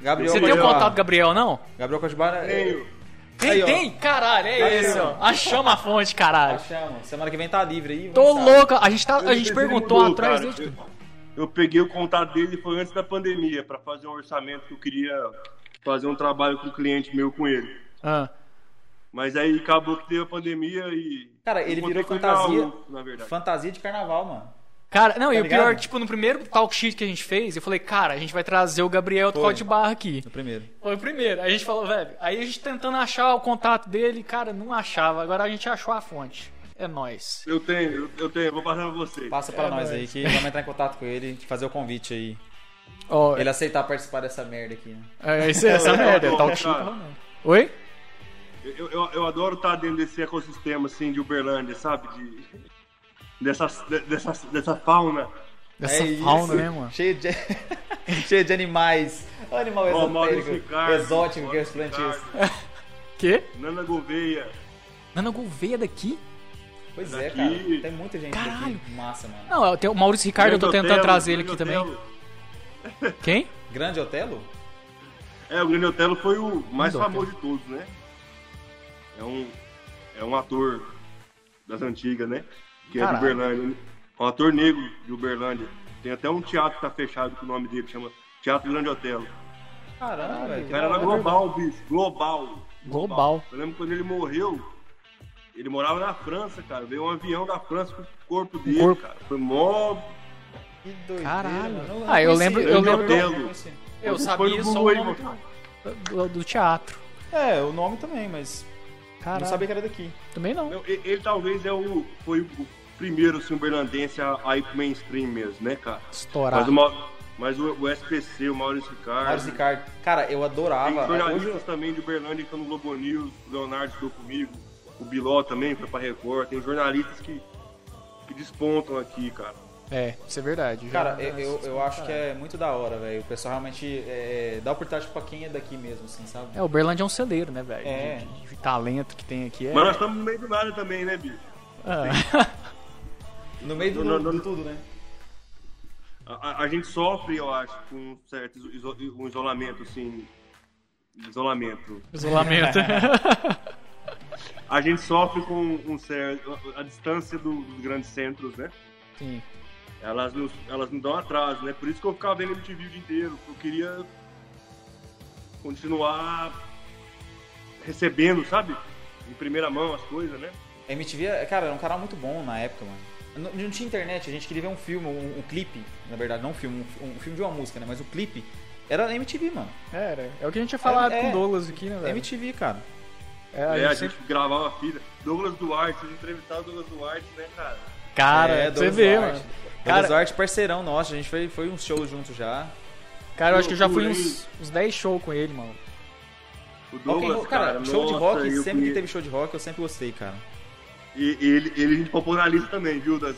B: Gabriel,
A: Você tem o
C: Melhor.
A: contato do Gabriel, não?
B: Gabriel é Código de barra.
C: Tenho.
A: Tem,
B: Aí, ó.
A: tem? Caralho, é
C: Aí,
A: esse,
C: ó.
A: ó. Achamos a fonte, caralho.
B: Chama. Semana que vem tá livre aí.
A: Tô
B: vamos lá.
A: louco. A gente, tá, a gente
C: Ele
A: perguntou
C: mudou,
A: atrás né,
C: cara.
A: dele.
C: Eu, eu peguei o contato dele foi antes da pandemia pra fazer um orçamento que eu queria fazer um trabalho com um cliente meu com ele.
A: Ah,
C: Mas aí acabou que teve a pandemia e.
B: Cara, ele
C: eu encontrei
B: virou
C: com ele
B: fantasia.
C: na, rua, na verdade.
B: Fantasia de carnaval, mano.
A: cara, não, e
B: Tá
A: o pior,
B: ligado?
A: tipo, no primeiro talk sheet que a gente fez, eu falei, cara, a gente vai trazer o Gabriel do
B: Foi.
A: Código de Barra aqui.
B: No primeiro.
A: Foi o primeiro. Aí a gente falou, velho. Aí a gente tentando achar o contato dele, cara, não achava. Agora a gente achou a fonte. É nóis.
C: Eu tenho, eu, eu tenho, vou passar pra vocês.
B: Passa pra
A: É,
B: nós
A: mas-
B: aí que vamos entrar em contato com ele, fazer o convite aí.
A: Ó,
B: Ele aceitar participar dessa merda aqui, né?
A: é, isso é essa merda, é
B: tá
A: talk sheet.
C: Cara,
A: Oi?
C: Eu, eu, eu adoro estar dentro desse ecossistema assim de Uberlândia, sabe? De, dessa, de- dessa, dessa fauna.
A: Dessa
B: é
A: fauna,
B: isso.
A: né, mano?
B: Cheio de, cheio de animais. Animal
C: Ó, Maurício
B: exotérico,
C: Ricardo.
B: exótico que é os
C: Maurício
B: plantios.
C: Ricardo,
A: Quê?
C: Nana Gouveia.
A: Nana Gouveia daqui?
B: Pois é,
C: Daqui-
B: cara. Tem muita gente
A: Caralho.
B: daqui. Massa, mano.
A: Não, é, tem o Maurício Ricardo, eu tô
C: Grande
A: tentando
C: Otelo,
A: trazer ele aqui
C: Grande
A: também.
C: Otelo.
A: Quem?
B: Grande Otelo?
C: É, o Grande Otelo foi o mais
A: Grande
C: famoso de todos, né? É um, é um ator das antigas, né? Que é
B: Caralho.
C: de Uberlândia. né? Um ator negro de Uberlândia. Tem até um teatro que tá fechado com o nome dele, que chama Teatro Grande Otelo.
B: Caramba, velho. que
C: O cara
B: da
C: era
B: hora.
C: global, bicho. Global.
A: Global.
C: Eu lembro quando ele morreu, ele morava na França, cara. Veio um avião da França com o corpo dele,
A: corpo.
C: cara. Foi mó.
B: Que doideira,
A: Caralho.
B: mano.
A: Ah, eu
B: conhecia,
A: lembro- eu
B: não
C: lembro-
B: conhecia, não conhecia.
A: Eu
C: Foi
A: sabia
C: no
A: só
C: Google
A: o
C: aí,
A: nome
C: mano.
A: do, do teatro.
B: É, o nome também, mas
A: Caralho,
B: não sabia que era daqui.
A: também não.
C: Não, e- ele, talvez é o, foi o primeiro assim, uberlandense a, a ir pro mainstream mesmo, né, cara?
A: Estourar.
C: Mas o, Mau- mas o, o SPC, o Maurício Ricardo.
B: Mário Ricardo. Cara, eu
C: Tem
B: adorava.
C: jornalistas
B: Hoje-
C: também de Uberlândia que estão no Globo News, o Leonardo estou comigo, o Biló também foi pra Record. Tem jornalistas que, que despontam aqui, cara.
A: É, isso é verdade.
B: Cara,
A: Já-
B: eu, eu, eu acho que é muito da hora, velho. O pessoal realmente é, dá oportunidade pra quem é daqui mesmo, assim, sabe?
A: É, o Berlândia é um celeiro, né, velho?
B: É.
A: De, de- de talento que tem aqui. É...
C: Mas nós estamos no meio do nada também, né, bicho?
A: Ah.
B: No meio do,
C: Não, não,
B: de
C: não.
B: tudo, né?
C: A, a- a gente sofre, eu acho, com um certo iso- um isolamento, assim. Isolamento.
A: Isolamento.
C: A gente sofre com um certo. A, a distância do- dos grandes centros, né?
A: Sim.
C: Elas nos, elas me dão atraso, né? Por isso que eu ficava vendo MTV o dia inteiro. Eu queria continuar recebendo, sabe? Em primeira mão as coisas, né?
B: A MTV, é- cara, era um canal muito bom na época, mano. Não, não tinha internet, a gente queria ver um filme, um, um clipe, na verdade, não um filme, um, um filme de uma música, né? Mas o clipe era na MTV, mano.
A: Era. É o que a gente tinha falado
B: É,
A: com
B: é.
A: o Douglas aqui, né, velho?
B: MTV, cara.
A: É,
C: É,
A: a
C: a
A: gente
C: gente
B: né?
A: sempre-
C: gravava a fita. Douglas Duarte, vocês entrevistaram o Douglas Duarte, né, cara?
A: Cara,
B: é,
A: você
B: Douglas
A: vê,
B: Duarte.
A: mano.
B: Douglas
A: Cara-
B: Duarte, parceirão nosso, a gente foi, foi um show junto já.
A: Cara, eu acho que eu já fui
C: Loucura,
A: uns, uns 10 shows com ele, mano.
C: O
B: Rock and
C: Douglas,
B: roll, cara, show de
C: nossa,
B: rock,
C: eu
B: sempre que
C: conhe-
B: teve show de rock, eu sempre gostei, cara.
C: E ele, ele a gente colocou na lista também, viu? Das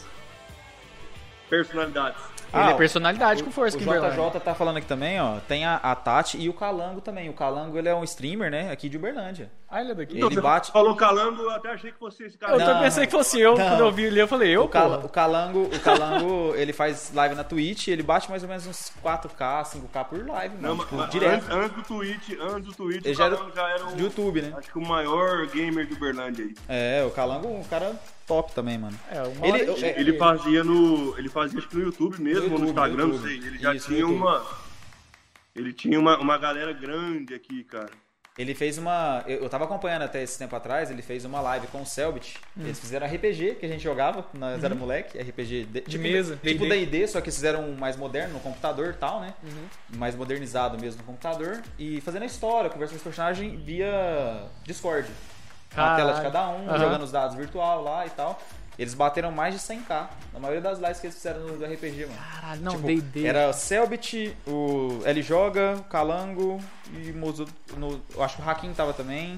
C: personalidades.
A: ele
B: o-
A: é personalidade com força
B: Ah, o
A: aqui em Berlândia.
B: JJ tá falando aqui também, ó. Tem a, a Tati e o Calango também. O Calango, ele é um streamer, né? Aqui de Uberlândia.
A: Ah, ele é daqui.
B: Ele
C: Então, você
B: bate-
C: Falou calando, eu até achei que fosse esse cara.
A: Eu
B: Não.
A: tô pensei que fosse eu.
B: Não.
A: Quando eu vi ele, eu falei, eu,
B: o, Cala-
A: porra.
B: o Calango, o Calango ele faz live na Twitch, ele bate mais ou menos uns 4K, 5K por live, mano.
C: Não,
B: tipo,
C: mas- mas
B: direto.
C: Antes, antes do tweet, antes do tweet,
B: Ele
C: o
B: já era
C: Calando já era um o,
B: do YouTube, né?
C: acho que o maior gamer de Uberlândia aí.
B: É, o Calango é um cara top também, mano.
A: É, uma
B: Ele-
A: hora-
B: eu- é-
C: Ele fazia no. Ele fazia acho que no YouTube mesmo,
B: No
C: ou no
B: YouTube,
C: Instagram,
B: no
C: não sei.
B: YouTube.
C: Ele já
B: Isso, no
C: tinha
B: YouTube.
C: uma. Ele tinha uma, uma galera grande aqui, cara.
B: Ele fez uma. Eu eu tava acompanhando até esse tempo atrás, ele fez uma live com o Selbit.
A: Hum.
B: Eles fizeram RPG que a gente jogava, nós era moleque, RPG de, tipo-
A: Uhum. mesa,
B: Tipo
A: D&D.
B: DD, só que eles fizeram um mais moderno no computador e tal, né?
A: Uhum.
B: Mais modernizado mesmo no computador. E fazendo a história, conversando com os personagens via Discord. Na
A: Caralho.
B: tela de cada um,
A: Aham.
B: jogando os dados virtual lá e tal. Eles bateram mais de 100k na maioria das lives que eles fizeram no do RPG, mano.
A: Caralho, não,
B: Tipo,
A: D&D.
B: Era o Selbit, o L Joga, o Calango e o Mozo. no- eu acho que o Hakim tava também.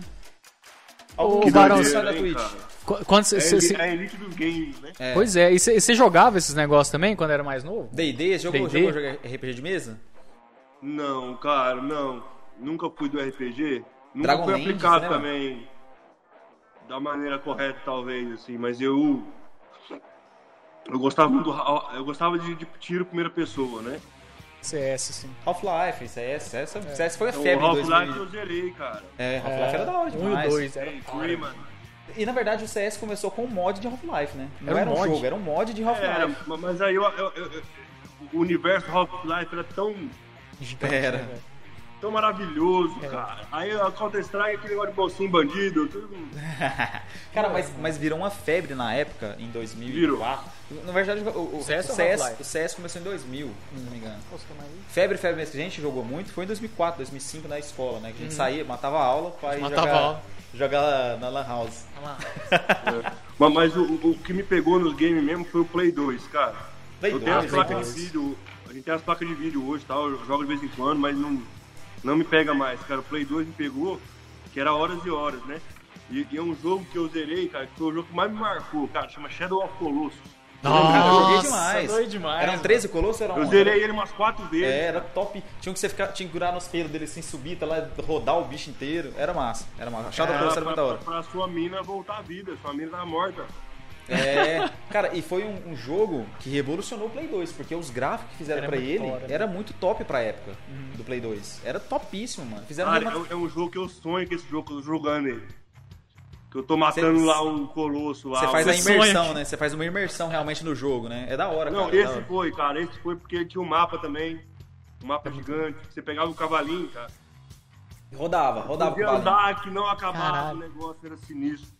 A: Ô,
B: que
A: Barão,
B: doideira,
A: sai
B: da
C: hein,
B: Twitch.
C: cara?
A: Qu- Quando cê,
C: É,
A: cê- cê-
C: a elite dos games, né?
B: É.
A: Pois é, e você jogava esses negócios também quando era mais novo?
B: D&D, você jogou,
A: D&D?
B: jogou, jogou RPG de mesa?
C: Não, cara, não. Nunca fui do RPG. Nunca
B: Dragon
C: fui
B: Land,
C: aplicado
B: né, mano?
C: também. Da maneira correta, talvez, assim, mas eu. Eu gostava muito. do ra- Eu gostava de, de tiro primeira pessoa, né?
A: CS, assim.
B: Half-Life, CS, CS,
A: É.
B: CS foi a
C: Então,
B: febre
C: o
B: em
C: Half-Life
B: 2000.
C: eu zerei, cara.
B: um. É, Half-Life era da hora
A: Um e
B: demais.
A: dois, era...
C: Ei, fui, mano.
B: E na verdade o CS começou com um mod de Half-Life, né? Não
A: Era um
B: era um,
A: mod.
B: jogo, era um mod de
C: Era,
B: Half-Life.
C: ma- É, mas aí eu, eu- eu- eu- o universo Half-Life era tão,
A: gigante,
B: Era.
A: né, velho?
C: tão maravilhoso, cara. Aí a Counter-Strike, aquele negócio de bolsinho bandido, tudo.
B: Cara, mas, mas virou uma febre na época, em 2004. Na verdade, o, o- o
A: CS
B: CS,
A: ou Half-Life?
B: o CS começou em 2000, se não me engano. Febre, febre mesmo que a gente jogou muito foi em 2004, 2005 na escola, né? Que a gente saía, matava a aula pra ir
A: Uhum. Matava
B: jogar,
A: a aula.
B: jogar na Lan House.
C: Ma- Mas, o, o que me pegou nos games mesmo foi o Play 2, cara.
B: Play
C: eu
B: 2,
C: tenho as
B: Play
C: placas
B: 2.
C: de vídeo. A gente tem as placas de vídeo hoje e tal, eu jogo de vez em quando, mas não, não me pega mais, cara. O Play 2 me pegou, que era horas e horas, né? E, e é um jogo que eu zerei, cara, que foi o jogo que mais me marcou, cara, chama Shadow of Colossus.
B: Cara, eu joguei
A: Nossa,
B: demais.
A: doido demais.
B: Eram 13 colossos, era um.
C: Eu zerei ele umas quatro vezes.
B: É, era top. Tinha que você ficar, tinha que segurar nos pelos dele sem subir, tá lá, rodar o bicho
A: É,
B: inteiro. é, Era massa, era massa. Shadow
C: Pra-
B: Colossus era
C: pra-
B: muito da hora.
C: Pra, pra sua mina voltar à vida, sua mina tá morta.
B: É, cara, e foi um, um jogo que revolucionou o Play 2, porque os gráficos que fizeram
A: Era
B: pra
A: muito
B: ele
A: fora, né? Uhum.
B: era muito top pra época do Play 2. Era topíssimo, mano. Fizeram
C: Cara,
B: uma-
C: é, um- é um jogo que eu sonho com esse jogo, que eu tô jogando ele. Que eu tô matando
B: Cê-
C: lá um colosso lá.
B: Você
C: um-
B: faz a
A: Você sonha
B: imersão,
A: que-
B: né? Você faz uma imersão realmente no jogo, né? É da hora,
C: Não,
B: cara. é da
C: esse
B: hora.
C: foi, cara. Esse foi porque tinha um mapa também. Um mapa gigante. Você pegava o cavalinho, cara.
B: Rodava, rodava com
C: Podia
B: o balão.
C: andar que não acabava,
A: Caralho.
C: o negócio era sinistro.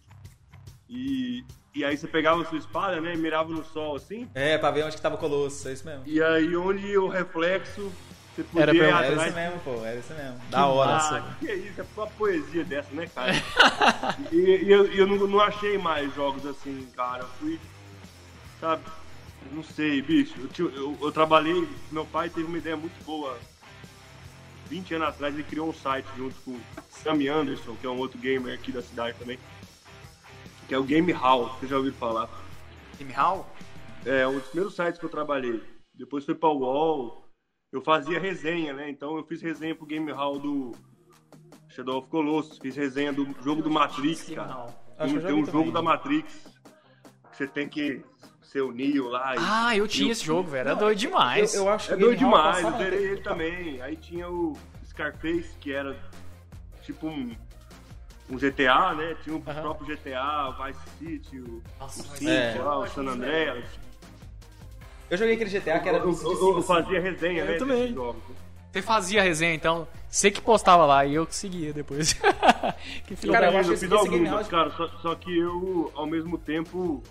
C: E, e aí você pegava a sua espada, né? E mirava no sol assim.
B: É, pra ver onde que tava o Colosso, é isso mesmo.
C: E aí onde o reflexo você podia
A: Era pra-
C: ir
A: era
B: Era
C: atrás.
B: isso mesmo, pô, era isso mesmo. Da hora. assim.
C: Ah, que é isso, é uma poesia dessa, né, cara? e, e eu, e eu não, não achei mais jogos assim, cara. Eu fui, sabe, eu não sei, bicho. Eu, tinha- eu- eu trabalhei, meu pai teve uma ideia muito boa. 20 anos atrás ele criou um site junto com o Sammy Anderson, que é um outro gamer aqui da cidade também. Que é o Game Hall, você já ouviu falar.
B: Game Hall?
C: É, um dos primeiros sites que eu trabalhei. Depois foi pra UOL. Eu fazia resenha, né? Então eu fiz resenha pro Game Hall do Shadow of Colossus. Fiz resenha do jogo do Matrix, cara.
B: Acho que eu
C: Tem,
B: já
C: tem
B: vi
C: um jogo
B: também.
C: da Matrix que você tem que ser o Neo lá. e-
A: Ah, eu tinha esse jogo, velho. Era
B: Não,
A: doido demais.
B: Eu, eu acho que
C: É
B: o Game
C: doido
B: Hall
C: demais, eu
B: passava na
C: zerei
B: TV.
C: ele também. Aí tinha o Scarface, que era tipo um, um GTA, né? Tinha o próprio GTA, o Vice City, o,
A: Nossa,
C: o
A: mas
C: City,
B: é.
C: lá, o San Andreas.
B: Eu joguei aquele GTA que era assim,
C: Eu, eu- eu fazia resenha,
A: Eu
C: né?
A: também.
C: desses jogos.
A: Você fazia a resenha, então. Você que postava lá e eu que seguia depois. que filho
B: Cara,
A: da
B: eu acho
C: eu
B: esse-
C: fiz
B: esse Game House-
C: algumas, cara, só, só que eu, ao mesmo tempo,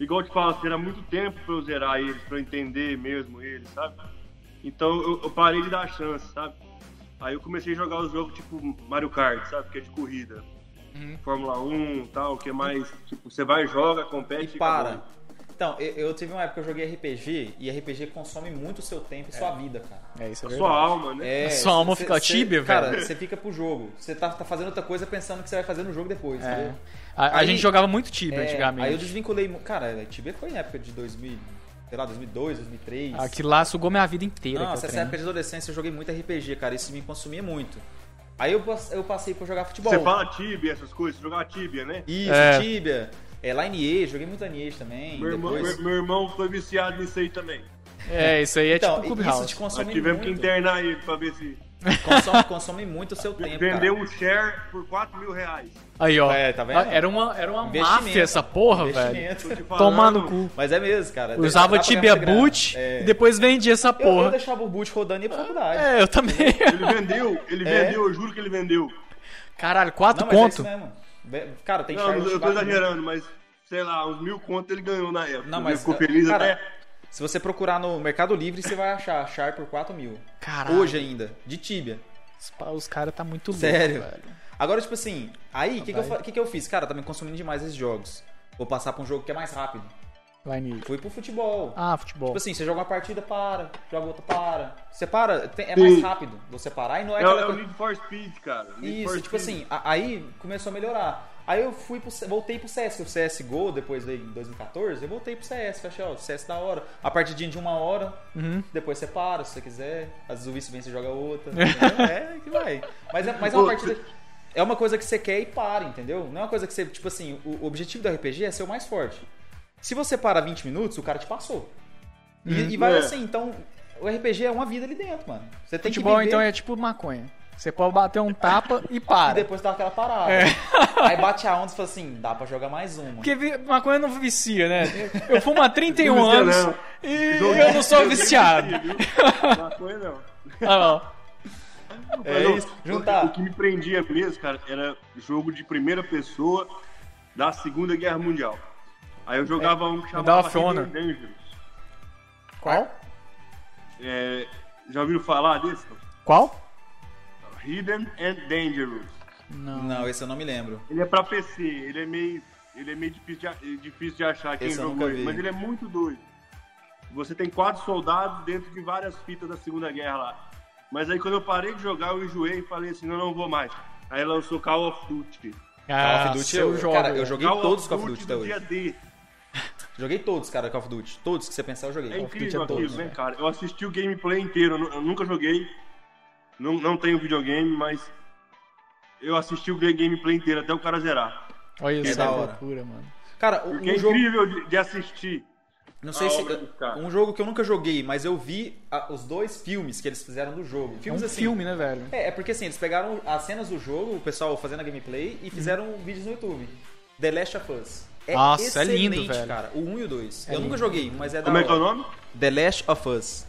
C: igual eu te falo, assim, era muito tempo pra eu zerar eles, pra eu entender mesmo eles, sabe? Então eu, eu parei de dar chance, sabe? Aí eu comecei a jogar os jogos tipo Mario Kart, sabe? Que é de corrida.
B: Uhum.
C: Fórmula 1 e tal, que é mais, tipo, você vai, joga,
B: E
C: compete
B: para.
C: acabou.
B: Então, eu, eu tive uma época que eu joguei RPG e RPG consome muito o seu tempo e sua vida, cara.
A: É isso, é
C: A sua
A: verdade.
C: alma, né?
B: É,
A: A sua alma
B: cê-
A: fica
B: cê-
A: tíbia,
B: Cara,
A: velho.
B: você fica pro jogo. Você tá, tá fazendo outra coisa pensando que você vai fazer no jogo depois, entendeu?
A: A, a
B: Aí-
A: gente jogava muito Tibia
B: É, Aí eu
A: É, antigamente.
B: desvinculei. mu- Cara, é, Tibia foi na época de 2000, sei lá, 2002, 2003.
A: Aquilo lá sugou minha vida inteira.
B: Nossa,
A: aquele
B: essa é
A: trem.
B: época de adolescência eu joguei muito RPG, cara. Isso me consumia muito. Aí eu, pas- eu passei por jogar futebol.
C: Você fala Tibia, essas coisas, você jogava Tibia, né?
B: Isso,
A: É.
B: Tibia. É, Lineage, joguei muito Lineage também.
C: Meu irmão,
B: depois...
C: meu, meu irmão foi viciado nisso aí também.
A: É, isso aí é
B: Então,
A: tipo
B: isso
A: Clubhouse.
B: te
C: Nós
B: consome
C: tivemos que
B: muito.
C: internar ele pra ver se.
B: Consome, consome muito o seu tempo. cara.
C: Vendeu um share por 4 mil reais.
A: Aí, ó. Ah,
B: É, tá vendo?
A: Era uma, era uma
B: Investimento.
A: máfia essa porra, velho.
B: Investimento.
C: Tô te falando.
A: Tomar no cu.
B: Mas é mesmo, cara.
A: Usava
B: Dá pra ganhar
A: Tibia
B: muita grana.
A: Boot
B: É.
A: e depois vendia essa
B: Eu, eu
A: porra.
B: deixava o boot rodando e ia pra faculdade.
A: É, eu também.
C: Ele vendeu, ele
B: É?
C: vendeu, eu juro que ele vendeu.
A: Caralho, quatro
B: Não, mas é isso
A: conto.
B: mesmo. Ve- Cara, tem
C: Não,
B: Charles
C: eu tô
B: Schwab-
C: exagerando, mas sei lá, uns mil conto ele ganhou na época.
B: Não,
C: Ele
B: mas,
C: Ficou feliz
B: cara,
C: até.
B: Se você procurar no Mercado Livre, você vai achar Char por 4 mil.
A: Caralho.
B: Hoje ainda, de Tibia.
A: Os, pa- os caras tá muito louco,
B: Sério.
A: velho.
B: Agora, tipo assim, aí, o que, que, eu
A: vai.
B: fa- que, que eu fiz? Cara, tá me consumindo demais esses jogos. Vou passar pra um jogo que é mais rápido.
A: Vai nisso.
B: Fui pro futebol.
A: Ah, futebol.
B: Tipo assim, você joga uma partida, para. Joga outra, para. Você para, tem- é mais
C: Sim.
B: rápido você parar e não é
C: É,
B: aquela
C: é o
B: coisa-
C: Need for Speed, cara. Need for
B: Isso, tipo
C: Speed.
B: assim, a- aí começou a melhorar. Aí eu fui pro, C- voltei pro CS, que o CSGO, depois daí em 2014, eu voltei pro CS, achei, ó, CS da hora. A partidinha de uma hora,
A: Uhum.
B: depois você para, se você quiser. Às vezes o vice vem, você joga outra. entendeu? é, que vai. Mas é, mas é uma
C: Pô,
B: partida... É uma coisa que você quer e para, entendeu? Não é uma coisa que você... Tipo assim, o o objetivo do RPG é ser o mais forte. Se você para 20 minutos, o cara te passou. E,
A: Uhum.
B: e vai
C: É.
B: assim, então... O RPG é uma vida ali dentro, mano. Você tem que
A: futebol,
B: viver...
A: então, é tipo maconha. Você pode bater um tapa e
B: E
A: para.
B: depois dá aquela parada.
A: É.
B: Aí bate a onda e fala assim: dá pra jogar mais uma.
A: Porque vi- maconha não vicia, né? Eu fumo há 31
C: Não vicia,
A: anos
C: não.
A: e
C: Jogo-
A: eu não sou viciado.
C: Sim, viu? Maconha não.
A: Ah, não.
B: É
C: Mas,
B: isso,
C: o-
B: juntar.
C: O que me prendia mesmo, cara, era jogo de primeira pessoa da Segunda Guerra Mundial. Aí eu jogava um que chamava
A: dava fona.
C: Hidden Dangerous.
A: Qual?
C: É, já ouviram falar desse?
A: Qual?
C: Hidden and Dangerous.
A: Não.
B: Não, esse eu não me lembro.
C: Ele é pra PC, ele é meio, ele é meio difícil, de, difícil de achar quem
B: Esse eu
C: jogou
B: nunca
C: ele,
B: vi.
C: mas ele é muito doido. Você tem quatro soldados dentro de várias fitas da Segunda Guerra lá. Mas aí quando eu parei de jogar, eu enjoei e falei assim, não, não vou mais. Aí lançou Call of Duty.
A: Ah,
B: Call of Duty
A: eu
B: eu-
A: jogo.
B: cara, eu joguei
C: Call
B: todos os
C: of
B: Call of Duty até
C: do
B: hoje.
C: dia D.
B: Joguei todos, cara, Call of Duty. Todos que você pensar, eu joguei.
C: É
B: Call of Duty
C: incrível
B: é todos.
C: aquilo, né, cara? Eu assisti o gameplay inteiro, eu nu- eu nunca joguei. Não, não tenho videogame, mas eu assisti o gameplay inteiro até o cara zerar.
A: Olha
B: É
A: isso,
B: da
A: é
B: hora.
A: loucura, mano.
B: Cara, um
C: Porque é
B: jogo.
C: incrível de, de assistir.
B: Não
C: a
B: sei se.
C: obra do cara.
B: Um jogo que eu nunca joguei, mas eu vi a- os dois filmes que eles fizeram do jogo.
A: É um
B: Filmes assim.
A: filme, né, velho?
B: É, é porque assim, eles pegaram as cenas do jogo, o pessoal fazendo a gameplay,
A: Uhum.
B: e fizeram vídeos no YouTube. The Last of Us. É
A: Nossa, é
B: excelente,
A: lindo, velho.
B: cara. O 1 e o 2.
A: É
B: eu nunca
A: lindo.
B: joguei, mas é da
C: Como é
B: hora.
C: que é o nome?
B: The Last of Us.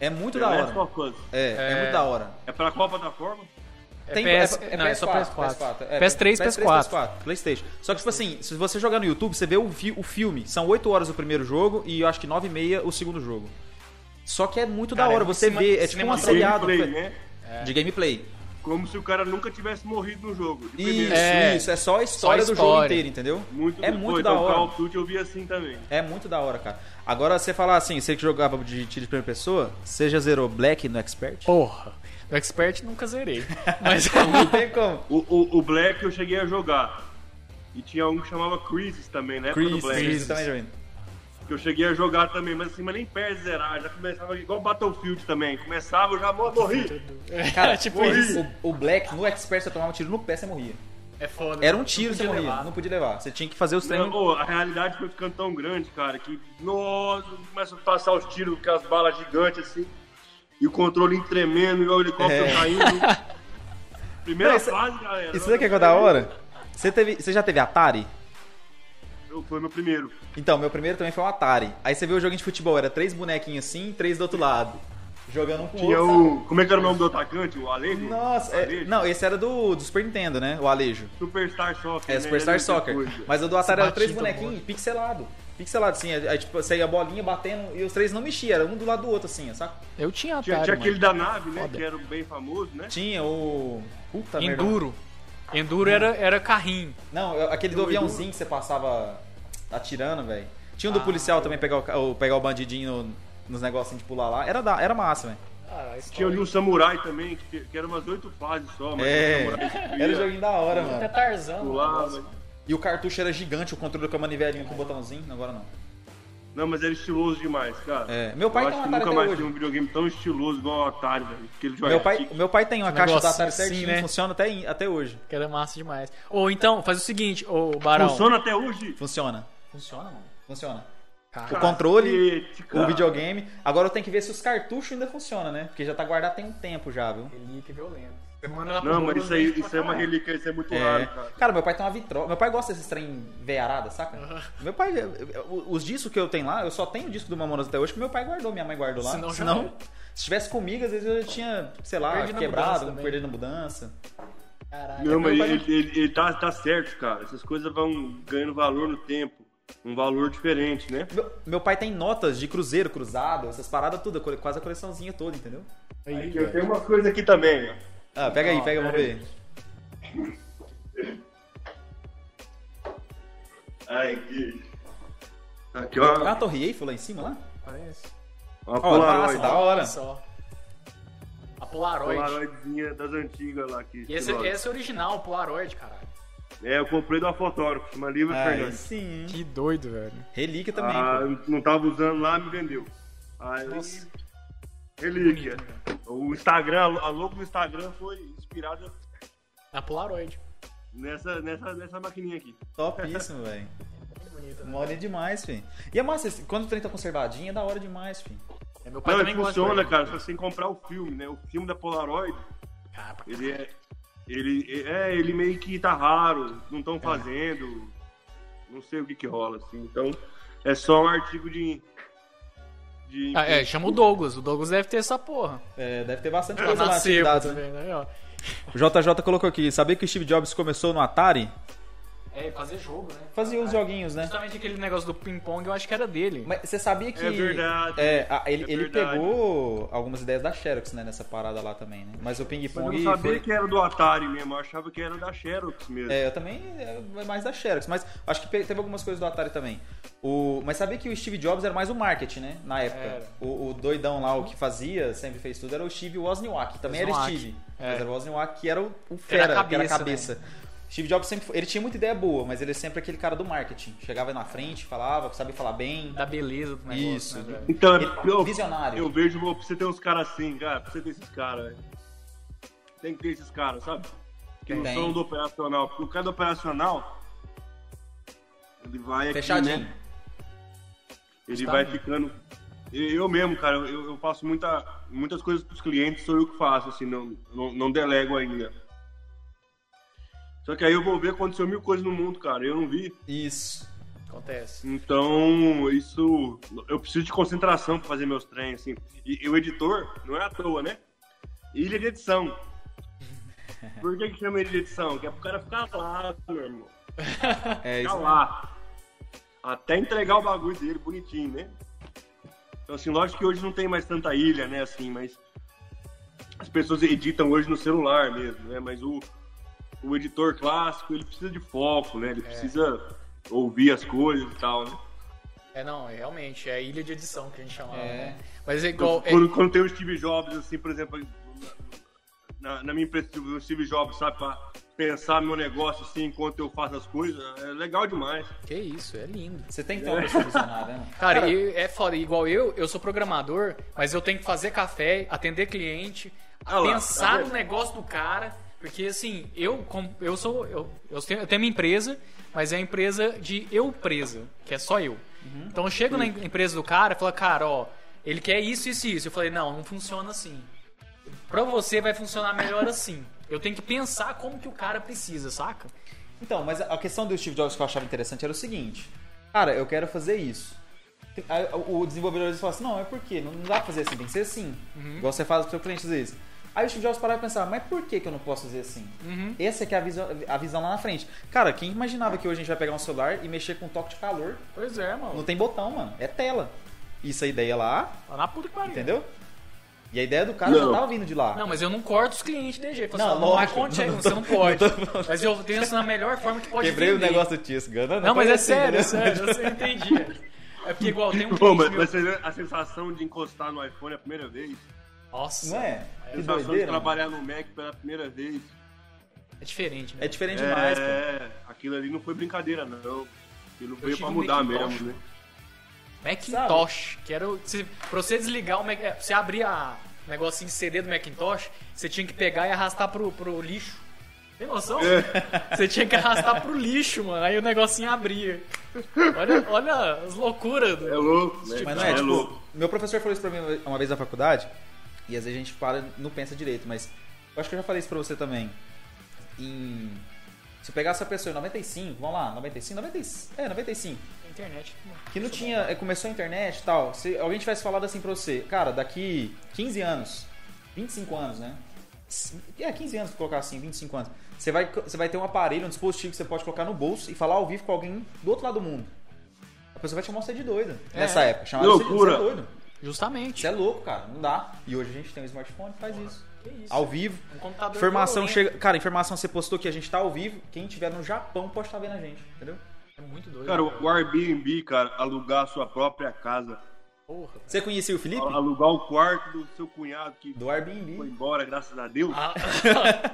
B: É muito da
C: The Last
B: hora.
C: of Us.
B: É, é,
A: É.
B: muito da hora.
C: É pra qual plataforma?
A: É
B: Tem-
A: PS, não, é só PS4.
B: É,
A: PS3, PS4.
B: Playstation. Só que, tipo assim, se você jogar no YouTube, você vê o, fi- o filme. São 8 horas o primeiro jogo e eu acho que 9 e meia o segundo jogo. Só que é muito
A: Cara,
B: da
A: é
B: hora.
A: muito
B: você
A: cima-
B: vê, é tipo um
A: cinematográfico.
B: seriado tipo,
C: Gameplay, né?
B: de gameplay.
C: Como se o cara nunca tivesse morrido no jogo. De
B: Isso,
C: primeira.
A: É.
B: isso. É só a história do jogo
A: história.
B: inteiro, entendeu?
C: Muito
B: é
C: depois,
B: muito da
C: então, Call
B: hora.
C: of Duty eu vi assim também.
B: É muito da hora, cara. Agora, você falar assim, você que jogava de tiro de primeira pessoa, você já zerou Black no Expert?
A: Porra. No Expert nunca zerei. Mas
B: Não tem como.
C: O, o, o Black eu cheguei a jogar. E tinha um que chamava Crisis também, né? época do
B: Chris,
C: Black.
B: Chris também jogando.
C: Que eu cheguei a jogar também, mas assim, mas nem perto de zerar. Já começava igual Battlefield também. Começava, eu já mor- morri.
B: Cara,
A: é tipo
C: morri.
A: isso.
B: O, o Black no Expert, você tomava um tiro no pé, você morria.
A: É foda.
B: Era um tiro, você
A: Não podia
B: morria.
A: levar.
B: Não podia levar. Você tinha que fazer os
C: Não,
B: treinos.
C: pô, a realidade foi ficando tão grande, cara, que nossa, começa a passar os tiros com as balas gigantes assim. E o controle tremendo, igual o helicóptero
B: É.
C: caindo. Primeira
B: Não, isso-
C: fase, galera.
B: Isso daqui é que é da hora? Você, teve, você já teve Atari?
C: Eu- Foi meu primeiro.
B: Então, meu primeiro também foi um Atari. Aí você vê o joguinho de futebol, era três bonequinhos assim e três do outro lado. Jogando um com o
C: Tinha
B: outro.
C: o. Como é que era o nome do atacante? O Alejo?
B: sabe? Nossa, é-
C: Alejo?
B: não, esse era do, do Super Nintendo, né? O Alejo.
C: Superstar Soccer.
B: É,
C: né?
B: Superstar
C: Ele é outra
B: Soccer.
C: coisa.
B: Mas o do Atari era
A: Batido,
B: três
A: amor.
B: bonequinhos pixelado. Pixelado, assim. Aí, tipo, você ia a bolinha batendo e os três não mexiam, era um do lado do outro, assim, saca?
A: Eu tinha Atari,
C: Tinha, tinha
A: mano.
C: aquele da nave, né?
A: Foda.
C: Que era bem famoso, né?
B: Tinha o. Puta merda. é
A: Enduro. Enduro era, era carrinho.
B: Não, eu- aquele do
A: um
C: Doido.
B: aviãozinho que você passava atirando, velho. Tinha
A: Ah,
B: um do policial também pegar o, ca- o- pegar o bandidinho no- nos negocinhos de pular lá. Era, da, era massa, velho.
C: Tinha o de um samurai também, que, que era umas oito fases só, mas
B: É.
C: o samurai
B: Era um joguinho da hora,
A: Até
B: mano.
A: Tarzan.
C: pulava.
B: E o cartucho era gigante, o controle com a manivelinha com o botãozinho. Não, Agora não.
C: Não, mas era estiloso demais, cara.
B: É, meu pai
C: Eu
B: tem
C: acho
B: um
C: que
B: Atari
C: nunca
B: até
C: mais
B: hoje.
C: vi um videogame tão estiloso igual o Atari, velho. Aquele
B: Meu pai,
C: joystick.
B: o meu pai tem uma
A: Esse
B: caixa da
A: negócio
B: Atari
A: assim,
B: certinho,
A: né?
B: funciona até, em- até hoje.
A: Que era massa demais. Ou então, faz o seguinte, ô Barão.
C: Funciona até hoje?
B: Funciona.
A: Funciona, mano.
B: Funciona.
A: Cara,
B: o controle,
C: Cacete,
B: o
C: cara.
B: videogame. Agora eu tenho que ver se os cartuchos ainda funcionam, né? Porque já tá guardado tem um tempo já, viu?
A: relíquia violenta. Você manda lá pro
C: Não, mas
A: Douglas,
C: isso aí,
A: vende pra
C: isso é uma
A: caralho.
C: relíquia, isso é muito
B: É.
C: raro, cara.
B: Cara, meu pai tem uma vitrola. Meu pai gosta desses trem veiarada, saca? Meu pai. eu- eu- Os discos que eu tenho lá, eu só tenho o disco do Mamonas até hoje, que meu pai guardou, minha mãe guardou lá.
A: Senão já era.
B: se tivesse comigo, às vezes eu já tinha, sei lá,
A: Perdi na mudança
B: quebrado,
A: também.
B: perdido na mudança.
A: Caralho.
C: Não, mas
B: meu pai-
C: ele, ele- ele tá, tá certo, cara. Essas coisas vão ganhando valor no tempo. Um valor diferente, né?
B: Meu, meu pai tem notas de cruzeiro, cruzado, essas paradas tudo, cole- quase a coleçãozinha toda, entendeu?
A: Aí,
C: Aqui,
A: velho.
C: eu tenho uma coisa aqui também, ó.
B: Ah, pega aí,
A: Ó,
B: pega, vamos
A: pera
B: ver.
C: Ai, que- Aqui,
B: Tem
C: ó.
B: uma Ah, torre Eiffel lá em cima, lá?
A: Parece.
C: Uma
B: Ó, tá? massa,
C: Polaroid.
B: da hora.
A: Olha só. A Polaroid.
C: Polaroidzinha das antigas lá aqui.
A: E esse, esse é original, o Polaroid, caralho.
C: É, eu comprei de uma fotógrafa, uma Livra
B: Aí
C: Fernandes.
B: sim.
A: Que doido, velho.
B: Relíquia Ah, também.
C: Ah,
B: pô.
C: não tava usando lá, me vendeu. Aí,
A: Nossa.
C: relíquia. O Instagram, a logo do Instagram foi inspirada
A: Na É Polaroid.
C: nessa, nessa, nessa maquininha aqui.
B: Topíssimo, velho.
A: Muito bonito, né?
B: Mole demais, filho. E é massa, esse- quando o trem tá conservadinho, é da hora demais, filho.
A: É, meu pai
C: Não,
A: também
C: ele funciona,
A: gosta.
C: cara, só sem comprar o filme, né? O filme da Polaroid,
A: Cara, pra
C: ele é. Ele, é, ele meio que tá raro, não
B: É.
C: estão fazendo, não sei o que que rola, assim. Então, é só um artigo de. de
A: Ah, é, chama o Douglas. O Douglas deve ter essa porra.
B: É, deve ter bastante
A: Tá
B: coisa lá
A: na sebo
B: atividade.
A: também, né? ó.
B: O JJ colocou aqui, sabia que o Steve Jobs começou no Atari?
A: É, fazer jogo, né?
B: Fazia os joguinhos, né?
A: Justamente aquele negócio do ping-pong, eu acho que era dele.
B: Mas você sabia que.
C: É verdade.
B: É, a- ele,
C: É
B: ele
C: verdade.
B: pegou algumas ideias da Xerox, né, nessa parada lá também, né? Mas o Ping
C: Mas eu
B: Pong.
C: não sabia
B: foi-
C: que era do Atari mesmo, eu achava que era da Xerox mesmo.
B: É, eu também é mais da Xerox, mas acho que pe- teve algumas coisas do Atari também. O, mas sabia que o Steve Jobs era mais o marketing, né? Na época.
A: Era.
B: O, o doidão lá, o que fazia, sempre fez tudo, era o Steve Wozniak. Também era
A: Wozniak.
B: Steve.
A: É.
B: Mas era o Wozniak que era o, o fera,
A: Era a
B: que era a
A: cabeça, né?
B: cabeça. Steve Jobs sempre foi, ele tinha muita ideia boa, mas ele é sempre aquele cara do marketing. Chegava na frente, falava, sabia falar bem.
A: Da beleza do negócio,
B: Isso.
A: né, velho?
C: Então,
B: Ele-
C: eu,
B: visionário.
C: eu vejo, pô, pra você ter uns caras assim, cara, pra você ter esses caras, velho. tem que ter esses caras, sabe? Que não
B: Tem.
C: são do operacional, porque o cara do operacional, Ele vai aqui,
B: Fechadinho. tá?
C: né? Ele
A: Está
C: vai
A: bem.
C: ficando. Eu eu mesmo, cara, eu, eu faço muita, muitas coisas pros clientes, sou eu que faço, assim, não, não, não delego ainda. Só que aí eu vou ver, aconteceu mil coisas no mundo, cara, eu não vi.
B: Isso.
A: Acontece.
C: Então, isso. Eu preciso de concentração pra fazer meus treinos, assim. E, e o editor, não é à toa, né? Ilha de edição. Por que, que chama ilha de edição? Que é pro cara ficar lá, meu irmão.
B: É
C: Ficar
B: isso.
C: Tá lá. Até entregar o bagulho dele bonitinho, né? Então, assim, lógico que hoje não tem mais tanta ilha, né? Assim, mas. As pessoas editam hoje no celular mesmo, né? Mas o, o editor clássico, ele precisa de foco, né? Ele precisa ouvir as coisas e tal, né?
A: É, não, é, realmente, é a ilha de edição que a gente chamava,
B: É.
A: né? Mas é
C: Então,
A: igual. é-
C: quando, quando tem o Steve Jobs, assim, por exemplo, na, na minha empresa, o Steve Jobs, sabe, pra pensar meu negócio, assim, enquanto eu faço as coisas, é legal demais.
A: Que isso, é lindo.
B: Você tem que ter uma pessoa visionária, né?
A: Cara, e é foda, igual eu, eu sou programador, mas eu tenho que fazer café, atender cliente,
C: Ah lá, tá
A: pensar
C: vendo?
A: no negócio do cara, porque assim, eu com- eu sou eu, eu tenho, eu tenho minha empresa, mas é a empresa de eu presa, que é só eu. Então eu chego na em- empresa do cara e falo, cara, ó, ele quer isso isso e isso. Eu falei, não, não funciona assim. Pra você vai funcionar melhor assim. Eu tenho que pensar como que o cara precisa, saca?
B: Então, mas a questão do Steve Jobs que eu achava interessante era o seguinte: Cara, eu quero fazer isso. Aí o desenvolvedor às vezes fala assim: Não, é por quê? Não, não dá pra fazer assim, tem que ser assim.
A: Uhum.
B: Igual você fala pro seu cliente às vezes. Aí o Steve Jobs parava e pensava: Mas por que, que eu não posso fazer assim?
A: Uhum.
B: Essa é que é a visão, a visão lá na frente. Cara, quem imaginava que hoje a gente vai pegar um celular e mexer com um toque de calor?
A: Pois é,
B: Não
A: mano.
B: tem botão, mano. É tela. Isso é a ideia lá,
A: Lá na puta que pariu.
B: entendeu? E a ideia do cara
C: Não.
B: já tava vindo de lá.
A: Não, mas eu não corto os clientes, né, DG. Não,
B: Não,
A: assim, não, não vai
B: lógico,
A: acontecer,
B: não, não
A: você
B: tô-
A: não pode.
B: não tô falando.
A: mas eu penso na melhor forma que pode
B: Quebrei o
A: vender.
B: negócio do Tisco. Não,
A: Não, mas é
B: assim,
A: sério, é
B: entendeu?
A: sério, eu sei, eu entendi. É porque igual tem um
C: Pô,
A: cliente
C: mas,
A: meu-
C: mas você vê a sensação de encostar no iPhone a primeira vez,
A: Nossa,
B: Não é?
C: a
B: Que
C: sensação de
B: doideira. mano.
C: trabalhar no Mac pela primeira vez.
A: é diferente, né?
B: É diferente
C: é,
B: demais, pô.
C: aquilo ali não foi brincadeira, não. Aquilo
A: tive
C: veio pra
A: um
C: mudar
A: Macintosh.
C: mesmo, né?
A: Macintosh, que era o... Se, pra você desligar o Mac... é, pra você abrir a o negocinho de CD do Macintosh, você tinha que pegar e arrastar pro, pro lixo. Tem noção?
C: É.
A: Você tinha que arrastar pro lixo, mano. Aí o negocinho abria. Olha, olha as loucuras. Do...
C: É louco, né?
B: Mas não
C: cara?
B: é, tipo,
C: louco.
B: meu professor falou isso pra mim uma vez na faculdade, e às vezes a gente para e não pensa direito, mas eu acho que eu já falei isso pra você também. Em, se eu pegasse a pessoa em 95, vamos lá, 95, 95, é, 95,
A: Internet.
B: que não tinha, é, começou a internet e tal, se alguém tivesse falado assim pra você, cara, daqui 15 anos, 25 anos, né? É, 15 anos, vou colocar assim, 25 anos. Você vai, você vai ter um aparelho, um dispositivo que você pode colocar no bolso e falar ao vivo com alguém do outro lado do mundo. A pessoa vai te chamar você de doido.
A: É.
B: Nessa época, chamava você de- você
C: Loucura.
B: de doido.
A: Justamente.
B: Isso é louco, cara. Não dá. E hoje a gente tem um smartphone que faz isso.
A: Que isso?
B: Ao vivo.
A: Um computador
B: Informação
A: violento.
B: chega. Cara, informação você postou que a gente tá ao vivo. Quem tiver no Japão pode estar vendo a gente, entendeu?
A: É muito doido.
C: Cara, o Airbnb, cara, alugar a sua própria casa.
A: Porra.
B: Você conhecia o Felipe?
C: Alugar o quarto do seu cunhado que
B: Do
C: foi
B: Airbnb.
C: embora, graças a Deus.
A: Ah,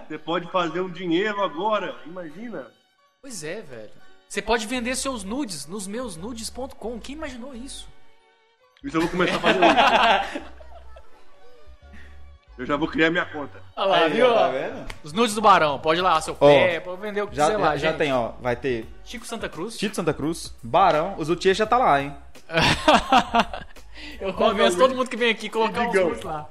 C: Você pode fazer um dinheiro agora, imagina.
A: pois é, velho. Você pode vender seus nudes nos meusnudes.com. Quem imaginou isso?
C: Isso eu vou começar a fazer hoje. Eu já vou criar minha conta.
A: Olha
B: Aí, ó, Tá vendo?
A: Os nudes do Barão. Pode ir lá, seu pé, pode vender o que
B: Já,
A: quiser lá,
B: já
A: gente.
B: tem, ó. Vai ter
A: Chico Santa Cruz.
B: Tito Santa Cruz, Barão. Os Lutiers já tá lá, hein?
A: Eu convenço todo mundo que vem aqui colocar os nudes lá.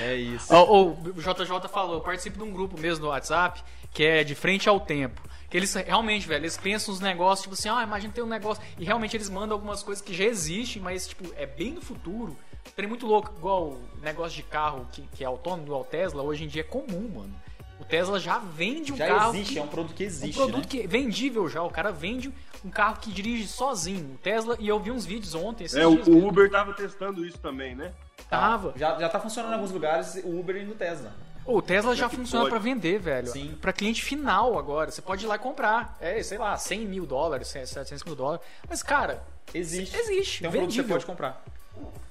B: É isso.
A: Ó, ó, o JJ falou, eu participo de um grupo mesmo no WhatsApp, que é de frente ao tempo. Que eles realmente, velho, eles pensam uns negócios, tipo assim, ah, imagina ter um negócio. E realmente eles mandam algumas coisas que já existem, mas, tipo, é bem no futuro. Tem muito louco, igual o negócio de carro que, que é autônomo, igual o Tesla, hoje em dia é comum, mano. O Tesla já vende um
B: Já
A: carro.
B: existe,
A: que-
B: é um produto que existe.
A: um produto
B: né?
A: que é vendível já. O cara vende um carro que dirige sozinho. O Tesla, e eu vi uns vídeos ontem, esses
C: É, o,
A: dias,
C: o Uber tava testando isso também, né?
A: tava.
B: Já, já tá funcionando em alguns lugares o Uber e no Tesla.
A: Ô, O Tesla já funciona
C: pode.
A: pra vender, velho.
B: é Sim.
A: Pra cliente final agora. Você pode ir lá e comprar. É, sei lá, 100 mil dólares, 700 mil dólares. Mas, cara,
B: Existe.
A: Existe,
B: Tem um produto que você
A: vendível.
B: pode comprar.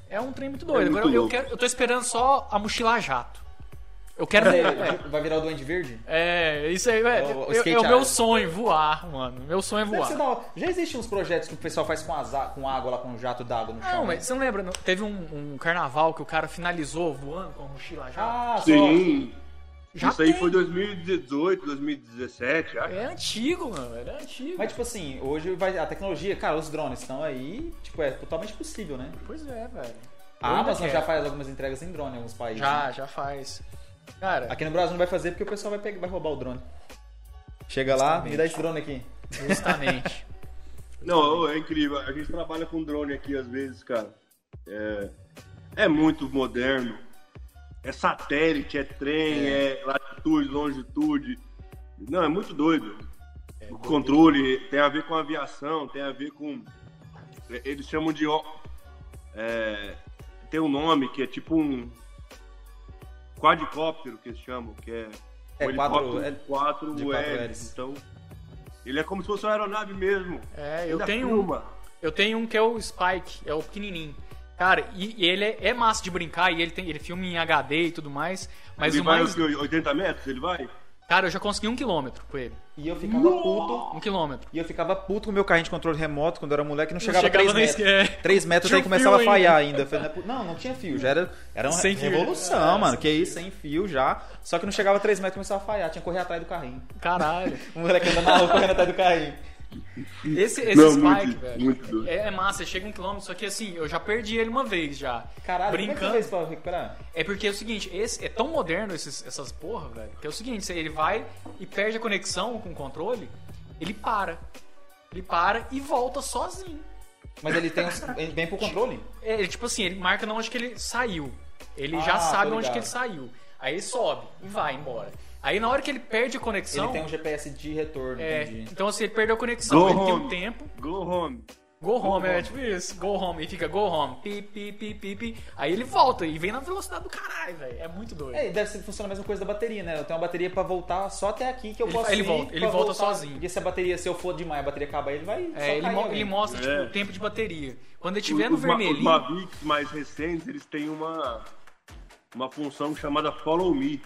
A: é um trem muito doido.
C: É muito
A: agora eu,
C: louco.
A: quero, eu tô esperando só a mochila a jato. Eu quero.
B: É,
A: É,
B: vai virar o Duende Verde?
A: é, isso aí,
B: O- o
A: velho. Eu- É,
B: skate
A: o meu
B: art.
A: sonho, voar, mano. Meu sonho é
B: Deve
A: voar.
B: ser da hora. Já existem uns projetos que o pessoal faz com, asa- com água lá, com um jato d'água no chão.
A: Não,
B: né?
A: mas você não lembra? não? Teve um, um carnaval que o cara finalizou voando com a mochila a jato?
B: Ah, só.
C: Sim.
A: Já
C: Isso aí
A: tem.
C: foi 2018, 2017, acho.
A: É antigo, mano. Era antigo.
B: Ah. Mas, tipo assim, hoje vai, a tecnologia, cara, os drones estão aí, tipo, é totalmente possível, né?
A: Pois é, velho. Eu
B: A
A: ainda
B: Amazon
A: quero.
B: já faz algumas entregas em drone em alguns países. né?
A: Já, já faz. Cara,
B: Aqui no Brasil não vai fazer porque o pessoal vai, pegar, vai roubar o drone. Chega lá, me dá esse drone aqui.
A: justamente.
C: Não, é incrível. A gente trabalha com drone aqui às vezes, cara. É, é muito moderno. É satélite, é trem, é, latitude, longitude. Não, é muito doido. o controle tem a ver com aviação, tem a ver com. é, Eles chamam de. ó- é, tem um nome que é tipo um. Quadricóptero que eles chamam, que é.
B: É
C: um
B: quatro-
C: helicóptero
B: é-
C: com quatro,
B: de quatro
C: hélices.
B: hélices.
C: Então. Ele é como se fosse uma aeronave mesmo.
A: É, eu
C: Ainda
A: tenho um.
C: filma.
A: Eu tenho um que é o Spike, é o pequenininho. Cara, e, e ele é, é massa de brincar e ele tem ele filma em HD e tudo mais. Mas
C: ele
A: o
C: vai
A: um mais.
C: o quê? 80 metros, ele vai?
A: Cara, eu já consegui um quilômetro com ele.
B: E eu ficava puto.
A: Um quilômetro.
B: E eu ficava puto com o meu carrinho de controle remoto quando eu era moleque, não chegava,
A: chegava
B: a 3
A: nem
B: metros.
A: sequer.
B: 3 metros
A: Tinha
B: aí
A: um
B: começava a
A: fio
B: falhar ainda. Eu falei, não é po- Não, não tinha fio, já era, era uma
A: Sem fio.
B: revolução,
A: É,
B: mano. Que isso, sem fio já. Só que não chegava a 3 metros começava a falhar, tinha que correr atrás do carrinho.
A: Caralho.
B: O moleque andando na rua correndo atrás do carrinho.
A: Esse, esse
C: Não,
A: Spike,
C: muito-
A: velho.
C: muito doido.
A: é, é massa, chega um quilômetro, só que assim, eu já perdi ele uma vez já.
B: Caralho, como é que
A: brincando.
B: fez pra recuperar?
A: É porque é o seguinte, esse é tão moderno esses, essas porra, velho, que é o seguinte, você- ele vai e perde a conexão com o controle, ele para. Ele para e volta sozinho.
B: Mas ele tem uns, ele vem pro controle?
A: É, ele, tipo assim, ele marca não onde que ele saiu. Ele
B: Ah,
A: já
B: tô
A: sabe onde
B: ligado.
A: que ele saiu. Aí ele sobe e vai embora. Aí na hora que ele perde a conexão.
B: Ele tem um GPS de retorno,
A: é,
B: entendi.
A: então assim, ele perdeu a conexão,
C: Go
A: ele tem um
C: home.
A: tempo.
C: Go home.
A: Go home, é tipo isso. Go home. E fica go home. Pi, pi, pi, pi, pi. Aí ele volta e vem na velocidade do caralho, velho. É muito doido.
B: É, e deve ser- funciona a mesma coisa da bateria, né? Eu tenho uma bateria pra voltar só até aqui que eu
A: Ele-
B: posso
A: ele
B: ir
A: volta- ele
B: pra
A: volta
B: voltar.
A: sozinho.
B: Porque se a bateria, se eu for demais, a bateria acaba, ele vai. só
A: É, ele,
B: cair,
A: mo-
B: né?
A: ele mostra tipo,
C: É.
A: o tempo de bateria. Quando ele
C: Os-
A: tiver no
C: os ma- Os
A: vermelhinho.
C: Mavics mais recentes, eles têm uma, uma função chamada Follow Me.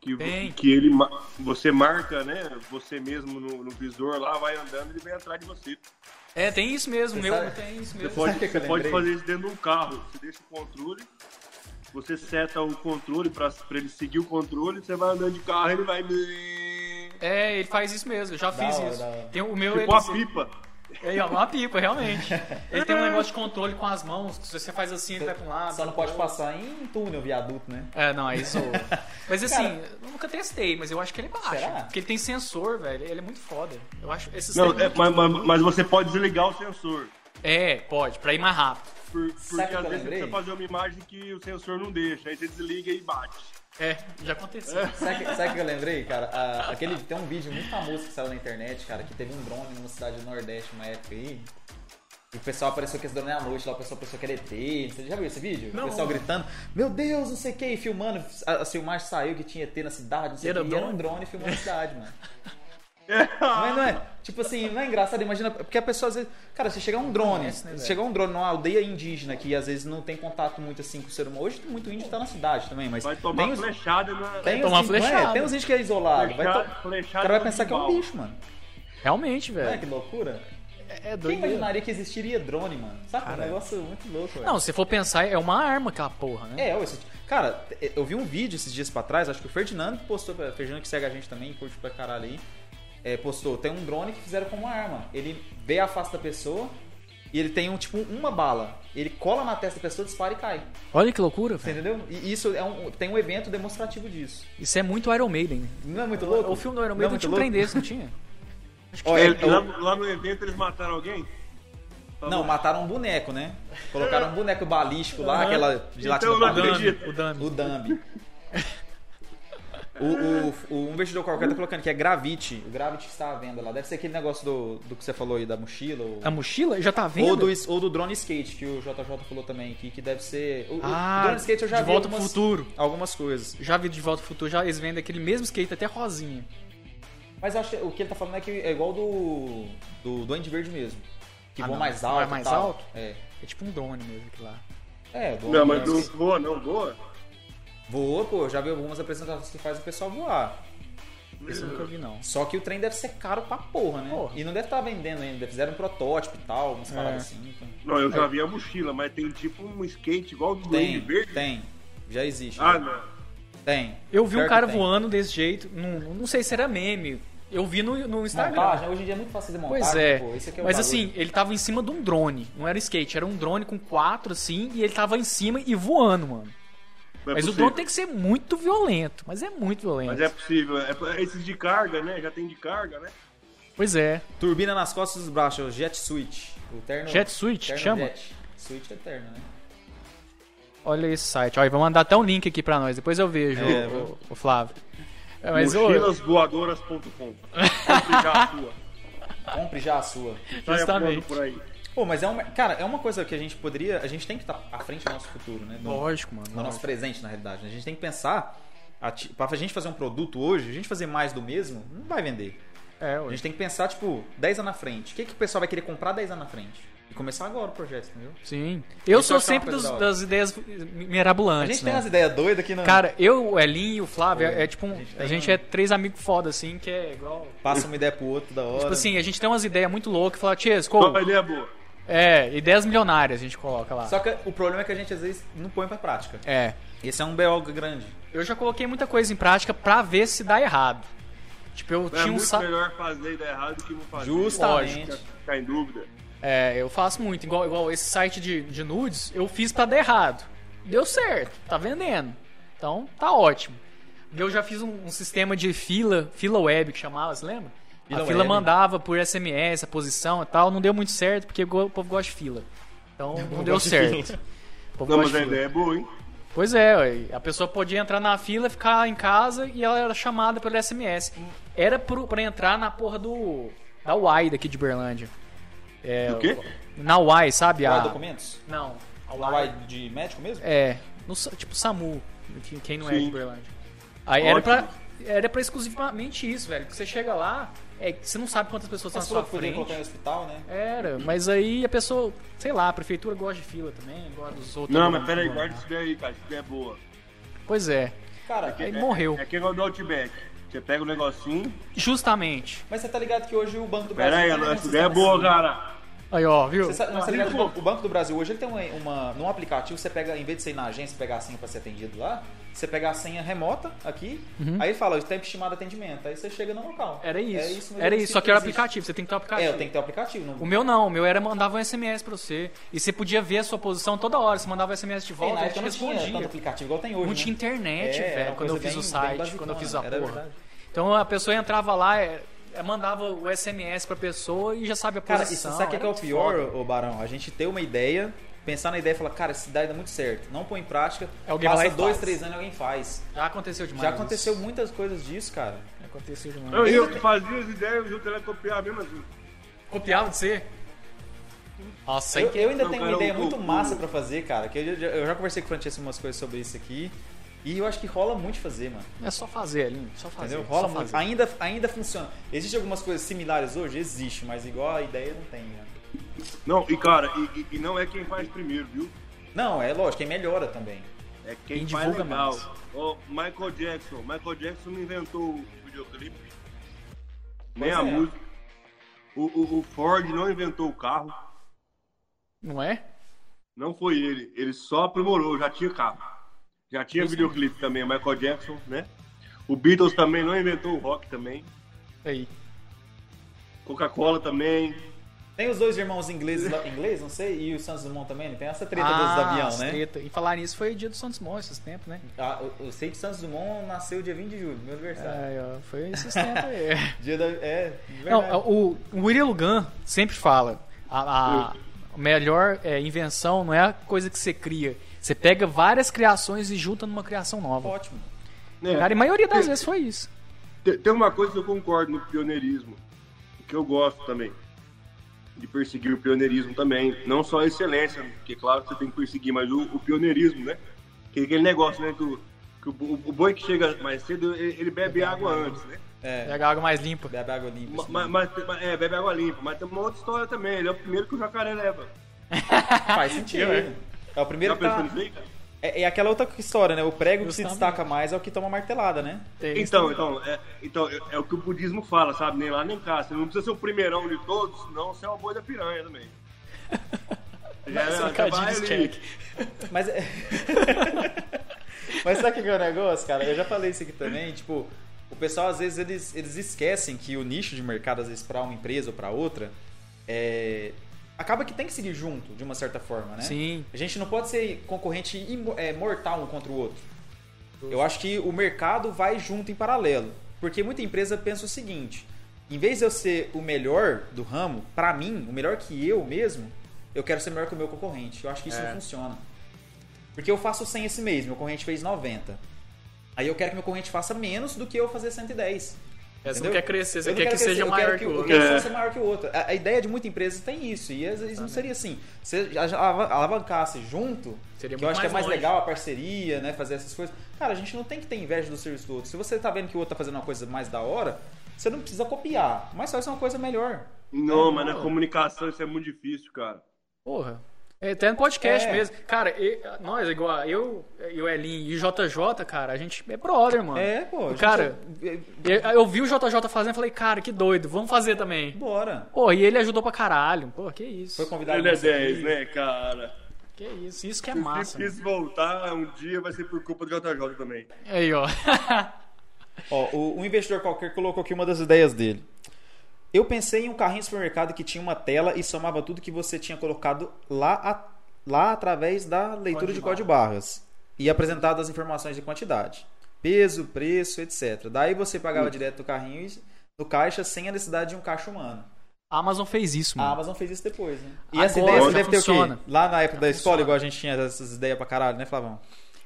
C: Que, vo-
A: Tem.
C: que ele, ma- você marca, né? Você mesmo no, no visor lá, vai andando e ele vem atrás de você.
A: É, tem isso mesmo. Meu,
B: sabe-
A: tem isso
C: Você
A: mesmo.
C: pode,
B: o que é que eu
C: você pode
B: lembrei?
C: fazer isso dentro de um carro. Você deixa o controle, você seta o controle pra pra ele seguir o controle, você vai andando de carro, ele vai. Tipo
A: É, ele faz isso mesmo. Eu já
B: Da
A: fiz
B: hora,
A: isso.
B: da hora.
A: Tem o meu. ele- assim,
C: uma pipa.
A: É uma pipa, realmente. Ele tem um negócio de controle com as mãos, que se você faz assim, ele vai pra um lado.
B: Só não pode passar em túnel, viaduto, né?
A: É, não, é isso. Mas assim,
B: Cara-
A: eu nunca testei, mas eu acho que ele baixa.
B: Será?
A: Porque ele tem sensor, velho. Ele é muito foda. Eu acho esse
C: Não,
A: sistema-
C: é, mas, mas- mas você pode desligar o sensor.
A: é, pode, pra ir mais rápido.
C: Por-
B: Sabe
C: porque
B: o que
C: às
B: eu
C: vezes você
B: lembrei?
C: precisa fazer uma imagem que o sensor não deixa. Aí você desliga e bate.
A: É, já aconteceu.
B: Sabe, que- sabe o que eu lembrei, cara? A- aquele, tem um vídeo muito famoso que saiu na internet, cara, que teve um drone numa cidade do Nordeste uma época aí. E o pessoal apareceu com esse drone à noite lá, o pessoal pensou que era ET. Você já viu esse vídeo?
A: Não.
B: O pessoal gritando, meu Deus, não sei o que, e filmando. A, a filmagem saiu que tinha ET na cidade, não sei o
A: Era
B: que. E era um
A: drone?
B: drone filmando a cidade, mano. Mas não é, tipo assim, não é engraçado, imagina, porque a pessoa às vezes, cara, se chegar um drone,
A: Conhece, né, velho?
B: se chegar um drone numa aldeia indígena que às vezes não tem contato muito assim com o ser humano, hoje muito índio tá na cidade também, mas
C: Vai tomar
B: tem os-
C: flechada na.
B: tem
A: tomar
B: os índios- não
A: flechada.
B: É, tem uns índios que é isolado. Vai
C: Flechada-
B: to- O
C: flechada
B: cara vai
C: no
B: pensar que é um
C: animal.
B: bicho, mano.
A: Realmente,
B: Não é
A: velho.
B: que loucura?
A: É, é
B: Quem
A: doido.
B: imaginaria que existiria drone, mano? Saca? Um
A: Cara.
B: negócio muito louco, velho.
A: Não, se for pensar, é uma arma aquela porra, né?
B: É, eu, esse- cara, eu vi um vídeo esses dias pra trás, acho que o Ferdinando postou, o Ferdinando que segue a gente também, curte pra caralho aí, é, postou, tem um drone que fizeram com uma arma. Ele vê a face da pessoa e ele tem um tipo uma bala. Ele cola na testa da pessoa, dispara e cai.
A: Olha que loucura,
B: Você
A: velho.
B: entendeu? E isso é um, tem um evento demonstrativo disso.
A: Isso é muito Iron Maiden. né?
B: Não é muito louco?
A: O filme do Iron
B: Não é
A: Maiden
B: muito
A: tinha um trem
B: louco?
A: desse, não tinha?
B: Olha,
C: Ele-
B: eu-
C: lá, lá no evento eles mataram alguém? Tá
B: Não, mataram um boneco, né? Colocaram um boneco balístico lá, tá aquela de latina
C: Então, não
B: padrão.
C: acredito.
A: O Dummy.
B: O Dambi. O, o, o- um investidor qualquer tá colocando que é Gravity. O Gravity que está à venda lá. Deve ser aquele negócio do, do que você falou aí da mochila. Ou,
A: A mochila já tá vendo?
B: ou, do, is- ou do drone skate, que o JJ falou também aqui, que deve ser. O, o
A: Ah,
B: drone skate eu já
A: de
B: vi
A: volta
B: algumas,
A: pro futuro.
B: algumas coisas.
A: Já vi de volta pro futuro, já eles vendem aquele mesmo skate até rosinha.
B: Mas eu acho, o que ele tá falando é que é igual do. do Duende Verde mesmo. Que
A: Ah,
B: voa
A: não.
B: mais
A: Não é
B: alto. e
A: mais
B: tal.
A: alto?
B: É.
A: É tipo um drone mesmo aquilo lá.
B: É, voa
C: Não,
B: mais
C: mas não voa, não voa.
B: Voa, pô, eu já vi algumas apresentações que faz o pessoal voar.
A: Esse eu nunca vi, não.
B: Só que o trem deve ser caro pra porra, né?
A: Porra. É.
B: E não deve estar vendendo ainda. Fizeram um protótipo e tal, umas paradas assim. então.
C: Não, eu já vi a mochila, mas tem tipo um skate igual do Duende
B: Tem,
C: Verde.
B: tem. Já existe.
C: Ah,
B: né?
C: não.
B: Tem.
A: Eu vi
B: Pior
A: um
B: que
A: cara
B: tem.
A: voando desse jeito, não, não sei se era meme. Eu vi no, no Instagram.
D: Montagem, hoje em dia é muito fácil de montar.
A: Pois é.
D: pô, esse aqui é o
A: Mas
D: bagulho.
A: assim, ele tava em cima de um drone. Não era skate, era um drone com quatro assim, e ele tava em cima e voando, mano.
C: Não é
A: mas o
C: possível.
A: drone tem que ser muito violento. Mas é muito violento.
C: Mas é possível. É- esses de carga, né? Já tem de carga, né?
A: Pois é.
B: Turbina nas costas dos braços, é o Jet Switch. O terno,
A: Jet Switch,
B: terno
A: chama?
B: Jet. Switch é terno, né?
A: Olha esse site. Ó, e vai mandar até um link aqui pra nós. Depois eu vejo,
B: É,
A: o,
B: vou-
A: o Flávio. É, mas, ô,
C: Mochilasvoadoras.com. Compre já a sua.
B: Compre já a sua.
C: Saia voando
A: Justamente.
C: por aí.
B: Pô, mas é uma. Cara, é uma coisa que a gente poderia. A gente tem que estar à frente do nosso futuro, né? Do,
A: lógico, mano.
B: do nosso
A: lógico.
B: presente, na realidade. né? A gente tem que pensar. a ti- Pra gente fazer um produto hoje, a gente fazer mais do mesmo, não vai vender.
A: É,
B: A
A: ué.
B: gente tem que pensar, tipo, 10 anos na frente. O que, que o pessoal vai querer comprar 10 anos na frente? E começar agora o projeto, entendeu?
A: Sim. Eu
B: Isso
A: sou
B: eu acho que é uma
A: sempre
B: coisa
A: dos-
B: da hora.
A: das ideias
B: A
A: mirabolantes,
B: gente tem
A: né?
B: umas ideias doidas aqui, não.
A: Cara, eu, o Elinho e o Flávio, é,
B: É,
A: é tipo um-
B: a gente tem
A: A gente
B: um-
A: é três amigos foda, assim, que é igual...
B: passa uma ideia pro outro da hora.
A: Tipo assim, a gente tem umas ideias muito loucas. Fala, Tiesco,
C: Não, ele é boa.
A: é, ideias milionárias a gente coloca lá.
B: Só que o problema é que a gente às vezes não põe pra prática.
A: É.
B: Esse é um BO grande.
A: Eu já coloquei muita coisa em prática pra ver se dá errado. Tipo, eu
C: É
A: tinha um...
C: muito
A: sa-
C: melhor fazer e dar errado do que não fazer.
B: Justamente.
C: Lógico, Ficar em dúvida.
A: É, eu faço muito. Igual, igual esse site de, de nudes, eu fiz pra dar errado. Deu certo, tá vendendo. Então, tá ótimo. Eu já fiz um, um sistema de fila, fila web que chamava, você lembra?
B: Fila
A: a fila
B: web.
A: mandava por SMS, a posição e tal. Não deu muito certo, porque go- o povo gosta de fila. Então, não deu certo. O povo
C: Não,
A: gosta
C: mas
A: de
C: a
A: fila.
C: ideia é boa, hein?
A: Pois é, ué. a pessoa podia entrar na fila, ficar em casa e ela era chamada pelo SMS. Era pro, pra entrar na porra do. da UAI daqui de Berlândia. É,
C: Do quê?
A: Na UAI, sabe?
B: Qual é
A: A...
B: documentos?
A: Não, a
B: Na
A: UAI.
B: UAI de médico mesmo?
A: Ah. É, no, sa- tipo SAMU, que- quem não é de
C: Sim.
A: Berlândia. Aí era
C: Ótimo.
A: pra, era pra exclusivamente isso, velho. Que você chega lá, é, que você não sabe quantas pessoas
B: Você
A: estão
B: falou
A: na
B: que
A: sua
B: podia
A: frente.
B: colocar em hospital, né?
A: Era, mas aí a pessoa, sei lá, a prefeitura gosta de fila também, gosta dos outros.
C: Não, mas peraí, guarda isso daí, cara. Isso daí é boa.
A: Pois é,
B: Cara,
A: aí
C: É-
A: morreu.
C: É que igual do Outback. Você pega o negocinho.
A: Justamente.
B: mas você tá ligado que hoje o Banco do Brasil.
C: Pera aí,
B: também tem um
C: essa
B: sistema
C: ideia é boa,
B: assim.
C: cara.
A: Aí, ó, viu?
B: Você sabe, mas tá
C: Ah,
B: ligado que o
C: pô.
B: Banco- o Banco do Brasil hoje ele tem uma, uma. Num aplicativo, você pega, em vez de você ir na agência e pegar a senha pra ser atendido lá, você pega a senha remota aqui, aí fala, o tempo estimado de atendimento. Aí você chega no local.
A: Uhum. Era isso.
B: É isso mesmo
A: era
B: que
A: isso, só que era
B: existe.
A: aplicativo, você tem que ter um
B: É,
A: aplicativo.
B: eu tenho que ter o aplicativo. Não...
A: O meu não, o meu era mandava um SMS pra você. E você podia ver a sua posição toda hora. Você mandava um SMS de
B: Ei,
A: volta,
B: É, na
A: ele
B: época
A: te
B: não tinha
A: respondia.
B: tanto aplicativo igual tem hoje.
A: Não tinha
B: né?
A: internet,
B: É, era
A: velho,
B: uma
A: quando eu
B: coisa
A: fiz o
B: bem-
A: site,
B: bem basicona,
A: quando eu fiz a
B: era
A: porra.
B: verdade.
A: Então a pessoa entrava lá, é, é, mandava o SMS pra pessoa e já sabe a
B: Cara, isso,
A: posição.
B: sabe o que,
A: era
B: que é o
A: muito
B: pior,
A: foda.
B: ô Barão? A gente ter uma ideia, pensar na ideia e falar, cara, isso daí dá muito certo. Não põe em prática,
A: Alguém vai
B: passa
A: lá e
B: dois,
A: faz.
B: três anos e alguém faz.
A: Já aconteceu demais.
B: Já aconteceu
A: isso.
B: muitas coisas disso, cara.
A: Já aconteceu demais.
C: Eu, eu fazia as ideias e o Jutela copiava mesmo assim.
A: Copiava de você? Nossa,
B: Eu,
A: hein?
B: eu ainda
C: Não,
B: tenho
C: cara,
B: uma ideia
C: o-
B: muito
C: o-
B: massa pra fazer, cara. Que eu, já- eu já conversei com o Francesco umas coisas sobre isso aqui. E eu acho que rola muito de fazer, mano.
A: É só fazer, Alinho. Só fazer.
B: Entendeu? Rola
A: só
B: muito.
A: fazer.
B: Ainda, ainda funciona. Existem algumas coisas similares hoje? Existe, mas igual a ideia não tem, né?
C: Não, e cara, e, e- e não é quem faz primeiro, viu?
B: Não, é lógico, é melhora também.
C: É quem,
A: Quem
C: faz
A: divulga
C: legal.
A: mais.
C: Ó, Michael Jackson. Michael Jackson não inventou o videoclipe, nem
B: Pois
C: a
B: é.
C: música. O, o- o Ford não inventou o carro,
A: Não é?
C: não foi ele. Ele só aprimorou, já tinha carro. Já tinha
A: Isso
C: videoclipe também, Michael Jackson, né? O Beatles também não inventou o rock também.
A: Aí.
C: Coca-Cola também.
B: Tem os dois irmãos ingleses lá, inglês, não sei, e o Santos Dumont também, né? tem essa treta
A: ah,
B: dos avião,
A: as
B: né?
A: treta. E falar nisso foi dia do Santos Dumont esses tempos, né?
B: Ah, eu- eu sei que o Santos Dumont nasceu dia 20 de julho, meu aniversário.
A: Ai, É, ó, foi esses tempos aí.
B: Dia da. É, verdade.
A: Não, o, o Murilo Gun sempre fala: a, a melhor é, invenção não é a coisa que você cria. Você pega várias criações e junta numa criação nova.
B: ótimo.
C: né?
A: Cara, e a maioria das vezes foi isso.
C: Tem, tem uma coisa que eu concordo no pioneirismo, que eu gosto também, de perseguir o pioneirismo também. Não só a excelência, porque claro que você tem que perseguir, mas o, o pioneirismo, né? Que é aquele negócio, né? Que o, que o, bo- o boi que chega mais cedo, ele, ele bebe água antes, né?
B: É,
A: Pega a água mais limpa.
B: bebe água limpa. assim.
C: Ma-
B: isso
C: ma-
B: mesmo.
C: Mas, mas- é, bebe água limpa. Mas tem uma outra história também, ele é o primeiro que o jacaré leva.
B: Faz sentido.
A: É.
B: né? É o primeiro
C: Já
B: que tá...
C: pensou nisso aí, cara?
B: é, é aquela outra história, né? O prego que se
A: Justamente.
B: destaca mais é o que toma martelada, né?
A: Tem isso
C: Então, então, é, então é, é o que o budismo fala, sabe? Nem lá nem cá. Você não precisa ser o primeirão de todos, senão você é o boi da piranha também. Já,
A: também.
C: já
A: Trocadilhos,
C: vai ali.
A: check.
B: Mas é- Mas sabe o que é o negócio, cara? Eu já falei isso aqui também, tipo, o pessoal às vezes eles, eles esquecem que o nicho de mercado, às vezes, pra uma empresa ou pra outra, é, acaba que tem que seguir junto, de uma certa forma, né?
A: Sim.
B: A gente não pode ser concorrente imo- é, mortal um contra o outro. Eu acho que o mercado vai junto em paralelo. Porque muita empresa pensa o seguinte: em vez de eu ser o melhor do ramo, pra mim, o melhor que eu mesmo, eu quero ser melhor que o meu concorrente. Eu acho que isso não funciona. Porque eu faço 100 esse mês, meu concorrente fez 90. Aí eu quero que meu concorrente faça menos do que eu fazer 110.
A: É, você
B: Entendeu?
A: não quer crescer, você
B: Eu não
A: quer que
B: quero crescer,
A: seja
B: eu
A: maior
B: quero
A: que o
B: eu
A: outro.
B: quero
C: É.
B: ser maior que o outro. A, a ideia de muita empresa tem isso. E às vezes não seria assim. Se a- a- alavancasse junto,
A: Seria
B: que eu
A: muito
B: acho que é
A: mais
B: mais
A: longe.
B: legal a parceria, né? Fazer essas coisas. Cara, a gente não tem que ter inveja do serviço do outro. Se você tá vendo que o outro tá fazendo uma coisa mais da hora, você não precisa copiar, mas faz uma coisa melhor. É
C: Não, mas na comunicação isso é muito difícil, cara.
A: Porra. É, até no podcast
B: É.
A: mesmo. Cara, e- nós, igual eu e o Elin e o JJ, cara, a gente é brother, mano.
B: É, pô. a gente-
A: Cara,
B: é-
A: Eu, eu vi o JJ fazendo e falei, cara, que doido, vamos fazer também.
B: Bora.
A: Pô, e ele ajudou pra caralho. Pô, que isso.
B: Foi convidado.
C: Ele é
B: nosso aqui.
C: 10, né, cara?
A: Que isso, isso que é
C: Se
B: né?
A: massa.
C: quis voltar um dia, vai ser por culpa do JJ também.
B: É.
A: Aí, ó.
B: Ó, o, um investidor qualquer colocou aqui uma das ideias dele. Eu pensei em um carrinho de supermercado que tinha uma tela e somava tudo que você tinha colocado lá, a- lá através da leitura
A: Código
B: de
A: de
B: código barras e apresentado as informações de quantidade, peso, preço, etc. Daí você pagava direto do carrinho e- do caixa sem a necessidade de um caixa humano.
A: A Amazon fez isso,
B: A
A: mano.
B: Amazon fez isso depois, né? E
A: Hum. Agora
B: essa ideia você
A: já
B: deve ter o
A: funciona.
B: quê? Lá na época da escola,
A: funciona.
B: igual a gente tinha essas ideias pra caralho, né, Flavão?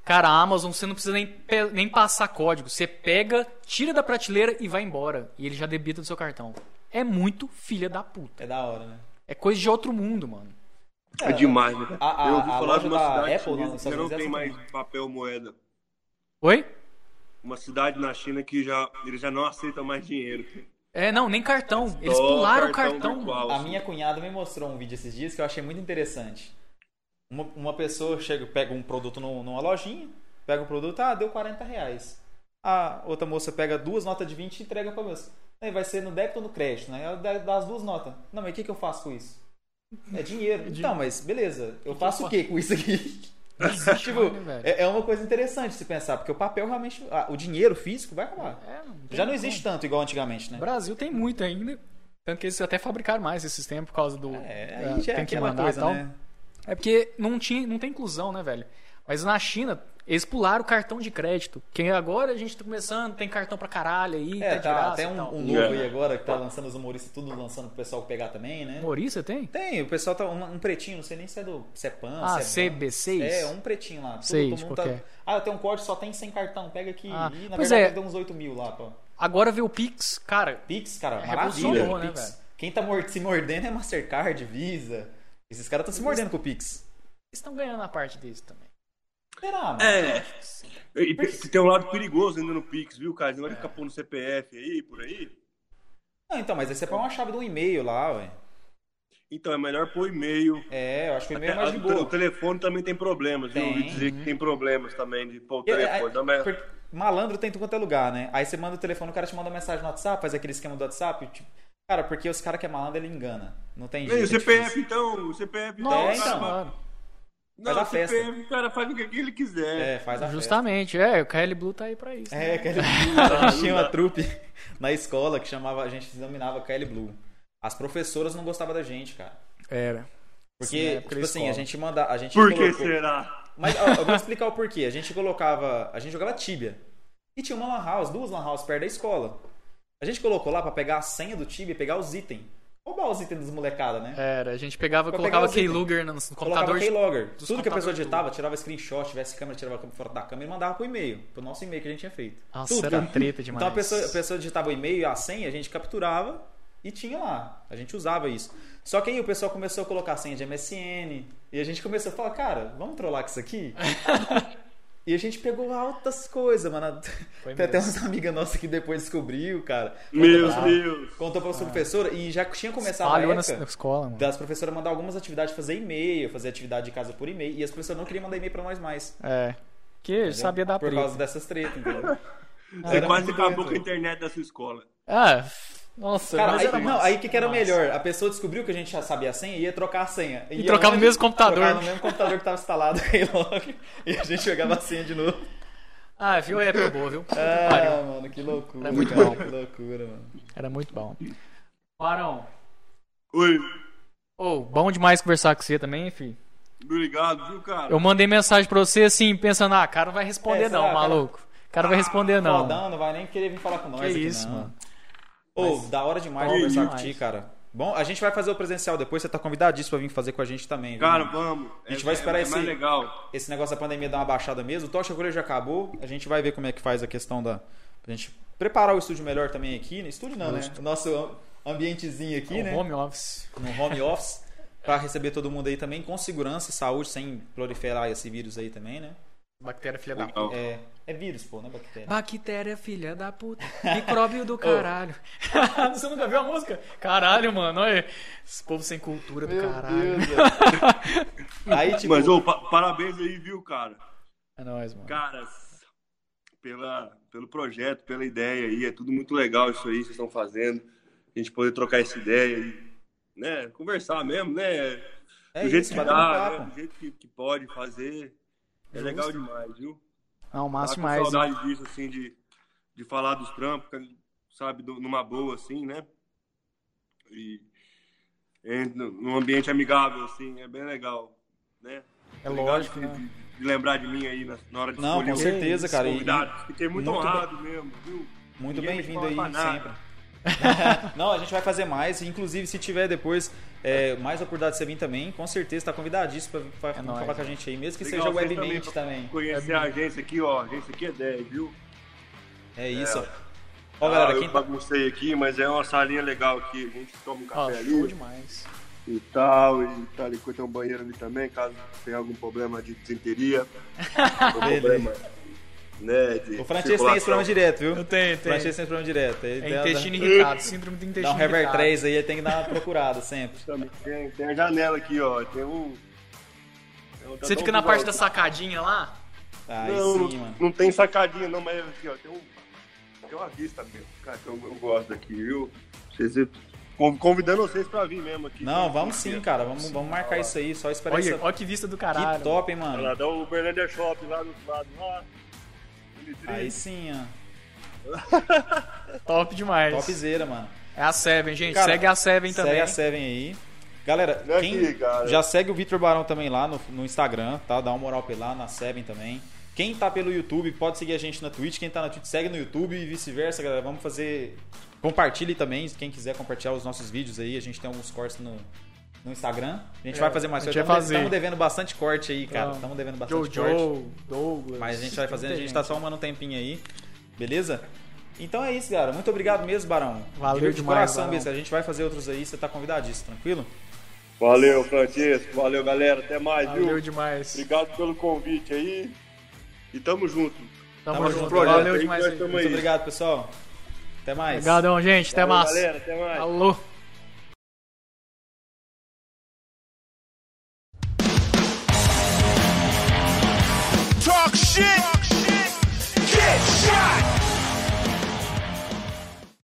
A: Cara, a Amazon, você não precisa nem, pe- nem passar código. Você pega, tira da prateleira e vai embora. E ele já debita do seu cartão. É muito filha da puta.
B: É da hora, né?
A: É coisa de outro mundo, mano.
C: É, demais, né?
B: A- a-
C: eu ouvi
B: a
C: falar de
B: loja
C: uma
B: da
C: cidade
B: Apple,
C: chinesa
B: não,
C: que já não
B: Estados
C: tem
B: Unidos,
C: mais
B: essa
C: papel moeda.
A: Oi?
C: Uma cidade na China que já eles já não aceitam mais dinheiro.
A: É, não, nem cartão. Eles
C: Só
A: pularam o cartão. mano.
C: virtual,
B: A
C: assim.
B: minha cunhada me mostrou um vídeo esses dias que eu achei muito interessante. Uma, uma pessoa chega, pega um produto num- numa lojinha, pega um produto, ah, deu 40 reais. A outra moça pega duas notas de 20 e entrega pra moça. Aí vai ser no débito ou no crédito, né? Ela dá- dá as duas notas. Não, mas o que, que eu faço com isso? É dinheiro. Então, mas beleza, eu faço o que com isso aqui? tipo,
A: mais, né, velho?
B: é, é uma coisa interessante se pensar, porque o papel realmente. ah, o dinheiro físico vai acabar.
A: É, não tem
B: Já não
A: como.
B: existe tanto igual antigamente, né?
A: No Brasil tem muito ainda. Tanto que eles até fabricaram mais esses tempos por causa do.
B: É,
A: da-
B: aí já é
A: tem que
B: aquela
A: mandar e
B: coisa,
A: tal.
B: né?
A: É porque não, tinha, não tem inclusão, né, velho? Mas na China, eles pularam o cartão de crédito. Que agora a gente tá começando, tem cartão pra caralho aí,
B: É,
A: tá de
B: tá
A: graça
B: até
A: e
B: um,
A: tal.
B: um novo aí
C: É.
B: agora que tá lançando os humoristas, tudo lançando pro pessoal pegar também, né?
A: Humorista tem?
B: Tem, o pessoal tá um, um pretinho, não sei nem se é do se é Pan,
A: Ah,
B: se é Ban.
A: CB6?
B: É, um pretinho lá. Tudo,
A: Sei,
B: todo
A: de
B: mundo tá-
A: qualquer.
B: Ah, eu tenho um código, só tem 100 cartão, pega aqui.
A: Ah,
B: Ih, na
A: pois
B: verdade
A: é.
B: deu uns 8 mil lá, pô.
A: Agora vê o Pix, cara.
B: Pix, cara,
A: É,
B: maravilha.
A: revolucionou, né,
B: Pix.
A: velho?
B: Quem tá mor- se mordendo é Mastercard, Visa. Esses caras estão se mordendo com o Pix.
A: Eles estão ganhando a parte disso também.
B: É, Será, mano?
C: É. E pe- tem um lado perigoso ainda no Pix, viu, cara? Você
A: É.
C: não vai ficar pondo CPF aí, por aí.
B: Não, então, mas aí você põe uma chave de um e-mail lá, ué.
C: Então é melhor pôr e-mail.
B: É, eu acho que o e-mail é
C: É,
B: mais de
C: a-
B: boa.
C: O telefone também tem problemas, viu?
B: Tem.
C: Ouvi dizer que tem problemas também de pôr o
B: É, é,
C: telefone. Não, mas-
B: porque malandro tem em tudo quanto é lugar, né? Aí você manda o telefone, o cara te manda mensagem no WhatsApp, faz aquele esquema do WhatsApp. Tipo, cara, porque os caras que é malandro, ele engana. Não tem jeito.
C: E
B: é
C: o CPF,
B: difícil.
C: então, o CPF
A: Nossa,
B: então.
A: mano.
C: Não,
B: Faz a
C: o CPF, o cara faz o que ele quiser.
B: É, faz a festa.
A: Justamente, é, o KL Blue tá aí pra isso. né?
B: É, Kelly Blue. A gente tinha uma trupe na escola que chamava, a gente se denominava Kelly Blue. As professoras não gostavam da gente, cara.
A: Era.
B: Porque,
A: Sim, na época
B: tipo
A: da
B: assim,
A: escola.
B: a gente manda. A gente
C: Por que
B: colocou-
C: será?
B: Mas ó, eu vou explicar o porquê. A gente colocava. A gente jogava Tibia. E tinha uma lan house, duas lan house perto da escola. A gente colocou lá pra pegar a senha do Tibia e pegar os itens. Roubar os itens dos molecada, né?
A: Era, a gente pegava e
B: Pra
A: colocava
B: pegar os itens.
A: Keylogger no
B: Colocava
A: computador. de-
B: Keylogger.
A: dos
B: Tudo que a pessoa
A: computadores
B: digitava, tirava screenshot, tivesse câmera, tirava fora da câmera e mandava pro e-mail. Pro nosso e-mail que a gente tinha feito.
A: Nossa,
B: Tudo,
A: era
B: cara.
A: treta demais.
B: Então a pessoa, a pessoa digitava o e-mail, a senha, a gente capturava e tinha lá. A gente usava isso. Só que aí o pessoal começou a colocar a senha de MSN. E a gente começou a falar, cara, vamos trollar com isso aqui? e a gente pegou altas coisas, mano.
A: Foi
B: Tem até
A: mesmo.
B: umas amigas nossas que depois descobriu, cara.
C: Meu
B: pra-
C: Deus.
B: Contou pra
A: Ah.
B: professora e já tinha começado a
A: Falhou na,
B: época
A: na escola, mano.
B: das professoras mandar algumas atividades, fazer e-mail, fazer atividade de casa por e-mail, e as professoras não queriam mandar e-mail pra nós mais.
A: É. Que
B: entendeu?
A: sabia dar
B: Por
A: treta.
B: causa dessas tretas, entendeu?
C: Você
B: Era
C: É quase
B: muito
C: acabou
B: doido.
C: com a internet da sua escola.
A: Ah, nossa,
B: Cara,
A: mas
B: aí,
A: era
B: não,
A: massa,
B: aí o que, que era
A: massa.
B: melhor? A pessoa descobriu que a gente já sabia a senha e ia trocar a senha.
A: E
B: Ia
A: trocava
B: lá
A: no mesmo computador.
B: Trocava no mesmo computador que tava instalado aí logo. E a gente jogava a senha de novo.
A: Ah, viu? É época boa, viu?
B: Ah, mano, que loucura.
A: É muito
B: cara,
A: bom.
B: Que loucura, mano.
A: Era muito bom. Barão,
C: Oi,
A: ô, bom demais conversar com você também, filho.
C: obrigado, viu, cara?
A: Eu mandei mensagem pra você assim, pensando, ah, cara não vai responder
B: É,
A: não,
B: será, cara?
A: maluco. O cara não vai responder não.
B: Fodão, não vai nem querer vir falar com nós
A: Que
B: aqui,
A: isso,
B: não.
A: mano.
B: Ô, da hora demais
A: Bom
B: conversar
A: demais.
B: contigo, cara. Bom, a gente vai fazer o presencial depois, você tá convidadíssimo pra vir fazer com a gente também. viu,
C: Cara,
B: mano?
C: vamos.
B: A gente vai esperar
C: é,
B: esse-
C: mais legal.
B: esse negócio da pandemia dar uma baixada mesmo. O Tocha Cura já acabou. A gente vai ver como é que faz a questão da. Pra gente preparar o estúdio melhor também aqui. né? Estúdio não, né? O nosso am- ambientezinho aqui,
C: É
A: O
B: né?
A: home office.
B: No home office. Pra receber todo mundo aí também, com segurança e saúde, sem proliferar esse vírus aí também, né?
A: Bactéria filha da puta.
C: Legal.
B: É, é vírus, pô, não é bactéria.
C: Ah,
A: Bactéria filha da puta. Micróbio do caralho. você nunca viu a música? Caralho, mano. Olha. Esse povo sem cultura do caralho. É
B: aí, tipo,
C: Mas, ô, pa- parabéns aí, viu, cara?
A: É nóis,
B: Tá
A: mano.
C: Caras, pela, pelo projeto, pela ideia aí. É tudo muito legal isso aí que vocês estão fazendo. A gente poder trocar essa ideia e, né, conversar mesmo, né?
B: é
C: do jeito
B: isso,
C: que
B: bateu
C: dá,
B: um
C: né?
B: papo.
C: do jeito que, que pode fazer. É
A: Justo.
C: legal demais, viu?
A: Não, massa
C: Tava Tá com
B: né?
A: demais.
C: saudade disso, assim, de, de falar dos trampos, sabe, do- numa boa, assim, né? E é, no- num ambiente amigável, assim, é bem legal, né?
A: É
C: Legal
A: lógico,
C: de,
A: né?
C: de- de lembrar de mim aí na, na hora de
B: Não,
C: escolher
B: com
C: os
B: certeza, cara. e-
C: convidados. Fiquei muito,
B: Muito
C: honrado mesmo, viu?
B: Muito
C: Ninguém me
B: bem-vindo aí
C: fala nada.
B: sempre. Não, a gente vai fazer mais. Inclusive, se tiver depois é, mais oportunidade de você vir também, com certeza tá convidadíssimo pra, pra
A: É
B: falar
A: nóis.
B: com a gente aí, mesmo que
C: Legal,
B: seja
C: vocês
B: webmente também.
C: também. Conhecer a agência aqui, ó, a agência aqui é 10, viu?
B: É isso. ó. Ó,
C: Ah,
B: galera,
C: eu
B: quem tá.
C: baguncei aqui, mas é uma salinha legal aqui, a gente toma um café
A: Ó, show
C: ali,
A: demais.
C: e tal, e tal, e tem um banheiro ali também, caso tenha algum problema de desenteria, ou problema, né, de
B: O Francesco tem esse problema direto, viu?
A: Eu tenho, tenho.
B: O Francesco tem esse problema direto. Ele
A: É
B: dá-
A: intestino irritado, síndrome do intestino
B: Dá um rever
A: irritado.
B: 3 aí, ele tem que dar uma procurada sempre.
C: também. Tem, tem a janela aqui, ó, tem um... tem um-
A: Você
C: tá
A: fica
C: um
A: na parte da
C: visual
A: sacadinha lá?
B: Aí
C: aqui. Não,
B: sim, mano.
C: não tem sacadinha não, mas aqui, ó, tem um... Tem uma vista mesmo, cara, que eu, eu gosto daqui, viu? Vocês... con- Convidando vocês pra vir mesmo aqui.
B: Não, vamos sim, cara. Vamos, vamos marcar isso aí. Só esperar
A: Olha,
B: essa.
A: olha que vista do
B: Que
A: caralho.
B: top, hein, mano.
C: Lá dá o Berlândia Shopping lá do lado, lá.
B: Aí sim, ó.
A: Top demais.
B: Topzera, mano.
A: É a Seven, gente.
B: Cara,
A: segue a Seven também.
B: Segue a Seven aí. Galera,
C: Vem
B: quem
C: aqui, cara.
B: já segue o Vitor Barão também lá no, no Instagram, tá? Dá uma moral pra ele lá na Seven também. Quem tá pelo YouTube pode seguir a gente na Twitch. Quem tá na Twitch segue no YouTube e vice-versa, galera. Vamos fazer. Compartilhe também, quem quiser compartilhar os nossos vídeos aí. A gente tem alguns cortes no, no Instagram. A gente
A: É,
B: vai fazer mais
A: a gente vai
B: cortes. Tamo de-
A: fazer.
B: Tamo devendo bastante corte aí, cara.
A: Então,
B: Tamo devendo bastante corte.
A: Jojo, Douglas.
B: Mas a gente vai fazendo, a
A: muita
B: gente tá só uma no tempinho aí. Beleza? Então é isso, galera. Muito obrigado mesmo, Barão.
A: Valeu
B: Meu de
A: demais,
B: coração
A: Barão.
B: mesmo. A gente vai fazer outros aí, você tá convidadíssimo, tranquilo?
C: Valeu, Francisco. Valeu, galera. Até mais,
A: Valeu
C: viu?
A: demais.
C: Obrigado pelo convite aí. E tamo junto.
A: Tamo,
B: Tamo
A: junto.
B: junto, projeto
A: Valeu
C: aí que
A: demais.
C: nós
A: aí.
C: tamo
B: Muito
C: aí.
B: obrigado, pessoal. Até mais.
A: Obrigadão, gente. Até
C: Valeu,
A: mais.
C: galera. Até mais.
A: Alô.